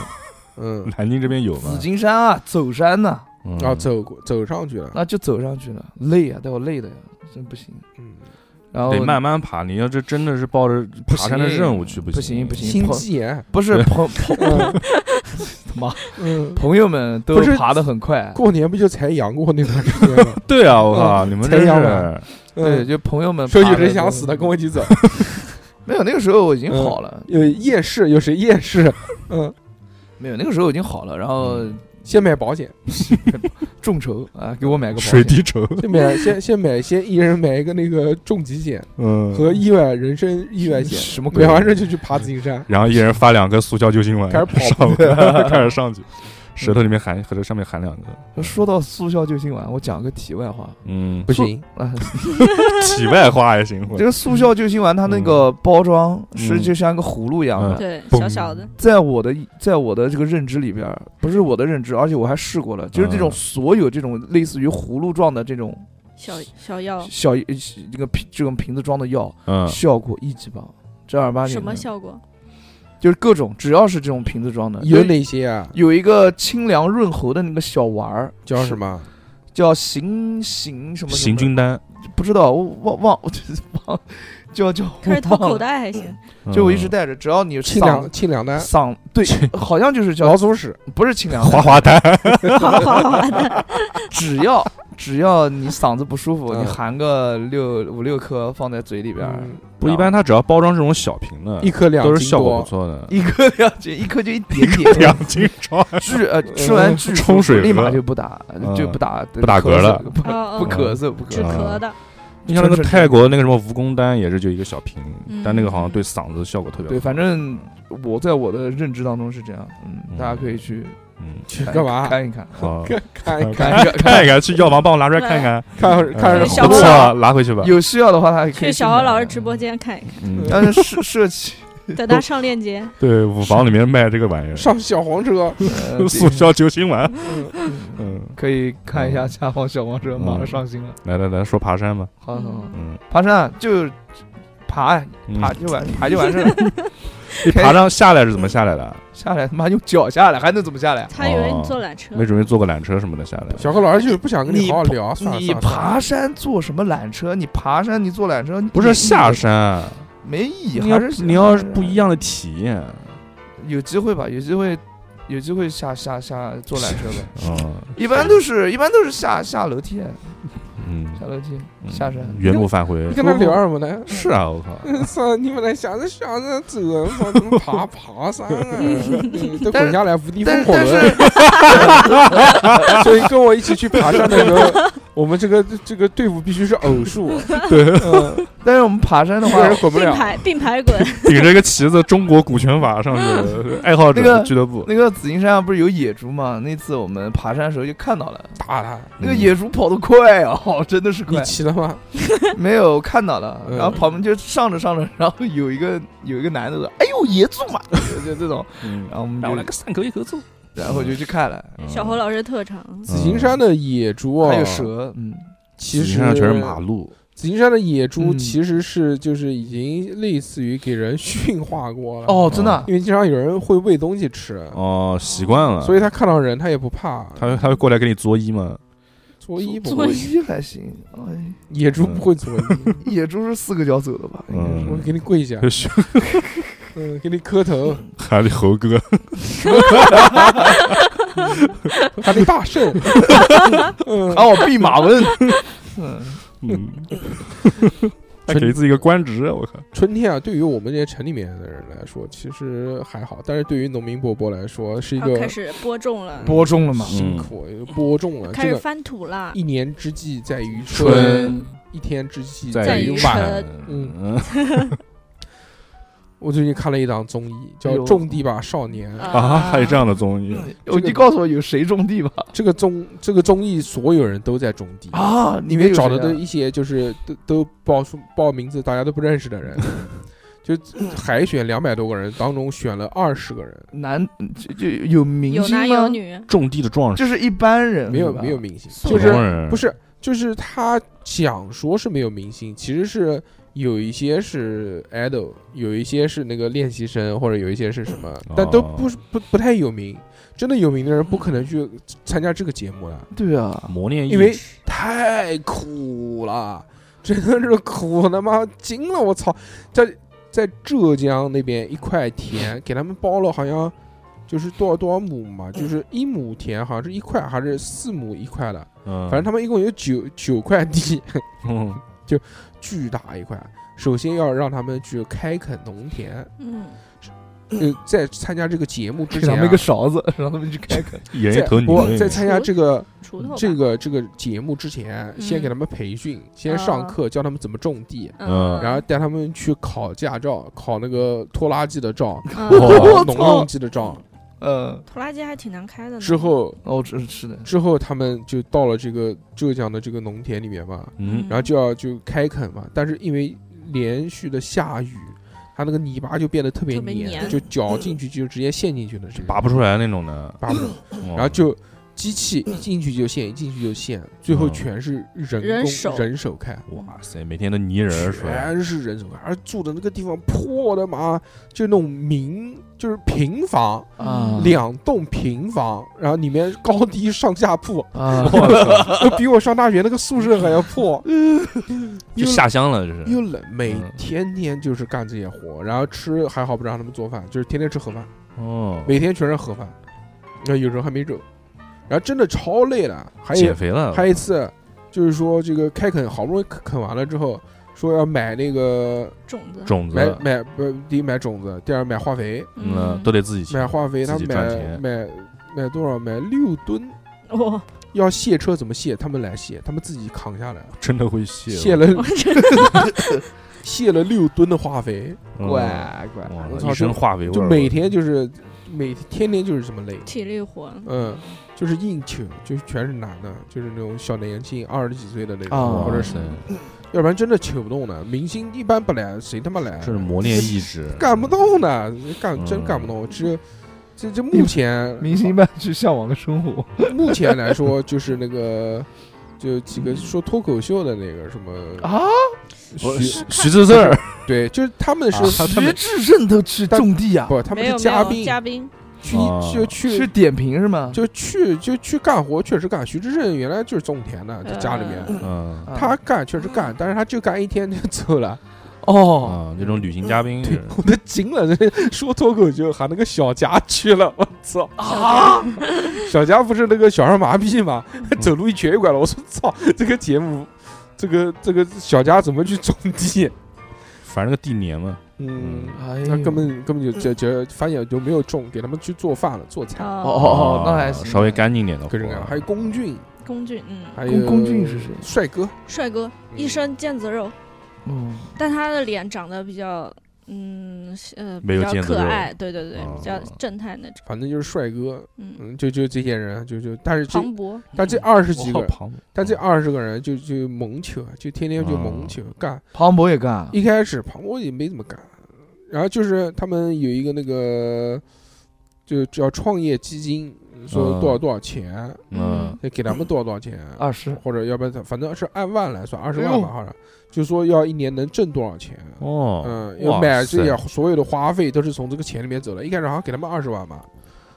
[SPEAKER 2] 嗯，
[SPEAKER 5] 南京这边有吗
[SPEAKER 3] 紫？金山啊，走山呐、
[SPEAKER 5] 嗯
[SPEAKER 2] 然后走过走上去了，
[SPEAKER 3] 那就走上去了，累啊，带我累的呀，真不行。
[SPEAKER 2] 嗯，
[SPEAKER 3] 然后
[SPEAKER 5] 得慢慢爬。你要这真的是抱着
[SPEAKER 3] 不
[SPEAKER 5] 爬山的
[SPEAKER 3] 行
[SPEAKER 5] 任务去，不
[SPEAKER 3] 不
[SPEAKER 5] 行
[SPEAKER 3] 行不行
[SPEAKER 2] 心肌炎，
[SPEAKER 3] 不 是朋朋
[SPEAKER 2] 嗯
[SPEAKER 3] 他妈
[SPEAKER 2] 嗯，
[SPEAKER 3] 朋友们都
[SPEAKER 2] 不是
[SPEAKER 3] 爬得很快，
[SPEAKER 2] 过年不就才阳过那段时间吗？
[SPEAKER 5] 对啊，我靠，你们
[SPEAKER 2] 才
[SPEAKER 5] 真
[SPEAKER 2] 养
[SPEAKER 5] 是
[SPEAKER 3] 对，
[SPEAKER 2] 嗯，
[SPEAKER 3] 就朋友们
[SPEAKER 2] 说
[SPEAKER 3] 爬
[SPEAKER 2] 有
[SPEAKER 3] 得
[SPEAKER 2] 人想
[SPEAKER 3] 都
[SPEAKER 2] 死的，跟我一嗯起走。
[SPEAKER 3] 没有，那个时候我已经好了，
[SPEAKER 2] 有夜市，有谁夜市？嗯，
[SPEAKER 3] 没有，那个时候已经好了，然后
[SPEAKER 2] 先买保险，
[SPEAKER 3] 众筹啊，给我买个保险
[SPEAKER 5] 水滴筹。
[SPEAKER 2] 先买先先买先一人买一个那个重疾险
[SPEAKER 5] 嗯
[SPEAKER 2] 和意外人身意外险，
[SPEAKER 3] 什么鬼
[SPEAKER 2] 买？完之后就去爬紫金山。
[SPEAKER 5] 然后一人发两个塑胶救心丸，
[SPEAKER 2] 开始跑
[SPEAKER 5] 上开始上去，舌头里面含，和这上面含两个。
[SPEAKER 3] 说到速效救心丸，我讲个题外话
[SPEAKER 5] 嗯，
[SPEAKER 2] 不行，
[SPEAKER 3] 啊，
[SPEAKER 5] 体外化也行，
[SPEAKER 3] 这个速效救心丸它那个包装是
[SPEAKER 5] 嗯
[SPEAKER 3] 就像一个葫芦一样的，
[SPEAKER 5] 嗯
[SPEAKER 4] 对，
[SPEAKER 5] 嘣
[SPEAKER 4] 小小的，
[SPEAKER 3] 在我的在我的这个认知里边儿，不是我的认知，而且我还试过了，就是这种
[SPEAKER 5] 嗯
[SPEAKER 3] 所有这种类似于葫芦状的这种
[SPEAKER 4] 小小药，
[SPEAKER 3] 小呃这个瓶这种瓶子装的药，
[SPEAKER 5] 嗯，
[SPEAKER 3] 效果一级棒，正儿八经的
[SPEAKER 4] 什么效果？
[SPEAKER 3] 就是各种只要是这种瓶子装的，
[SPEAKER 2] 有
[SPEAKER 3] 就
[SPEAKER 2] 哪些啊？
[SPEAKER 3] 有一个清凉润喉的那个小丸儿，
[SPEAKER 2] 叫
[SPEAKER 3] 是
[SPEAKER 2] 什？么？
[SPEAKER 3] 叫行行什么什
[SPEAKER 5] 行
[SPEAKER 3] 么？
[SPEAKER 5] 军丹，
[SPEAKER 3] 不知道，我忘忘 我这忘，叫叫
[SPEAKER 4] 开始掏口，
[SPEAKER 3] 我忘了
[SPEAKER 4] 袋还行，
[SPEAKER 3] 就我一直
[SPEAKER 5] 嗯
[SPEAKER 3] 带着，只要你
[SPEAKER 2] 清
[SPEAKER 3] 嗓
[SPEAKER 2] 凉清凉丹、
[SPEAKER 3] 嗓对，好像就是叫
[SPEAKER 2] 老鼠屎，
[SPEAKER 3] 不是清凉
[SPEAKER 5] 滑滑丹，
[SPEAKER 4] 哗哗 哗的，
[SPEAKER 3] 只要只要你嗓子不舒服，
[SPEAKER 2] 嗯
[SPEAKER 3] 你含个六五六颗放在嘴里边儿，嗯
[SPEAKER 2] 嗯
[SPEAKER 5] 不一般，它只要包装这种小瓶的
[SPEAKER 2] 一，颗两
[SPEAKER 5] 都是
[SPEAKER 2] 斤
[SPEAKER 5] 效果
[SPEAKER 2] 多
[SPEAKER 5] 不，错的。嗯
[SPEAKER 3] 一颗两斤，一颗就一点点，
[SPEAKER 5] 两斤装，
[SPEAKER 3] 治呃吃完治
[SPEAKER 5] 冲水喝
[SPEAKER 3] 立马就不打就不打不
[SPEAKER 5] 打嗝了
[SPEAKER 3] 不
[SPEAKER 4] 哦
[SPEAKER 3] 不
[SPEAKER 4] 哦，
[SPEAKER 3] 咳嗽不
[SPEAKER 4] 止
[SPEAKER 3] 咳
[SPEAKER 5] 啊
[SPEAKER 3] 嗽，
[SPEAKER 4] 咳的，
[SPEAKER 5] 你像那个
[SPEAKER 3] 纯纯
[SPEAKER 5] 泰国那个什么蜈蚣丹，也是就一个小瓶，
[SPEAKER 4] 嗯
[SPEAKER 5] 但那个好像对嗓子效果特别好。
[SPEAKER 3] 对，反正我在我的认知当中是这样，嗯，
[SPEAKER 5] 嗯
[SPEAKER 3] 大家可以去
[SPEAKER 5] 嗯，
[SPEAKER 2] 去
[SPEAKER 3] 看
[SPEAKER 2] 干 嘛？
[SPEAKER 3] 看一看，
[SPEAKER 5] 好，
[SPEAKER 2] 看一看
[SPEAKER 3] 看一看
[SPEAKER 5] 看一看，去药房帮我拿出来看一看，
[SPEAKER 2] 看看
[SPEAKER 5] 嗯
[SPEAKER 2] 是
[SPEAKER 4] 小
[SPEAKER 5] 不
[SPEAKER 2] 葫芦
[SPEAKER 5] 错
[SPEAKER 4] 何
[SPEAKER 2] 啊，
[SPEAKER 5] 啊，拿回去吧。
[SPEAKER 3] 有需要的话，他还可以
[SPEAKER 4] 去小何
[SPEAKER 3] 买
[SPEAKER 4] 老师直播，间看一看，
[SPEAKER 5] 嗯，
[SPEAKER 3] 但是社社区
[SPEAKER 4] 等他上链接。
[SPEAKER 5] 对，舞房里面卖这个玩意儿，
[SPEAKER 2] 上小黄车，
[SPEAKER 3] 呃
[SPEAKER 5] 速效救心丸。嗯，
[SPEAKER 3] 可以看一下下方小黄车，马上
[SPEAKER 5] 嗯
[SPEAKER 3] 上新了，
[SPEAKER 5] 来来来说爬山吧，
[SPEAKER 3] 好好好。
[SPEAKER 5] 嗯，
[SPEAKER 3] 爬山啊就爬呀，
[SPEAKER 5] 嗯
[SPEAKER 3] 爬就完，爬就完事了。
[SPEAKER 5] 你爬上下来是怎么下来的？啊
[SPEAKER 3] 下来他妈用脚下来，还能怎么下来？
[SPEAKER 4] 他以为
[SPEAKER 2] 哦
[SPEAKER 4] 你坐缆车，
[SPEAKER 5] 没准备坐个缆车什么的下来。
[SPEAKER 2] 小何老师就是不想跟你
[SPEAKER 3] 你
[SPEAKER 2] 好好聊，算了
[SPEAKER 3] 你
[SPEAKER 2] 算了算了
[SPEAKER 3] 爬山坐什么缆车？你爬山你坐缆车
[SPEAKER 5] 不是下山，啊
[SPEAKER 3] 没意义，
[SPEAKER 5] 你
[SPEAKER 3] 还
[SPEAKER 5] 要
[SPEAKER 3] 是
[SPEAKER 5] 你要是不一，样的体验，
[SPEAKER 3] 有机会吧，有机会。有机会下下下坐缆车 吧，
[SPEAKER 5] 嗯
[SPEAKER 3] 一般都是一般都是下下楼梯，
[SPEAKER 5] 嗯
[SPEAKER 3] 下，楼梯
[SPEAKER 5] 嗯
[SPEAKER 3] 下山。
[SPEAKER 5] 原路返回
[SPEAKER 2] 你。跟他聊什么呢？
[SPEAKER 5] 是啊，我靠，
[SPEAKER 2] 操！你们来想着想着走，我怎么 爬爬山啊？嗯都滚下来无敌
[SPEAKER 3] 但
[SPEAKER 2] 风
[SPEAKER 3] 是
[SPEAKER 2] 火
[SPEAKER 3] 但
[SPEAKER 2] 轮。
[SPEAKER 3] 是
[SPEAKER 2] 所以跟我一起去爬山的时候， 我们这个这个队伍必须是偶数，对，
[SPEAKER 3] 但是我们爬山的
[SPEAKER 2] 一
[SPEAKER 3] 话
[SPEAKER 2] 个人，滚不
[SPEAKER 4] 并
[SPEAKER 2] 了。
[SPEAKER 4] 排并排滚，
[SPEAKER 5] 顶着一个旗子，中国股权法上去了，爱好
[SPEAKER 3] 那个
[SPEAKER 5] 者俱乐部。
[SPEAKER 3] 那个紫金山上不是有野猪吗？那次我们爬山的时候就看到了，
[SPEAKER 2] 打他！
[SPEAKER 3] 那个野猪跑得快哦，真的是
[SPEAKER 2] 你
[SPEAKER 3] 快。
[SPEAKER 2] 骑了吗？
[SPEAKER 3] 嗯没有看到了，
[SPEAKER 2] 嗯
[SPEAKER 3] 然后旁边就上着上着，然后有一个有一个男的说：“哎呦，野猪嘛！” 就就这种，
[SPEAKER 5] 嗯，
[SPEAKER 3] 然后我们
[SPEAKER 5] 然后来
[SPEAKER 3] 就
[SPEAKER 5] 个三口一口走。
[SPEAKER 3] 然后就去看了，
[SPEAKER 5] 嗯
[SPEAKER 4] 小侯老师特长，
[SPEAKER 2] 紫金山的野猪啊，
[SPEAKER 3] 还有，蛇，嗯，
[SPEAKER 2] 其
[SPEAKER 5] 紫
[SPEAKER 2] 实
[SPEAKER 5] 金山上全是马路，
[SPEAKER 2] 紫金山的野猪
[SPEAKER 3] 嗯
[SPEAKER 2] 其实是就是已经类似于给人驯化过了，
[SPEAKER 3] 哦，真的
[SPEAKER 2] 因为经常有人会喂东西吃，
[SPEAKER 5] 哦，习惯了，
[SPEAKER 2] 所以他看到人他也不怕，
[SPEAKER 5] 他会他会过来给你作揖 吗？
[SPEAKER 2] 作揖不
[SPEAKER 4] 作
[SPEAKER 3] 作
[SPEAKER 2] 会，
[SPEAKER 3] 揖还行，哎，
[SPEAKER 2] 野猪不会作揖，
[SPEAKER 3] 野猪是四个脚走的吧？应该
[SPEAKER 5] 嗯
[SPEAKER 2] 我给你跪下
[SPEAKER 5] 就， 是
[SPEAKER 2] 嗯，给你磕头，
[SPEAKER 5] 还得猴哥，
[SPEAKER 2] 还得大圣，嗯
[SPEAKER 3] 是喊我弼马温， 嗯，
[SPEAKER 5] 嗯，还给自己一个官职，我靠，
[SPEAKER 2] 春天啊，对于我们这些城里面的人来说，其实还好，但是对于农民伯伯来说，是一
[SPEAKER 4] 然
[SPEAKER 2] 个
[SPEAKER 4] 后开始播种了，
[SPEAKER 3] 播种了嘛
[SPEAKER 2] 辛苦播种了，
[SPEAKER 4] 开
[SPEAKER 2] 这
[SPEAKER 4] 始
[SPEAKER 2] 个
[SPEAKER 4] 翻土了，
[SPEAKER 2] 一年之计在于
[SPEAKER 5] 春
[SPEAKER 2] 一天之计
[SPEAKER 4] 在
[SPEAKER 2] 于
[SPEAKER 4] 于
[SPEAKER 2] 晚。
[SPEAKER 5] 晚，
[SPEAKER 2] 嗯
[SPEAKER 5] 嗯，
[SPEAKER 2] 我最近看了一档综艺叫
[SPEAKER 3] 哎呦
[SPEAKER 2] 《种地吧少年》，
[SPEAKER 4] 呃
[SPEAKER 5] 啊，还有这样的综艺，
[SPEAKER 2] 这
[SPEAKER 3] 我就
[SPEAKER 2] 个
[SPEAKER 3] 告诉我有谁种地吧。
[SPEAKER 2] 这个综这个综艺所有人都在种地，
[SPEAKER 3] 啊，里
[SPEAKER 2] 里
[SPEAKER 3] 面
[SPEAKER 2] 面
[SPEAKER 3] 有
[SPEAKER 2] 找
[SPEAKER 3] 谁
[SPEAKER 2] 的
[SPEAKER 3] 啊
[SPEAKER 2] 都一些就是都都报出报名字大家都不认识的人，
[SPEAKER 3] 嗯
[SPEAKER 2] 就海选两百多个人当中选了二十个人，
[SPEAKER 3] 男就就有明
[SPEAKER 4] 有
[SPEAKER 3] 星吗
[SPEAKER 4] 男有，女，
[SPEAKER 5] 种地的壮士，
[SPEAKER 3] 就是一般人
[SPEAKER 2] 没有
[SPEAKER 3] 是吧
[SPEAKER 2] 没有明星，就
[SPEAKER 4] 普
[SPEAKER 5] 普
[SPEAKER 2] 是
[SPEAKER 5] 通人
[SPEAKER 2] 不是就是他讲说是没有明星，其实是有一些是 idol，有一些是那个练习生，或者有一些是什么，但
[SPEAKER 3] 哦
[SPEAKER 2] 都不是不不太有名。真的有名的人不可能去参加这个节目的，
[SPEAKER 3] 对啊，
[SPEAKER 5] 磨练意
[SPEAKER 2] 因为
[SPEAKER 5] 志
[SPEAKER 2] 太苦了，真的是苦他妈惊了！我操，在在浙江那边一块田，给他们包了好像就是多少多少亩嘛，就是一亩田好像是一块还是四亩一块的，
[SPEAKER 5] 嗯，
[SPEAKER 2] 反正他们一共有九九块地，
[SPEAKER 5] 嗯
[SPEAKER 2] 巨大一块。首先要让他们去开垦农田，
[SPEAKER 4] 嗯，
[SPEAKER 2] 呃，在参加这个节目之
[SPEAKER 3] 给他
[SPEAKER 2] 前、啊
[SPEAKER 3] 们一个，勺子， 让他们去开垦。
[SPEAKER 5] 一人一
[SPEAKER 2] 在不
[SPEAKER 5] 头牛，
[SPEAKER 2] 在参加这个
[SPEAKER 4] 锄头吧
[SPEAKER 2] 这个这个节目之前，先
[SPEAKER 4] 嗯
[SPEAKER 2] 给他们培训，先上
[SPEAKER 4] 啊
[SPEAKER 2] 课教他们怎么种地，
[SPEAKER 5] 嗯
[SPEAKER 2] 然后带他们去考驾照，考那个拖拉机的照，
[SPEAKER 4] 嗯哦
[SPEAKER 5] 哦
[SPEAKER 2] 考
[SPEAKER 3] 我
[SPEAKER 2] 农
[SPEAKER 3] 操
[SPEAKER 2] 用机的照。
[SPEAKER 3] 嗯，
[SPEAKER 4] 拖拉机还挺难开的呢。
[SPEAKER 2] 之后，
[SPEAKER 3] 哦，这是的，
[SPEAKER 2] 之后他们就到了这个浙江的这个农田里面嘛，
[SPEAKER 5] 嗯
[SPEAKER 2] 然后就要就开垦嘛，但是因为连续的下雨，它那个泥巴就变得特别
[SPEAKER 4] 特别黏
[SPEAKER 2] 就搅进去就直接陷进去了，是
[SPEAKER 5] 拔不出来那种的，
[SPEAKER 2] 拔不住，
[SPEAKER 5] 嗯
[SPEAKER 2] 然后就。机器一进去就陷，一进去就陷，最
[SPEAKER 5] 嗯
[SPEAKER 2] 后全是人工
[SPEAKER 4] 人手
[SPEAKER 2] 人手开，
[SPEAKER 5] 哇塞，每天都泥人儿说，
[SPEAKER 2] 全是哎人手开，而住的那个地方破的嘛，就那种民就是平房，
[SPEAKER 3] 啊
[SPEAKER 2] 两栋平房，然后里面高低上下 铺，
[SPEAKER 3] 啊，
[SPEAKER 2] 都比我上大学那个宿舍还要 破，
[SPEAKER 5] 就
[SPEAKER 2] 又
[SPEAKER 5] 下乡了，这是
[SPEAKER 2] 又冷，每
[SPEAKER 5] 嗯
[SPEAKER 2] 天天就是干这些活，然后吃还好不让他们做饭，就是天天吃盒饭，
[SPEAKER 5] 哦，
[SPEAKER 2] 每天全是盒饭，那有时候还没肉，然后真的超累的，还有
[SPEAKER 5] 减肥了，
[SPEAKER 2] 还有一次就是说这个开垦好不容易垦垦完了之后，说要买那个
[SPEAKER 4] 种子，
[SPEAKER 5] 种
[SPEAKER 2] 买
[SPEAKER 5] 子，
[SPEAKER 2] 买不第一买种子，第二买化肥，
[SPEAKER 5] 嗯，都得自己去
[SPEAKER 2] 买化肥他
[SPEAKER 5] 自己赚
[SPEAKER 2] 买
[SPEAKER 5] 钱
[SPEAKER 2] 买买多少买六吨。
[SPEAKER 4] 我
[SPEAKER 2] 要卸车怎么卸？他们来卸，他们自己扛下来，
[SPEAKER 5] 真的会卸
[SPEAKER 2] 卸
[SPEAKER 5] 了，
[SPEAKER 2] 了
[SPEAKER 4] 我 真的
[SPEAKER 2] 卸了六吨的化肥，
[SPEAKER 5] 嗯
[SPEAKER 3] 乖乖，
[SPEAKER 5] 哇，
[SPEAKER 2] 我操
[SPEAKER 5] 一身
[SPEAKER 2] 就
[SPEAKER 5] 化肥味儿，
[SPEAKER 2] 就每天就是每天天就是这么累，
[SPEAKER 4] 体力活，
[SPEAKER 2] 嗯，就是硬挺，就是全是男的，就是那种小年轻二十几岁的那
[SPEAKER 3] 啊
[SPEAKER 2] 种，或者
[SPEAKER 5] 哇
[SPEAKER 2] 是嗯
[SPEAKER 5] 塞，
[SPEAKER 2] 要不然真的扯不动的。明星一般不来，谁他妈来？
[SPEAKER 5] 这是磨练意志，
[SPEAKER 2] 干不动的，干
[SPEAKER 5] 嗯
[SPEAKER 2] 真干不动。这这这目前
[SPEAKER 3] 明星们去向往的生活。
[SPEAKER 2] 目前来说就是那个。就几
[SPEAKER 5] 嗯
[SPEAKER 2] 个说脱口秀的那个什么
[SPEAKER 3] 啊，
[SPEAKER 5] 我
[SPEAKER 2] 徐
[SPEAKER 5] 徐徐志胜儿，
[SPEAKER 2] 对，就是他们是
[SPEAKER 5] 啊他们
[SPEAKER 3] 志胜都去地啊，
[SPEAKER 2] 不，他们
[SPEAKER 4] 没有
[SPEAKER 2] 是
[SPEAKER 4] 没
[SPEAKER 2] 嘉
[SPEAKER 4] 有
[SPEAKER 2] 宾，
[SPEAKER 4] 嘉宾，
[SPEAKER 2] 去
[SPEAKER 5] 哦
[SPEAKER 2] 就
[SPEAKER 3] 去
[SPEAKER 2] 去
[SPEAKER 3] 点评是吗？
[SPEAKER 2] 就去就去干活，确实干。徐志胜原来啊就是种田的，在家里
[SPEAKER 4] 呃
[SPEAKER 2] 面，
[SPEAKER 5] 嗯
[SPEAKER 3] 啊
[SPEAKER 2] 他干确实
[SPEAKER 4] 嗯
[SPEAKER 2] 干，但是他就干一天就走了。
[SPEAKER 3] 哦，
[SPEAKER 5] 啊，那种旅行嘉宾
[SPEAKER 2] 对
[SPEAKER 5] 是，
[SPEAKER 2] 我都惊了，这说脱口秀喊那个小佳去了，我操啊！ 小佳不是那个小儿麻痹嘛，
[SPEAKER 5] 嗯
[SPEAKER 2] 走路一瘸一拐了。我说操，这个节目，这个这个小佳怎么去种地？
[SPEAKER 5] 反正个地年嘛，
[SPEAKER 2] 嗯。
[SPEAKER 3] 哎
[SPEAKER 2] 他
[SPEAKER 3] 呦，
[SPEAKER 2] 根本根本就就就发现就没有种，给他们去做饭了，做菜。
[SPEAKER 4] 哦
[SPEAKER 3] 哦哦，那还行
[SPEAKER 5] 啊稍微干净点的活
[SPEAKER 2] 各种各样，还有龚俊，
[SPEAKER 4] 龚俊，嗯，
[SPEAKER 2] 还
[SPEAKER 3] 龚
[SPEAKER 2] 有
[SPEAKER 3] 龚俊是谁
[SPEAKER 2] 帅哥，
[SPEAKER 4] 帅哥，
[SPEAKER 2] 哎嗯
[SPEAKER 4] 一身腱子肉，
[SPEAKER 3] 嗯，
[SPEAKER 4] 但他的脸长得比较，嗯，呃，
[SPEAKER 5] 没有
[SPEAKER 4] 比较
[SPEAKER 5] 腱子
[SPEAKER 4] 可
[SPEAKER 5] 肉
[SPEAKER 4] 爱，对对对
[SPEAKER 5] 哦，
[SPEAKER 4] 比较正太那种，
[SPEAKER 2] 反正就是帅哥，
[SPEAKER 4] 嗯，
[SPEAKER 2] 嗯，就就这些人，就就，但是这
[SPEAKER 4] 庞博，
[SPEAKER 2] 但这二十几
[SPEAKER 5] 我
[SPEAKER 2] 个
[SPEAKER 5] 好，胖，
[SPEAKER 2] 但这二十个人就就蒙球，就天天就蒙球干。
[SPEAKER 3] 庞博也干啊，
[SPEAKER 2] 一开始庞博也没怎么干，然后就是他们有一个那个，就叫创业基金，说
[SPEAKER 5] 嗯
[SPEAKER 2] 多少多少钱，
[SPEAKER 5] 嗯
[SPEAKER 2] 得给他们多少多少钱，啊
[SPEAKER 3] 二十，
[SPEAKER 2] 或者要不然他反正是按万来算，二十
[SPEAKER 3] 哎
[SPEAKER 2] 万
[SPEAKER 3] 呦
[SPEAKER 2] 吧，好像就说要一年能挣多少钱。
[SPEAKER 5] 哦，
[SPEAKER 2] 嗯，
[SPEAKER 5] 哇
[SPEAKER 2] 要买这
[SPEAKER 5] 塞
[SPEAKER 2] 些所有的花费都是从这个钱里面走的。一开始好像给他们二十万吧，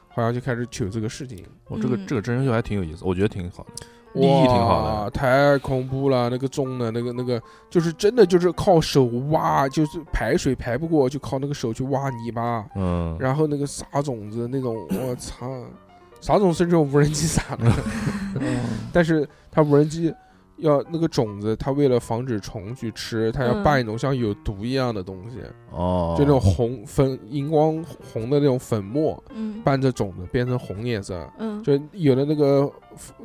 [SPEAKER 2] 好像就开始求这个事情。
[SPEAKER 5] 我这个
[SPEAKER 4] 嗯
[SPEAKER 5] 这个真人秀还挺有意思，我觉得挺好的，立意挺好
[SPEAKER 2] 哇
[SPEAKER 5] 的，
[SPEAKER 2] 太恐怖了！那个钟的那个那个，就是真的就是靠手挖，就是排水排不过，就靠那个手去挖泥巴，
[SPEAKER 5] 嗯，
[SPEAKER 2] 然后那个撒种子那种，我操，撒种是这种无人机撒的，
[SPEAKER 3] 嗯
[SPEAKER 2] 但是它无人机。要那个种子，它为了防止虫去吃，它要
[SPEAKER 4] 嗯
[SPEAKER 2] 拌一种像有毒一样的东西，
[SPEAKER 5] 哦，
[SPEAKER 2] 就那种红粉荧光红的那种粉末，
[SPEAKER 4] 嗯
[SPEAKER 2] 拌着种子变成红颜色。
[SPEAKER 4] 嗯
[SPEAKER 2] 就有了那个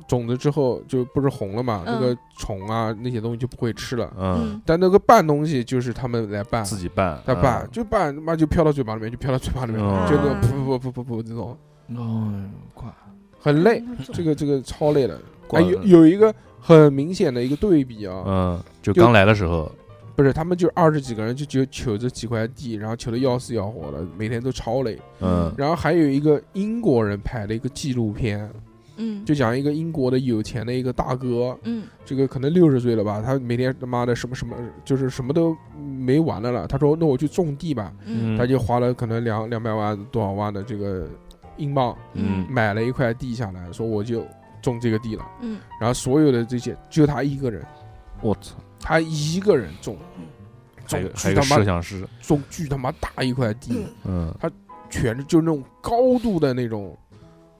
[SPEAKER 2] 种子之后，就不是红了嘛？
[SPEAKER 4] 嗯
[SPEAKER 2] 那个虫啊那些东西就不会吃了。
[SPEAKER 5] 嗯，
[SPEAKER 4] 嗯
[SPEAKER 2] 但那个拌东西就是他们来拌，
[SPEAKER 5] 自己拌，
[SPEAKER 2] 他拌、
[SPEAKER 5] 嗯
[SPEAKER 2] 就拌，他妈就飘到嘴巴里面，就飘到嘴巴里面，
[SPEAKER 5] 嗯
[SPEAKER 2] 就那种噗噗噗噗噗噗那种，
[SPEAKER 3] 哦，快，
[SPEAKER 2] 很累。
[SPEAKER 4] 嗯
[SPEAKER 2] 这个这个超累了。哎，
[SPEAKER 5] 管
[SPEAKER 2] 有有一个很明显的一个对比啊，
[SPEAKER 5] 嗯，就刚来的时候，
[SPEAKER 2] 不是他们就二十几个人就就求这几块地，然后求的要死要活的，每天都超累。
[SPEAKER 5] 嗯
[SPEAKER 2] 然后还有一个英国人拍的一个纪录片，
[SPEAKER 4] 嗯
[SPEAKER 2] 就讲一个英国的有钱的一个大哥，
[SPEAKER 4] 嗯
[SPEAKER 2] 这个可能六十岁了吧，他每天他妈的什么什么就是什么都没完了了。他说：“那我去种地吧。”
[SPEAKER 4] 嗯
[SPEAKER 2] 他就花了可能两两百万多少万的这个英镑，
[SPEAKER 5] 嗯
[SPEAKER 2] 买了一块地下来，说我就种这个地了。
[SPEAKER 4] 嗯
[SPEAKER 2] 然后所有的这些就他一个人，
[SPEAKER 5] 我操，
[SPEAKER 2] 他一个人种，
[SPEAKER 5] 还有
[SPEAKER 2] 种
[SPEAKER 5] 还
[SPEAKER 2] 巨
[SPEAKER 5] 有个
[SPEAKER 2] 他
[SPEAKER 5] 摄
[SPEAKER 2] 妈
[SPEAKER 5] 像师，
[SPEAKER 2] 种巨他妈大一块地，
[SPEAKER 5] 嗯，
[SPEAKER 2] 全是就是那种高度的那种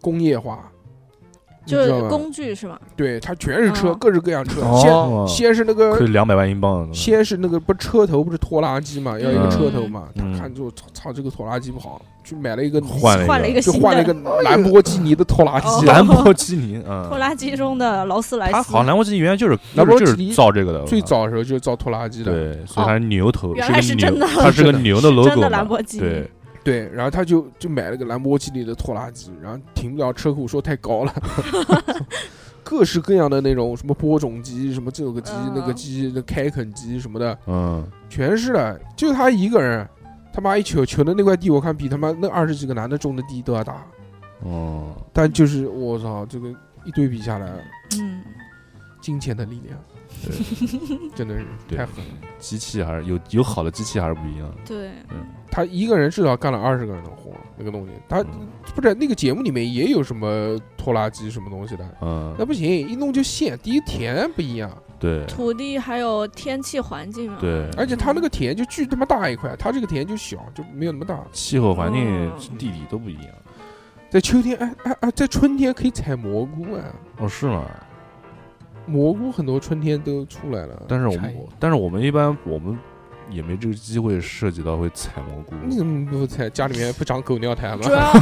[SPEAKER 2] 工业化，你
[SPEAKER 4] 就
[SPEAKER 2] 知道
[SPEAKER 4] 是
[SPEAKER 2] 吗？
[SPEAKER 4] 工具是吗？
[SPEAKER 2] 对，它全是车，
[SPEAKER 4] 哦
[SPEAKER 2] 各式各样车。
[SPEAKER 3] 哦
[SPEAKER 5] 哦
[SPEAKER 2] 先先是那
[SPEAKER 5] 亏
[SPEAKER 2] 个，
[SPEAKER 5] 两百万英镑，
[SPEAKER 2] 先是那个不车头不是拖拉机嘛，要一个
[SPEAKER 5] 嗯
[SPEAKER 2] 车头嘛，
[SPEAKER 5] 嗯
[SPEAKER 2] 他看就操操这个拖拉机不好，去买了一个
[SPEAKER 5] 换了
[SPEAKER 4] 换了一个
[SPEAKER 2] 就
[SPEAKER 4] 新
[SPEAKER 2] 换了一个
[SPEAKER 4] 的
[SPEAKER 2] 兰博基尼的拖拉机
[SPEAKER 4] 哎
[SPEAKER 2] 啊
[SPEAKER 4] 哦，
[SPEAKER 5] 兰博基尼， 嗯，
[SPEAKER 4] 拖拉机中的劳斯莱
[SPEAKER 5] 他
[SPEAKER 4] 斯
[SPEAKER 5] 好，像兰博基尼原来就是
[SPEAKER 2] 兰博基
[SPEAKER 5] 就
[SPEAKER 2] 尼
[SPEAKER 5] 是造这个的，嗯
[SPEAKER 2] 最早的时候就是造拖拉机的，
[SPEAKER 5] 哦对，所以它是牛头，
[SPEAKER 4] 哦原来
[SPEAKER 5] 是
[SPEAKER 4] 是
[SPEAKER 5] 个
[SPEAKER 4] 真
[SPEAKER 5] 牛，
[SPEAKER 4] 的
[SPEAKER 5] 它是个牛的 logo，
[SPEAKER 4] 真的
[SPEAKER 5] 嘛
[SPEAKER 4] 兰博基尼
[SPEAKER 5] 对，
[SPEAKER 2] 对，然后他就就买了个兰博基尼的拖拉机，然后停不了车库，说太高了，各式各样的那种什么播种机，什么这个机、那个
[SPEAKER 4] 嗯
[SPEAKER 2] 机、那开垦机什么的，
[SPEAKER 5] 嗯，
[SPEAKER 2] 全是的，就他一个人，他妈一球球的那块地，我看比他妈那二十几个男的种的地都要大，
[SPEAKER 5] 哦，
[SPEAKER 2] 但就是我操，这个一对比下来，
[SPEAKER 4] 嗯，
[SPEAKER 2] 金钱的力量，真的是
[SPEAKER 5] 对
[SPEAKER 2] 太狠了。
[SPEAKER 5] 机器还是有有好的机器还是不一样，
[SPEAKER 4] 对，
[SPEAKER 2] 他一个人至少干了二十个人的活，那个东西，他
[SPEAKER 5] 嗯
[SPEAKER 2] 不是那个节目里面也有什么拖拉机什么东西的。那
[SPEAKER 5] 嗯，
[SPEAKER 2] 不行，一弄就陷。第一田不一样，
[SPEAKER 5] 对
[SPEAKER 4] 土地还有天气环境啊嘛，
[SPEAKER 5] 对，
[SPEAKER 2] 而且他那个田就巨他妈大一块，他这个田就小，就没有那么大。
[SPEAKER 5] 气候环境
[SPEAKER 4] 哦、
[SPEAKER 5] 地理都不一样，
[SPEAKER 2] 在秋天，哎哎哎，在春天可以采蘑菇啊，
[SPEAKER 5] 哦，是吗？
[SPEAKER 2] 蘑菇很多春天都出来了。
[SPEAKER 5] 但是我
[SPEAKER 2] 采
[SPEAKER 5] 们，但是我们一般我们也没这个机会涉及到会采蘑菇，
[SPEAKER 2] 你怎么不采？家里面不长狗尿苔吗？
[SPEAKER 4] 主要、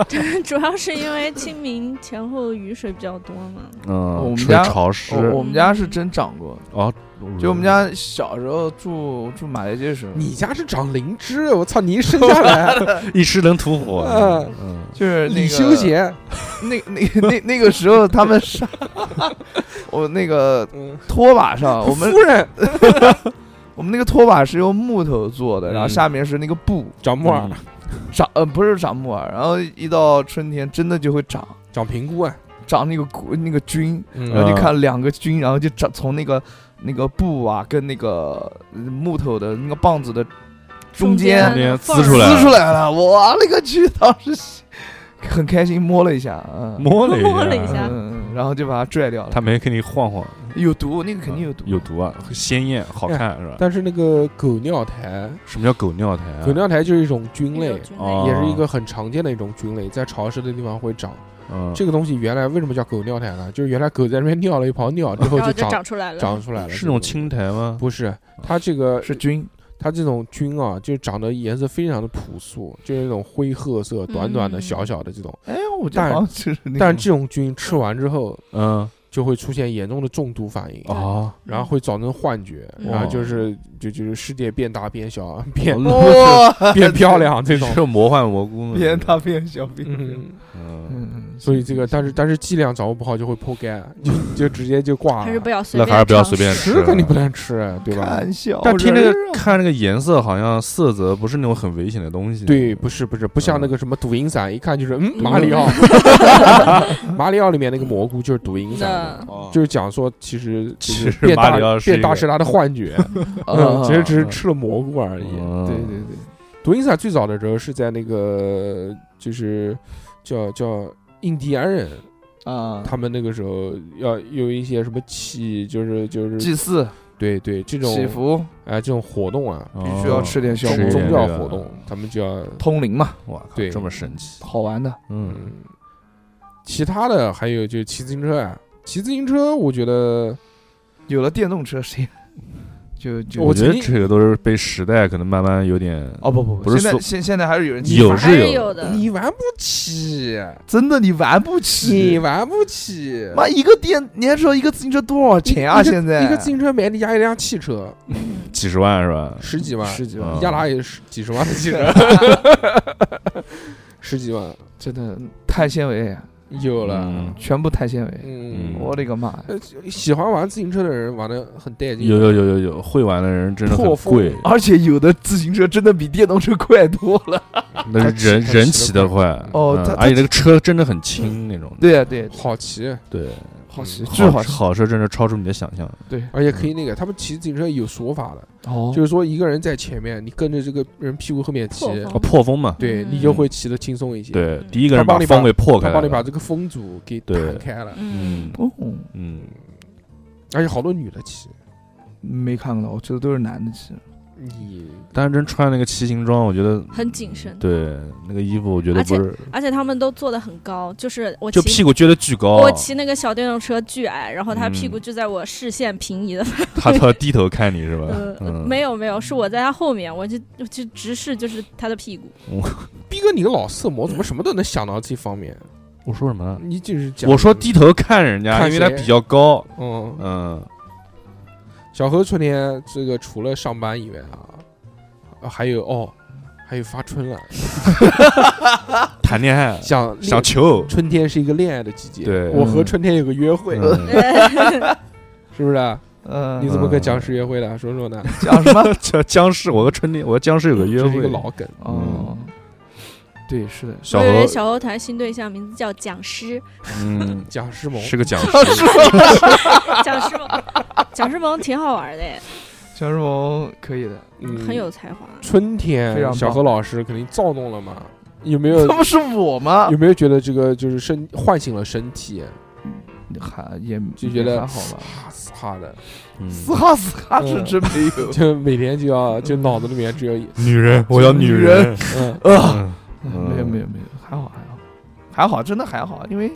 [SPEAKER 4] 嗯对、主要是因为清明前后雨水比较多嘛，
[SPEAKER 3] 哦我
[SPEAKER 5] 嗯，
[SPEAKER 3] 们
[SPEAKER 5] 吹
[SPEAKER 3] 家
[SPEAKER 5] 潮湿
[SPEAKER 3] 哦我我们家是真长过，
[SPEAKER 5] 哦，
[SPEAKER 3] 就我们家小时候住住马来街时候，
[SPEAKER 2] 嗯你家是长灵芝，我操！你一生下 来，
[SPEAKER 5] 一吃能吐火，
[SPEAKER 2] 嗯
[SPEAKER 5] 嗯，
[SPEAKER 3] 就是那
[SPEAKER 2] 李
[SPEAKER 3] 个
[SPEAKER 2] 修贤，
[SPEAKER 3] 那那那那个时候他们上， 我那个
[SPEAKER 2] 嗯，
[SPEAKER 3] 拖把上，我 们
[SPEAKER 2] 夫人
[SPEAKER 5] 嗯
[SPEAKER 3] 我们那个拖把是用木头做的，然后
[SPEAKER 5] 嗯
[SPEAKER 3] 下面是那个布
[SPEAKER 2] 长木耳
[SPEAKER 5] 嗯，
[SPEAKER 3] 长，呃，不是长木耳，然后一到春天真的就会长
[SPEAKER 2] 长平菇啊，
[SPEAKER 3] 长那个菇那个菌，然
[SPEAKER 2] 嗯
[SPEAKER 3] 后
[SPEAKER 5] 嗯
[SPEAKER 3] 就看两个菌，然后就长从那个那个布啊跟那个呃木头的那个棒子的中间
[SPEAKER 5] 中间
[SPEAKER 4] 缝儿
[SPEAKER 5] 滋出来了
[SPEAKER 3] 撕出来了，我勒个去！当时很开心，摸了一下，嗯，
[SPEAKER 5] 摸了
[SPEAKER 4] 摸了一下
[SPEAKER 3] 嗯，然后就把它拽掉了。
[SPEAKER 5] 他没给你晃晃，
[SPEAKER 3] 有毒，那个肯定有毒，哎
[SPEAKER 5] 有毒啊，鲜艳好看是吧？
[SPEAKER 2] 但是那个狗尿苔，
[SPEAKER 5] 什么叫狗尿苔啊？
[SPEAKER 2] 狗尿苔就是一种菌
[SPEAKER 4] 有
[SPEAKER 2] 类，
[SPEAKER 4] 菌
[SPEAKER 5] 哦
[SPEAKER 2] 也是一个很常见的一种菌类，在潮湿的地方会长。
[SPEAKER 5] 嗯，
[SPEAKER 2] 这个东西原来为什么叫狗尿苔呢？就是原来狗在那边尿了一泡尿之后
[SPEAKER 4] 然后就
[SPEAKER 2] 长
[SPEAKER 4] 长出来了，
[SPEAKER 2] 长出来了。
[SPEAKER 5] 是那种青苔吗？
[SPEAKER 2] 不是它这个
[SPEAKER 3] 是菌。
[SPEAKER 2] 它这种菌啊，就长得颜色非常的朴素，就是那种灰褐色、短短的、
[SPEAKER 4] 嗯
[SPEAKER 2] 小小的这种。
[SPEAKER 3] 哎，我觉得
[SPEAKER 2] 但
[SPEAKER 3] 好像就是那个，
[SPEAKER 2] 但这种菌吃完之后，
[SPEAKER 5] 嗯，
[SPEAKER 2] 就会出现严重的中毒反应，
[SPEAKER 5] 哦，
[SPEAKER 2] 然后会造成幻觉，
[SPEAKER 4] 嗯
[SPEAKER 2] 然后就是就就是世界变大变小变
[SPEAKER 3] 哇，
[SPEAKER 2] 变漂亮这种。
[SPEAKER 5] 是魔幻蘑菇吗？
[SPEAKER 3] 变大变小变小，
[SPEAKER 2] 嗯，
[SPEAKER 5] 嗯，
[SPEAKER 3] 嗯，
[SPEAKER 2] 所以这个，但是但是剂量掌握不好就会破盖，就就直接就挂了。
[SPEAKER 4] 还是不要随
[SPEAKER 5] 那
[SPEAKER 4] 便，
[SPEAKER 5] 还是不要随便。
[SPEAKER 2] 吃肯定不能吃，对吧？
[SPEAKER 3] 看笑人啊，
[SPEAKER 5] 但听那个看那个颜色，好像色泽不是那种很危险的东西。
[SPEAKER 2] 对，不是不是，不
[SPEAKER 5] 嗯
[SPEAKER 2] 像那个什么毒蝇伞，一看就是嗯，马里 奥，马里奥里面那个蘑菇就是毒蝇伞，
[SPEAKER 4] 那
[SPEAKER 5] 哦，
[SPEAKER 2] 就是讲说其实
[SPEAKER 5] 其
[SPEAKER 2] 就是
[SPEAKER 5] 实
[SPEAKER 2] 变
[SPEAKER 5] 马
[SPEAKER 2] 大
[SPEAKER 5] 里奥是
[SPEAKER 2] 变
[SPEAKER 5] 一
[SPEAKER 2] 大
[SPEAKER 5] 个
[SPEAKER 2] 是他的幻 觉，嗯
[SPEAKER 3] 啊，
[SPEAKER 2] 其实只是吃了蘑菇而已。
[SPEAKER 5] 嗯
[SPEAKER 2] 对对对，毒蝇伞最早的时候是在那个就是叫叫印第安人，
[SPEAKER 3] 啊，
[SPEAKER 2] 他们那个时候要有一些什么祈，就是就是
[SPEAKER 3] 祭祀、
[SPEAKER 2] 对对这种
[SPEAKER 3] 祈福
[SPEAKER 2] 哎这种活动啊，
[SPEAKER 5] 哦
[SPEAKER 3] 必须要吃点小
[SPEAKER 5] 吃
[SPEAKER 3] 蘑
[SPEAKER 2] 宗
[SPEAKER 5] 一
[SPEAKER 2] 宗
[SPEAKER 3] 菇
[SPEAKER 5] 点，这
[SPEAKER 2] 教
[SPEAKER 5] 个嗯
[SPEAKER 2] 活动，他们就要
[SPEAKER 3] 通灵嘛，
[SPEAKER 5] 哇靠，
[SPEAKER 2] 对
[SPEAKER 5] 这么神奇，
[SPEAKER 3] 好玩的。
[SPEAKER 5] 嗯，
[SPEAKER 2] 嗯，其他的还有就骑自行车啊，骑自行车我觉得
[SPEAKER 3] 有了电动 车，谁就就
[SPEAKER 2] 我
[SPEAKER 5] 我觉得
[SPEAKER 2] 曾经
[SPEAKER 5] 这个都是被时代可能慢慢有点
[SPEAKER 3] 哦不不
[SPEAKER 5] 不是
[SPEAKER 3] 现在
[SPEAKER 5] 所
[SPEAKER 3] 现现在还是有人
[SPEAKER 5] 有
[SPEAKER 4] 还
[SPEAKER 5] 是
[SPEAKER 4] 是有的。
[SPEAKER 2] 你玩不起，
[SPEAKER 3] 真的你玩不
[SPEAKER 2] 你
[SPEAKER 3] 起，
[SPEAKER 2] 玩不起。
[SPEAKER 3] 妈一个电，你还知道一个自行车多少钱啊？
[SPEAKER 2] 一个
[SPEAKER 3] 现在嗯
[SPEAKER 2] 一个自 行车买你压一辆汽车，
[SPEAKER 5] 几十万是吧？
[SPEAKER 2] 十几万，
[SPEAKER 3] 十几
[SPEAKER 5] 嗯
[SPEAKER 3] 万，
[SPEAKER 2] 压哪也是几十万的汽车， 十几万
[SPEAKER 3] 真的碳纤维，
[SPEAKER 2] 有了
[SPEAKER 5] 嗯。，
[SPEAKER 3] 全部碳纤维，
[SPEAKER 2] 嗯，
[SPEAKER 5] 嗯
[SPEAKER 3] 我的个妈呀！
[SPEAKER 2] 呃喜欢玩自行车的人玩的很带劲，
[SPEAKER 5] 有有有有有，会玩的人真的很
[SPEAKER 2] 破风
[SPEAKER 5] 贵，
[SPEAKER 3] 而且有的自行车真的比电动车快多了。
[SPEAKER 5] 那
[SPEAKER 2] 他骑
[SPEAKER 5] 人
[SPEAKER 2] 他
[SPEAKER 5] 人
[SPEAKER 2] 骑得
[SPEAKER 5] 骑得
[SPEAKER 2] 快
[SPEAKER 5] 快
[SPEAKER 3] 哦
[SPEAKER 5] 嗯
[SPEAKER 3] 他他
[SPEAKER 5] 而且这个车真的很轻那种，
[SPEAKER 3] 对啊，对，
[SPEAKER 2] 好骑，
[SPEAKER 5] 对，
[SPEAKER 3] 好骑，
[SPEAKER 5] 好
[SPEAKER 3] 是好骑，
[SPEAKER 5] 好车真的超出你的想象，
[SPEAKER 3] 对，
[SPEAKER 2] 而且可以那个，他们骑自行车有锁法的，
[SPEAKER 3] 哦
[SPEAKER 2] 就是说一个人在前面，你跟着这个人屁股后面骑
[SPEAKER 4] 破，风
[SPEAKER 5] 啊破风嘛，
[SPEAKER 2] 对
[SPEAKER 4] 嗯
[SPEAKER 2] 你就会骑得轻松一些。，
[SPEAKER 5] 对，第一个人
[SPEAKER 2] 他帮你把
[SPEAKER 5] 风给破开
[SPEAKER 2] 他
[SPEAKER 5] 了，
[SPEAKER 2] 帮你把这个风阻给
[SPEAKER 5] 对
[SPEAKER 2] 弹开了，
[SPEAKER 5] 嗯
[SPEAKER 3] 哦，
[SPEAKER 5] 嗯，
[SPEAKER 2] 而且好多女的骑，
[SPEAKER 3] 没看到，我觉得都是男的骑。
[SPEAKER 2] 你
[SPEAKER 5] 但是真穿那个骑行装，我觉得
[SPEAKER 4] 很谨慎，
[SPEAKER 5] 对那个衣服，我觉得
[SPEAKER 4] 而且
[SPEAKER 5] 不是，
[SPEAKER 4] 而且他们都坐得很高，就是我
[SPEAKER 5] 就
[SPEAKER 4] 骑
[SPEAKER 5] 屁股撅得巨高，
[SPEAKER 4] 我骑那个小电动车巨矮，然后他
[SPEAKER 5] 嗯
[SPEAKER 4] 屁股就在我视线平移的，
[SPEAKER 5] 他他低头看你是吧？
[SPEAKER 4] 呃，
[SPEAKER 5] 嗯，
[SPEAKER 4] 没有没有，是我在他后面，我就我就直视就是他的屁股，
[SPEAKER 2] 逼哥，你个老色魔，怎么什么都能想到这方面？啊
[SPEAKER 5] 我说什么了？
[SPEAKER 2] 你就是讲
[SPEAKER 5] 我说低头看人家，
[SPEAKER 2] 看
[SPEAKER 5] 因为
[SPEAKER 2] 谁
[SPEAKER 5] 他比较高，
[SPEAKER 2] 嗯，
[SPEAKER 5] 嗯，
[SPEAKER 2] 小何春天这个除了上班以外啊，啊还有哦，还有发 春了，
[SPEAKER 5] 谈恋爱
[SPEAKER 2] 想恋
[SPEAKER 5] 想求，
[SPEAKER 2] 春天是一个恋爱的季节，
[SPEAKER 5] 对
[SPEAKER 2] 我和春天有个约会，
[SPEAKER 5] 嗯
[SPEAKER 2] 是不是？
[SPEAKER 3] 嗯
[SPEAKER 2] 你怎么跟僵尸约会了？说说呢？
[SPEAKER 3] 讲什么？
[SPEAKER 5] 僵僵尸，我和春天，我和僵 尸有个约
[SPEAKER 2] 这是一
[SPEAKER 5] 会
[SPEAKER 2] 个，老梗，
[SPEAKER 5] 嗯
[SPEAKER 3] 哦，对，是的，
[SPEAKER 5] 小
[SPEAKER 4] 我以为
[SPEAKER 5] 何，
[SPEAKER 4] 小欧谈新对象名字叫蒋诗，
[SPEAKER 5] 嗯，
[SPEAKER 2] 僵尸萌。
[SPEAKER 5] 是个僵尸，
[SPEAKER 4] 蒋诗萌，蒋诗萌挺好玩的哎，
[SPEAKER 3] 江世萌可以的。
[SPEAKER 2] 嗯
[SPEAKER 4] 很有才华。
[SPEAKER 2] 春
[SPEAKER 3] 非常
[SPEAKER 2] 天，
[SPEAKER 3] 棒
[SPEAKER 2] 小何老师肯定躁动了嘛？有没有
[SPEAKER 3] 他不是我吗
[SPEAKER 2] 有？没有觉得这个就是身唤醒了身体，
[SPEAKER 3] 还也
[SPEAKER 2] 就觉得
[SPEAKER 3] 还好吧。
[SPEAKER 2] 哈嘶哈的，
[SPEAKER 5] 嗯
[SPEAKER 3] 死哈死哈是
[SPEAKER 2] 嗯
[SPEAKER 3] 真没有。
[SPEAKER 2] 就每天就要就脑子里面只有一
[SPEAKER 5] 女人，我要女人，
[SPEAKER 2] 嗯，
[SPEAKER 3] 呃
[SPEAKER 5] 嗯
[SPEAKER 3] 没有没有没有，还好还好，还好真的还好，因为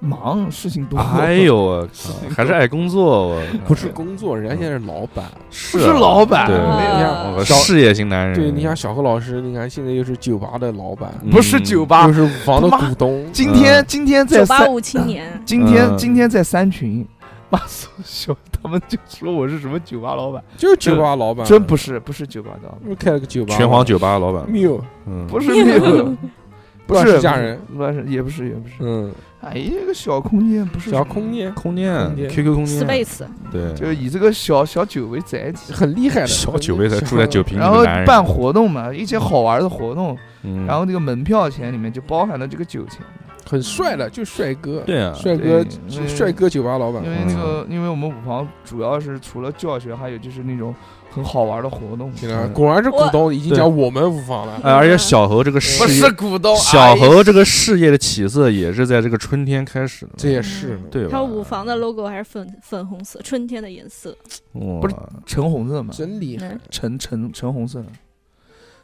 [SPEAKER 3] 忙事情多。
[SPEAKER 5] 哎呦，我 靠还是爱工作，我靠
[SPEAKER 2] 不是工作，人家现在是老板。
[SPEAKER 5] 是
[SPEAKER 3] 不是老板，
[SPEAKER 5] 对
[SPEAKER 2] 你
[SPEAKER 4] 啊
[SPEAKER 2] 看
[SPEAKER 5] 我
[SPEAKER 2] 小
[SPEAKER 5] 事业型男人，
[SPEAKER 2] 呃对，你像小何老师，你看现在又是酒吧的老板，
[SPEAKER 5] 嗯
[SPEAKER 3] 不是酒吧
[SPEAKER 2] 又。是舞房的
[SPEAKER 3] 他妈
[SPEAKER 2] 股东，
[SPEAKER 3] 今天
[SPEAKER 5] 嗯
[SPEAKER 3] 今天在
[SPEAKER 4] 九八
[SPEAKER 3] 三，
[SPEAKER 4] 五青年，
[SPEAKER 3] 今天
[SPEAKER 5] 嗯
[SPEAKER 3] 今天在三群，妈所小他们就说我是什么酒吧老板，
[SPEAKER 2] 就是酒吧老
[SPEAKER 5] 嗯
[SPEAKER 2] 板，
[SPEAKER 3] 真不是不是酒吧的，
[SPEAKER 2] 又开了个酒吧，
[SPEAKER 5] 拳皇酒吧老板，
[SPEAKER 2] 缪，
[SPEAKER 5] 嗯，
[SPEAKER 3] 不是那个，不
[SPEAKER 2] 乱
[SPEAKER 3] 是
[SPEAKER 2] 世佳人，，
[SPEAKER 3] 不是也不是也不是，
[SPEAKER 2] 嗯，
[SPEAKER 3] 哎，一个小空间不是
[SPEAKER 2] 小
[SPEAKER 3] 什么
[SPEAKER 2] 空，间
[SPEAKER 5] 空间
[SPEAKER 2] 空间
[SPEAKER 5] QQ 空间，
[SPEAKER 4] Space
[SPEAKER 5] 对，
[SPEAKER 3] 就以这个小小酒为载体，
[SPEAKER 2] 很厉害的，
[SPEAKER 5] 小酒杯才住在酒瓶里
[SPEAKER 3] 然后
[SPEAKER 5] 的男人，
[SPEAKER 3] 办活动嘛，一些好玩的活动，
[SPEAKER 5] 嗯
[SPEAKER 3] 然后这个门票钱里面就包含了这个酒钱，
[SPEAKER 2] 很帅的，就帅哥，
[SPEAKER 5] 对啊，
[SPEAKER 2] 帅哥
[SPEAKER 3] 对，
[SPEAKER 2] 就
[SPEAKER 3] 嗯
[SPEAKER 2] 帅哥酒吧老板
[SPEAKER 3] 因，为那个，因为我们五房主要是除了教学，还有就是那种很好玩的活动。
[SPEAKER 2] 听到果然是股东，已经讲我们五房了，
[SPEAKER 5] 呃，而且小何这个事
[SPEAKER 3] 不
[SPEAKER 5] 业
[SPEAKER 3] 是，哎股东，
[SPEAKER 5] 小何这个事业的起色也是在这个春天开始的，
[SPEAKER 2] 这也是
[SPEAKER 5] 对吧？
[SPEAKER 4] 他五房的 logo 还是粉粉红色，春天的颜色。
[SPEAKER 5] 不
[SPEAKER 3] 不是橙红
[SPEAKER 5] 嗯
[SPEAKER 3] 色嘛，
[SPEAKER 2] 真
[SPEAKER 4] 嗯
[SPEAKER 2] 厉害。
[SPEAKER 3] 橙橙橙红色。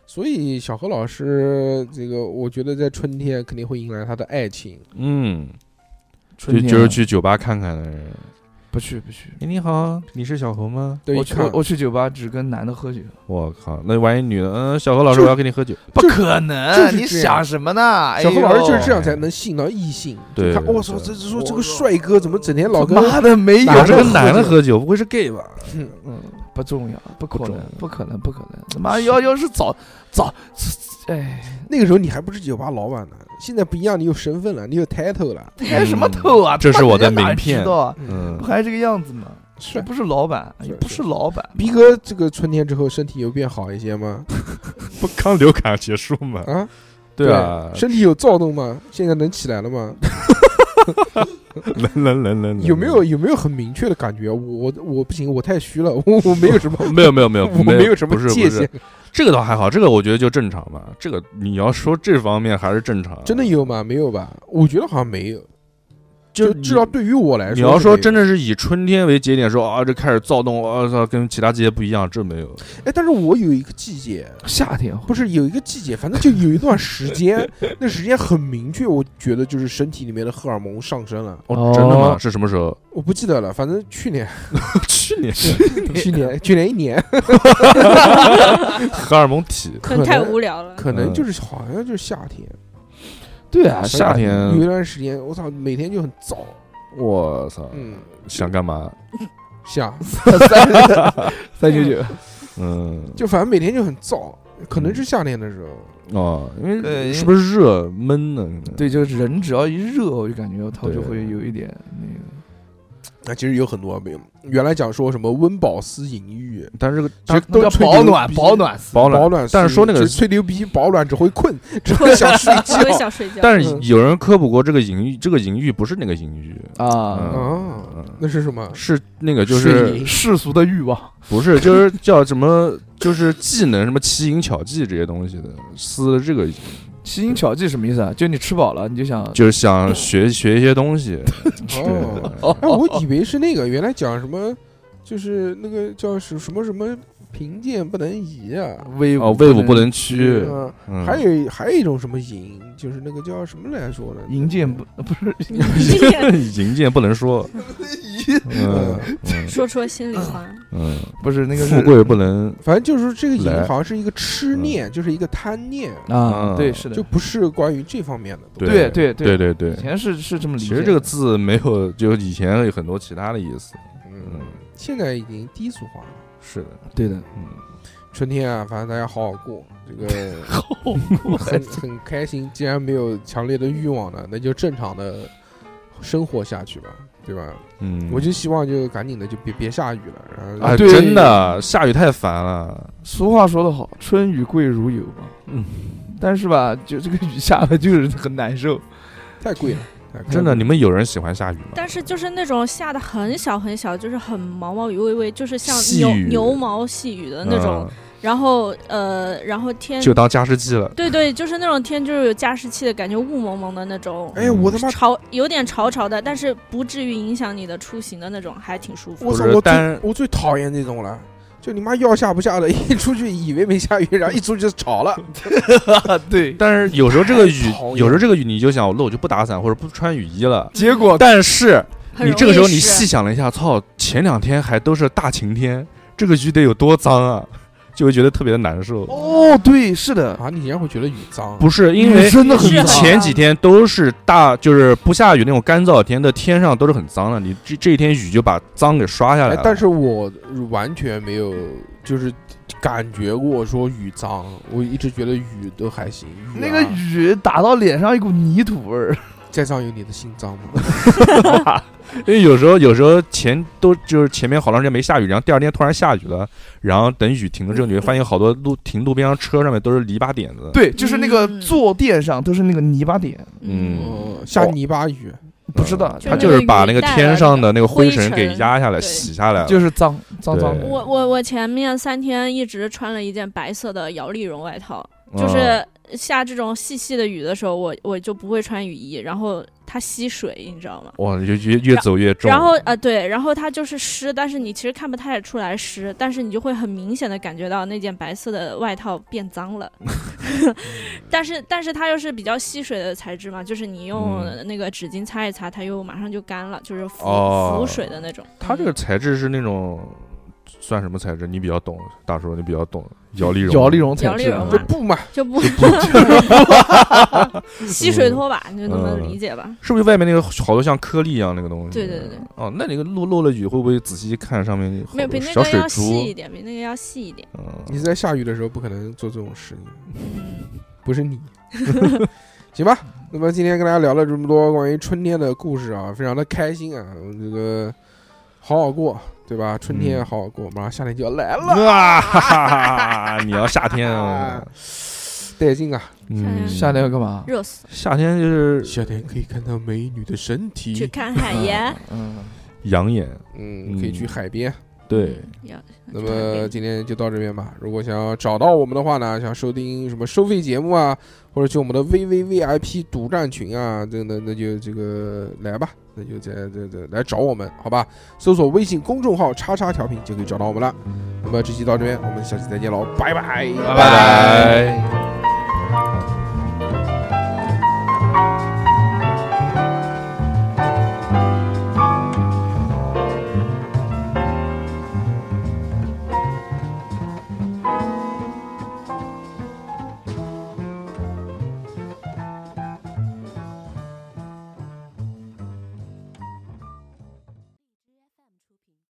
[SPEAKER 2] 所以小何老师，这个我觉得在春天肯定会迎来他的爱情。
[SPEAKER 5] 嗯，就
[SPEAKER 3] 春天啊
[SPEAKER 5] 就是去酒吧看看的人。
[SPEAKER 3] 不去不去，
[SPEAKER 5] 哎，你好，你是小何吗？
[SPEAKER 2] 对，
[SPEAKER 3] 我
[SPEAKER 2] 一
[SPEAKER 3] 去
[SPEAKER 2] 看
[SPEAKER 3] 我去酒吧只跟男的喝酒，
[SPEAKER 5] 我靠，那万一女的，嗯，小何老师，
[SPEAKER 2] 就
[SPEAKER 5] 我要跟你 喝酒。
[SPEAKER 3] 不
[SPEAKER 2] 就是
[SPEAKER 3] 可
[SPEAKER 2] 就是
[SPEAKER 3] 能！你
[SPEAKER 2] 这样
[SPEAKER 3] 想什么呢？
[SPEAKER 2] 小何老师就是
[SPEAKER 3] 哎
[SPEAKER 2] 这样才能吸引到异性。
[SPEAKER 5] 对
[SPEAKER 2] 他我操，
[SPEAKER 5] 对
[SPEAKER 2] 这这说这个帅哥怎么整天老
[SPEAKER 3] 呦
[SPEAKER 2] 跟
[SPEAKER 3] 妈的没有
[SPEAKER 2] 哪
[SPEAKER 5] 要
[SPEAKER 2] 是
[SPEAKER 5] 是
[SPEAKER 2] 个
[SPEAKER 5] 跟男的喝酒，不会是 gay 吧？
[SPEAKER 3] 嗯，不重要，不可
[SPEAKER 5] 重
[SPEAKER 3] 能
[SPEAKER 5] 要，
[SPEAKER 3] 不可能，不可能！他妈要要是早早，哎，
[SPEAKER 2] 那个时候你还不是酒吧老板呢，现在不一样，你有身份了，你有 title 了。
[SPEAKER 3] 开什么头啊？
[SPEAKER 5] 这是我的
[SPEAKER 3] 人家哪
[SPEAKER 5] 名片
[SPEAKER 3] 知道啊，
[SPEAKER 5] 嗯
[SPEAKER 3] 不，还这个样子吗？
[SPEAKER 2] 是
[SPEAKER 3] 不是老板，
[SPEAKER 2] 是
[SPEAKER 3] 也不是老板，
[SPEAKER 2] 逼哥，这个春天之后身体有变好一些吗？
[SPEAKER 5] 不刚流感结束吗？
[SPEAKER 2] 啊，
[SPEAKER 5] 对啊，嗯
[SPEAKER 2] 身体有躁动吗？现在能起来了吗？
[SPEAKER 5] 冷冷冷冷，
[SPEAKER 2] 有没有有没有很明确的感觉？我我我不行，我太虚了，我我没有什么，
[SPEAKER 5] 没有没有 没有，
[SPEAKER 2] 我
[SPEAKER 5] 没
[SPEAKER 2] 没有什么
[SPEAKER 5] 不是啊不
[SPEAKER 2] 界
[SPEAKER 5] 是
[SPEAKER 2] 限，
[SPEAKER 5] 这个倒还好，这个我觉得就正常吧。这个你要说这方面还是正常，
[SPEAKER 2] 真的有吗？没有吧？我觉得好像没有，就
[SPEAKER 3] 你
[SPEAKER 2] 至少对于我来说，
[SPEAKER 5] 你要
[SPEAKER 2] 说
[SPEAKER 5] 说真的是以春天为节点说啊，这开始躁动，我、操，跟其他季节不一样，这没有。
[SPEAKER 2] 哎，但是我有一个季节，
[SPEAKER 3] 夏天
[SPEAKER 2] 不是有一个季节，反正就有一段时间，那时间很明确，我觉得就是身体里面的荷尔蒙上升了，
[SPEAKER 3] 哦
[SPEAKER 5] 真的吗？是什么时候？
[SPEAKER 2] 我不记得了，反正去年
[SPEAKER 5] 去年
[SPEAKER 2] 去年去年一年，
[SPEAKER 5] 荷尔蒙体，
[SPEAKER 2] 可
[SPEAKER 4] 能太
[SPEAKER 2] 能
[SPEAKER 4] 无聊了。
[SPEAKER 2] 可能
[SPEAKER 5] 嗯
[SPEAKER 2] 就是好像就是夏天，
[SPEAKER 3] 对啊，
[SPEAKER 5] 夏
[SPEAKER 3] 夏
[SPEAKER 5] 天
[SPEAKER 2] 有一段时间，我操，每天就很燥，
[SPEAKER 5] 我操，
[SPEAKER 2] 嗯，啊
[SPEAKER 5] 想干嘛？
[SPEAKER 2] 下
[SPEAKER 3] 三九九，
[SPEAKER 5] 嗯，
[SPEAKER 2] 就反正每天就很燥，可能是夏天的时候，
[SPEAKER 5] 哦，因
[SPEAKER 3] 对因
[SPEAKER 5] 为
[SPEAKER 3] 为
[SPEAKER 5] 是不是热闷呢？可能，
[SPEAKER 3] 对，就是人只要一热，我就感觉他
[SPEAKER 5] 对
[SPEAKER 3] 就会有一点那
[SPEAKER 2] 那其实有很多没有，原来讲说什么温饱思淫欲，
[SPEAKER 5] 但是这个
[SPEAKER 2] 其实
[SPEAKER 3] 个，
[SPEAKER 2] 都
[SPEAKER 3] 叫
[SPEAKER 2] 是吹牛
[SPEAKER 3] 保暖
[SPEAKER 2] 逼
[SPEAKER 3] 保暖丝，
[SPEAKER 5] 保暖
[SPEAKER 2] 保暖思淫欲，
[SPEAKER 5] 但是说那个
[SPEAKER 2] 就是吹牛逼保暖只会困，只会想 睡觉
[SPEAKER 4] 特别想睡觉。
[SPEAKER 5] 但是有人科普过这个淫欲，这个淫欲不是那个淫欲，
[SPEAKER 3] 啊，
[SPEAKER 2] 啊，那是什么？
[SPEAKER 5] 是那个就
[SPEAKER 2] 水
[SPEAKER 5] 是
[SPEAKER 2] 银
[SPEAKER 3] 世俗的欲望，
[SPEAKER 5] 不是就是叫什么就是技能什么奇淫巧技这些东西的，思这个
[SPEAKER 3] 奇淫巧技什么意思啊？就你吃饱了，你就想
[SPEAKER 5] 就是想学学一些东西。
[SPEAKER 2] 哦，
[SPEAKER 5] 对
[SPEAKER 2] 哎，我以为是那个，原来讲什么，就是那个叫什什么什么贫贱不能移啊，
[SPEAKER 3] 威
[SPEAKER 5] 哦，
[SPEAKER 3] 武
[SPEAKER 5] 威武不能屈。
[SPEAKER 2] 嗯，
[SPEAKER 5] 嗯
[SPEAKER 2] 还有一还有一种什么淫，就是那个叫什么来说呢？
[SPEAKER 3] 银剑不呃不是
[SPEAKER 4] 你这 个
[SPEAKER 5] 银剑不能说，
[SPEAKER 2] 呃
[SPEAKER 5] 嗯嗯
[SPEAKER 4] 说出了心里话，
[SPEAKER 5] 嗯，
[SPEAKER 3] 不是那个
[SPEAKER 5] 富
[SPEAKER 3] 是
[SPEAKER 5] 贵不能
[SPEAKER 2] 反正就是这个淫
[SPEAKER 5] 来
[SPEAKER 2] 好像是一个痴念，就是一个贪念，
[SPEAKER 5] 啊
[SPEAKER 3] 啊，对，是的
[SPEAKER 2] 就，不是关于这方面的东西。嗯
[SPEAKER 3] 对对
[SPEAKER 5] 对
[SPEAKER 3] 对，
[SPEAKER 5] 对对
[SPEAKER 3] 以。前是是这么理
[SPEAKER 5] 其
[SPEAKER 3] 解的。
[SPEAKER 5] 实这个字没有，就以前有很多其他的意思。
[SPEAKER 2] 嗯，现在已经低俗化了。
[SPEAKER 5] 是的，
[SPEAKER 3] 对的，
[SPEAKER 5] 嗯，
[SPEAKER 2] 春天啊，反正大家好好过，这个 很很开心。既然没有强烈的欲望呢，那就正常的生活下去吧，对吧？
[SPEAKER 5] 嗯
[SPEAKER 2] 我就希望就赶紧的就别别下雨了，然后
[SPEAKER 5] 哎，
[SPEAKER 3] 对
[SPEAKER 5] 真的下雨太烦了。
[SPEAKER 3] 俗话说得好，“春雨贵如油”嘛。
[SPEAKER 5] 嗯，
[SPEAKER 3] 但是吧，就这个雨下的就是很难受。
[SPEAKER 2] 太贵了，太贵了
[SPEAKER 5] 真的，你们有人喜欢下雨吗？
[SPEAKER 4] 但是就是那种下的很小很小，就是很毛毛雨微微，就是像
[SPEAKER 5] 细
[SPEAKER 4] 牛
[SPEAKER 5] 雨
[SPEAKER 4] 牛毛细雨的那种。
[SPEAKER 5] 嗯
[SPEAKER 4] 然后呃，然后天，
[SPEAKER 5] 就当加湿器了。
[SPEAKER 4] 对对，就是那种天就是有加湿器的感觉，雾蒙蒙的那种。
[SPEAKER 2] 哎，我他妈，
[SPEAKER 4] 潮有点潮潮的，但是不至于影响你的出行的那种，还挺舒服。
[SPEAKER 2] 我操，
[SPEAKER 5] 不
[SPEAKER 2] 我
[SPEAKER 5] 是
[SPEAKER 2] 最
[SPEAKER 5] 但
[SPEAKER 2] 我最讨厌这种了。就你妈要下不下的， 一出去以为没下雨，然后一出去就吵 了。
[SPEAKER 3] 对，
[SPEAKER 5] 但是有时候这个雨
[SPEAKER 2] 太讨，厌哦
[SPEAKER 5] 有时候这个雨你就想，那我就不打伞或者不穿雨衣了。
[SPEAKER 3] 结果
[SPEAKER 5] 但是
[SPEAKER 4] 很
[SPEAKER 5] 你
[SPEAKER 4] 容
[SPEAKER 5] 这个
[SPEAKER 4] 易
[SPEAKER 5] 时候你
[SPEAKER 4] 湿
[SPEAKER 5] 细想了一下，操，前两天还都是大晴天，这个雨得有多脏啊，就会觉得特别的难受。
[SPEAKER 3] 哦，对，是的，
[SPEAKER 2] 啊，你竟然会觉得雨脏？
[SPEAKER 5] 不是因为
[SPEAKER 3] 雨真的很
[SPEAKER 5] 你
[SPEAKER 4] 是
[SPEAKER 3] 脏
[SPEAKER 5] 前几天都是大，就是不下雨那种干燥天的天上都是很脏的，你这这一天雨就把脏给刷下来
[SPEAKER 2] 哎
[SPEAKER 5] 了。，
[SPEAKER 2] 但是我完全没有就是感觉过说雨脏，我一直觉得雨都还行。雨啊
[SPEAKER 3] 那个雨打到脸上一股泥土味儿。
[SPEAKER 2] 再上有你的心脏 吗？
[SPEAKER 5] 因为有时候有时候前都就是前面好长时间没下雨，然后第二天突然下雨了，然后等雨停了之后，你会发现好多路停路边上车上面都是泥巴点子。
[SPEAKER 3] 对，就是那个
[SPEAKER 4] 嗯
[SPEAKER 3] 坐垫上都是那个泥巴点，
[SPEAKER 5] 嗯
[SPEAKER 2] 哦，下泥巴雨，
[SPEAKER 3] 不知道，
[SPEAKER 4] 就
[SPEAKER 5] 他
[SPEAKER 4] 那
[SPEAKER 5] 就
[SPEAKER 4] 个
[SPEAKER 5] 是把
[SPEAKER 4] 雨
[SPEAKER 5] 那个
[SPEAKER 4] 带
[SPEAKER 5] 天
[SPEAKER 4] 来
[SPEAKER 5] 上
[SPEAKER 4] 的
[SPEAKER 5] 的那个
[SPEAKER 4] 灰
[SPEAKER 5] 尘给
[SPEAKER 4] 尘
[SPEAKER 5] 压下来、
[SPEAKER 4] 对
[SPEAKER 5] 洗下来了。
[SPEAKER 3] 就是脏脏脏
[SPEAKER 5] 对
[SPEAKER 3] 的。
[SPEAKER 4] 我我我前面三天一直穿了一件白色的摇粒绒外套，就
[SPEAKER 5] 嗯
[SPEAKER 4] 是下这种细细的雨的时候，我我就不会穿雨衣，然后它吸水，你知道吗？
[SPEAKER 5] 哇，就越越走越重。
[SPEAKER 4] 然后呃对，然后它就是湿，但是你其实看不太出来湿，但是你就会很明显的感觉到那件白色的外套变脏 了。 但是但是它又是比较吸水的材质嘛，就是你用
[SPEAKER 5] 嗯
[SPEAKER 4] 那个纸巾擦一擦，它又马上就干了，就是浮、
[SPEAKER 5] 哦
[SPEAKER 4] 浮水的那种。嗯
[SPEAKER 5] 它这个材质是那种算什么材质？你比较懂，大叔你比较懂摇粒绒。
[SPEAKER 3] 摇粒绒材
[SPEAKER 4] 摇粒
[SPEAKER 3] 质，啊
[SPEAKER 4] 绒
[SPEAKER 2] 就
[SPEAKER 4] 嘛
[SPEAKER 2] 不嘛，
[SPEAKER 4] 就不 吸水拖把，你就那么理解吧。
[SPEAKER 5] 是不是外面那个好多像颗粒一样那个东西？
[SPEAKER 4] 对对对对。
[SPEAKER 5] 哦，那那个露漏了雨，会不会仔细看上面好
[SPEAKER 4] 没有比
[SPEAKER 5] 多
[SPEAKER 4] 那
[SPEAKER 5] 小
[SPEAKER 4] 个
[SPEAKER 5] 水
[SPEAKER 4] 要细一
[SPEAKER 5] 珠？
[SPEAKER 4] 点，比那个要细一点。
[SPEAKER 2] 你
[SPEAKER 5] 嗯，
[SPEAKER 2] 在下雨的时候不可能做这种事情，
[SPEAKER 4] 嗯，
[SPEAKER 2] 不 是你。行吧，那么今天跟大家聊了这么多关于春天的故事啊，非常的开心啊，这个好好过，对吧？春天
[SPEAKER 5] 嗯
[SPEAKER 2] 好好过，马上夏天就要来了，
[SPEAKER 5] 哇哈哈哈 哈！你要夏天啊
[SPEAKER 2] 啊，带劲啊！
[SPEAKER 5] 嗯，
[SPEAKER 3] 夏天要干嘛？
[SPEAKER 4] 热死，
[SPEAKER 5] 夏天就是
[SPEAKER 2] 夏天可以看到美女的身
[SPEAKER 4] 去
[SPEAKER 5] 嗯
[SPEAKER 2] 体，
[SPEAKER 4] 看海盐。
[SPEAKER 3] 嗯，
[SPEAKER 5] 养眼，
[SPEAKER 2] 嗯，可以去海边，
[SPEAKER 5] 对，
[SPEAKER 4] 要
[SPEAKER 2] 那么今天就到这边吧。如果想要找到我们的话呢，想收听什么收费节目啊，或者去我们的 VVVIP 独占群啊，这那那就这个来吧，那就这这这来找我们，好吧？搜索微信公众号“叉叉调频”就可以找到我们了。那么这期到这边，我们下期再见喽，拜拜，拜
[SPEAKER 5] 拜拜。